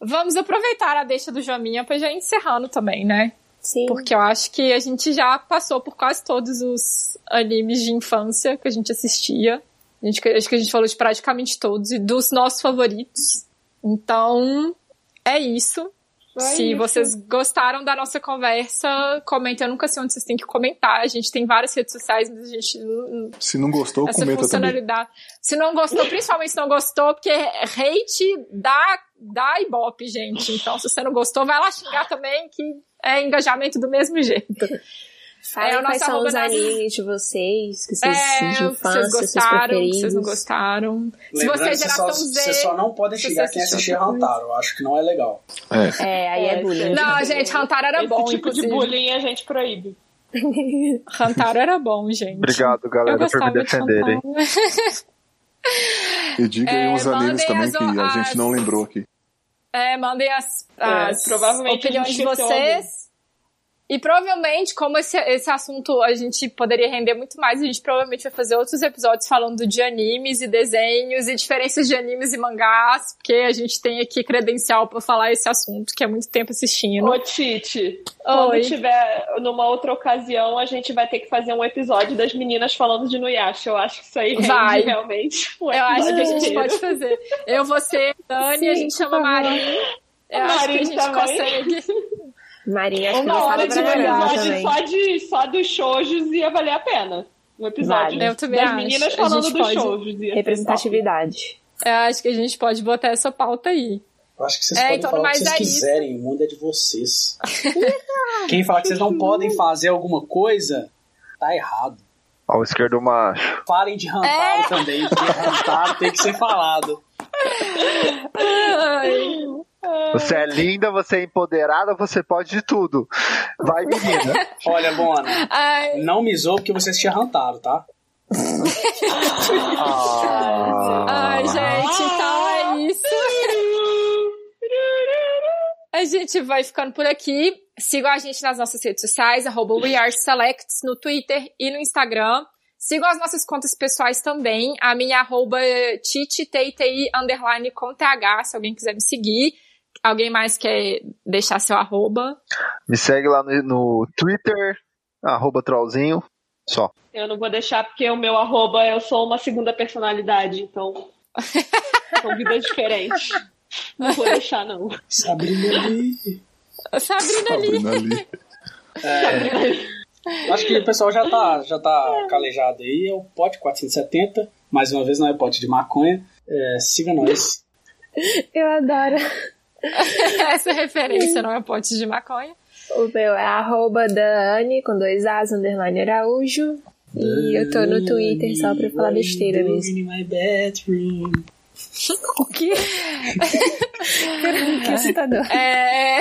[SPEAKER 1] Vamos aproveitar a deixa do Jominha pra já ir encerrando também, né?
[SPEAKER 8] Sim.
[SPEAKER 1] Porque eu acho que a gente já passou por quase todos os animes de infância que a gente assistia. A gente, acho que a gente falou de praticamente todos e dos nossos favoritos. Então, é isso.
[SPEAKER 2] É
[SPEAKER 1] Se
[SPEAKER 2] isso.
[SPEAKER 1] vocês gostaram da nossa conversa, comentem. Eu nunca sei onde vocês têm que comentar. A gente tem várias redes sociais, mas a gente não-
[SPEAKER 7] Se não gostou,
[SPEAKER 1] essa
[SPEAKER 7] comenta também.
[SPEAKER 1] funcionalidade. Se não gostou, principalmente se não gostou, porque hate dá, dá ibope, gente. Então, se você não gostou, vai lá xingar também, que é engajamento do mesmo jeito.
[SPEAKER 8] Falem
[SPEAKER 1] É, o
[SPEAKER 8] quais
[SPEAKER 1] nosso
[SPEAKER 8] são
[SPEAKER 1] arroba
[SPEAKER 8] os
[SPEAKER 1] nas-
[SPEAKER 8] animes de vocês, que vocês
[SPEAKER 1] É,
[SPEAKER 8] de
[SPEAKER 1] o que vocês
[SPEAKER 8] infância, seus
[SPEAKER 1] gostaram, o que
[SPEAKER 8] preferidos.
[SPEAKER 1] vocês não gostaram. Se
[SPEAKER 5] Lembrando
[SPEAKER 1] você é
[SPEAKER 5] que
[SPEAKER 1] geração
[SPEAKER 5] só,
[SPEAKER 1] Z.
[SPEAKER 5] você só não pode
[SPEAKER 1] se
[SPEAKER 5] xingar
[SPEAKER 1] você
[SPEAKER 5] quem
[SPEAKER 1] assistiu
[SPEAKER 5] assistiu
[SPEAKER 1] outra coisa.
[SPEAKER 5] Hantaro. Acho que não é legal.
[SPEAKER 7] É.
[SPEAKER 8] É, aí é,
[SPEAKER 2] É,
[SPEAKER 8] bullying.
[SPEAKER 1] Não, gente, Rantaro era
[SPEAKER 2] Esse
[SPEAKER 1] é bom,
[SPEAKER 2] tipo de
[SPEAKER 1] inclusive.
[SPEAKER 2] bullying a gente proíbe.
[SPEAKER 1] Rantaro era bom, gente.
[SPEAKER 4] Obrigado,
[SPEAKER 1] Eu
[SPEAKER 4] galera, por me
[SPEAKER 1] gostava de
[SPEAKER 4] defenderem.
[SPEAKER 1] Rantaro.
[SPEAKER 7] E diga aí
[SPEAKER 1] É,
[SPEAKER 7] uns animes
[SPEAKER 1] mandem
[SPEAKER 7] também
[SPEAKER 1] as-
[SPEAKER 7] que a gente não
[SPEAKER 1] as-
[SPEAKER 7] lembrou aqui.
[SPEAKER 1] É, mandem as,
[SPEAKER 2] É,
[SPEAKER 1] as
[SPEAKER 2] provavelmente a
[SPEAKER 1] opiniões
[SPEAKER 2] gente
[SPEAKER 1] de
[SPEAKER 2] esqueceu
[SPEAKER 1] vocês. E provavelmente, como esse, esse assunto a gente poderia render muito mais, a gente provavelmente vai fazer outros episódios falando de animes e desenhos e diferenças de animes e mangás, porque a gente tem aqui credencial pra falar esse assunto, que é muito tempo assistindo.
[SPEAKER 2] Ô, Tite, quando
[SPEAKER 1] Oi.
[SPEAKER 2] tiver numa outra ocasião, a gente vai ter que fazer um episódio das meninas falando de Nuyasha. Eu acho que isso aí rende
[SPEAKER 1] Vai.
[SPEAKER 2] realmente. um
[SPEAKER 1] Eu acho que a
[SPEAKER 2] episódio
[SPEAKER 1] gente
[SPEAKER 2] inteiro.
[SPEAKER 1] pode fazer. Eu, você, Dani,
[SPEAKER 8] Sim,
[SPEAKER 1] a gente chama
[SPEAKER 8] por favor.
[SPEAKER 1] Marim. Eu acho que a
[SPEAKER 2] Marim
[SPEAKER 1] gente
[SPEAKER 2] também.
[SPEAKER 1] consegue.
[SPEAKER 8] Marinha, acho que
[SPEAKER 2] Uma
[SPEAKER 8] não
[SPEAKER 2] hora
[SPEAKER 8] fala
[SPEAKER 2] de
[SPEAKER 8] pra
[SPEAKER 2] um
[SPEAKER 8] melhorar
[SPEAKER 2] episódio
[SPEAKER 8] também.
[SPEAKER 2] só, de, só dos shoujos ia valer a pena. Um episódio
[SPEAKER 8] Vale.
[SPEAKER 1] Eu também
[SPEAKER 2] das
[SPEAKER 1] acho.
[SPEAKER 2] meninas
[SPEAKER 1] A
[SPEAKER 2] falando
[SPEAKER 1] gente
[SPEAKER 2] dos
[SPEAKER 1] pode-
[SPEAKER 2] shoujos. ia ser
[SPEAKER 8] Representatividade.
[SPEAKER 1] Eu acho que a gente pode botar essa pauta aí.
[SPEAKER 5] Eu acho que vocês
[SPEAKER 1] É,
[SPEAKER 5] podem
[SPEAKER 1] então,
[SPEAKER 5] falar o que
[SPEAKER 1] mas
[SPEAKER 5] vocês
[SPEAKER 1] é isso.
[SPEAKER 5] quiserem, o mundo é de vocês. Quem falar que vocês não podem fazer alguma coisa, tá errado.
[SPEAKER 4] Ao esquerdo macho.
[SPEAKER 5] Falem
[SPEAKER 8] É.
[SPEAKER 5] de Rantaro também, porque Rantaro tem que ser falado.
[SPEAKER 1] Ai,
[SPEAKER 4] Você
[SPEAKER 1] Ah.
[SPEAKER 4] é linda, você é empoderada, você pode de tudo. Vai, menina.
[SPEAKER 5] Olha, Bona,
[SPEAKER 1] ai,
[SPEAKER 5] não me zoa porque você assistia Rantaro, tá?
[SPEAKER 4] Ah.
[SPEAKER 1] ai, gente, então é isso. A gente vai ficando por aqui. Sigam a gente nas nossas redes sociais, arroba WeAreSelects no Twitter e no Instagram. Sigam as nossas contas pessoais também. A minha arroba é Titi, TITI, underline com TH, se alguém quiser me seguir. Alguém mais quer deixar seu arroba?
[SPEAKER 4] Me segue lá no, no Twitter, arroba trollzinho. Só.
[SPEAKER 2] Eu não vou deixar porque o meu arroba eu sou uma segunda personalidade, então são vidas diferentes. Não vou deixar, não.
[SPEAKER 5] Sabrina é ali.
[SPEAKER 1] Sabrina ali.
[SPEAKER 7] Sabrina Tá ali.
[SPEAKER 5] Eu Acho que o pessoal já tá, já tá calejado aí. É o pote 470. Mais uma vez, não é pote de maconha. É, siga nós.
[SPEAKER 8] Eu adoro.
[SPEAKER 1] Essa referência não é pote de maconha.
[SPEAKER 8] O meu é arroba Dani, com dois As, underline Araújo. E eu tô no Twitter só pra falar besteira mesmo.
[SPEAKER 5] In my bedroom.
[SPEAKER 8] O quê? que citador.
[SPEAKER 1] É,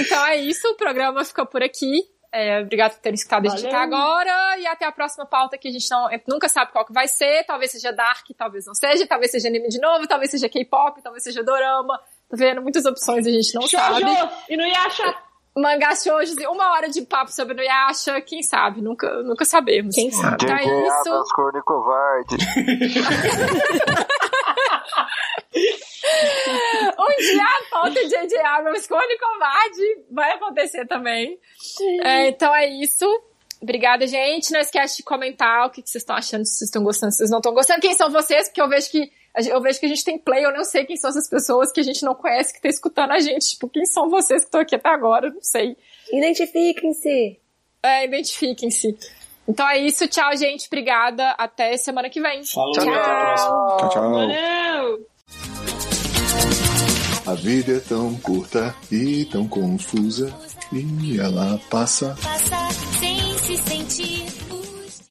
[SPEAKER 1] Então é isso, o programa ficou por aqui. É, obrigado por terem escutado a gente até
[SPEAKER 2] Valeu.
[SPEAKER 1] agora. E até a próxima pauta que a gente não, nunca sabe qual que vai ser. Talvez seja Dark, talvez não seja. Talvez seja anime de novo, talvez seja K-pop, talvez seja Dorama. Tá vendo? Muitas opções a gente não
[SPEAKER 2] Shoujo!
[SPEAKER 1] sabe.
[SPEAKER 2] E não ia achar.
[SPEAKER 1] Mangá shoujos e uma hora de papo sobre Nuyasha. Quem sabe? Nunca, nunca sabemos.
[SPEAKER 8] Quem sabe?
[SPEAKER 1] Então é isso.
[SPEAKER 4] Adas, corno e covarde.
[SPEAKER 1] Um dia a pauta de J.J. Abrams, Cone Covarde, vai acontecer também. É, então é isso. Obrigada, gente. Não esquece de comentar o que, que vocês estão achando, se vocês estão gostando, se vocês não estão gostando. Quem são vocês? Porque eu vejo que a gen- eu vejo que a gente tem play, eu não sei quem são essas pessoas que a gente não conhece, que tá escutando a gente. Tipo, quem são vocês que estão aqui até agora? Eu Não sei.
[SPEAKER 8] Identifiquem-se.
[SPEAKER 1] É, identifiquem-se. Então é isso. Tchau, gente. Obrigada. Até semana que vem.
[SPEAKER 5] Falou,
[SPEAKER 4] Tchau,
[SPEAKER 5] até a próxima.
[SPEAKER 7] Tchau, tchau.
[SPEAKER 2] Valeu!
[SPEAKER 7] A vida é tão curta e tão confusa. E ela passa.
[SPEAKER 10] Passa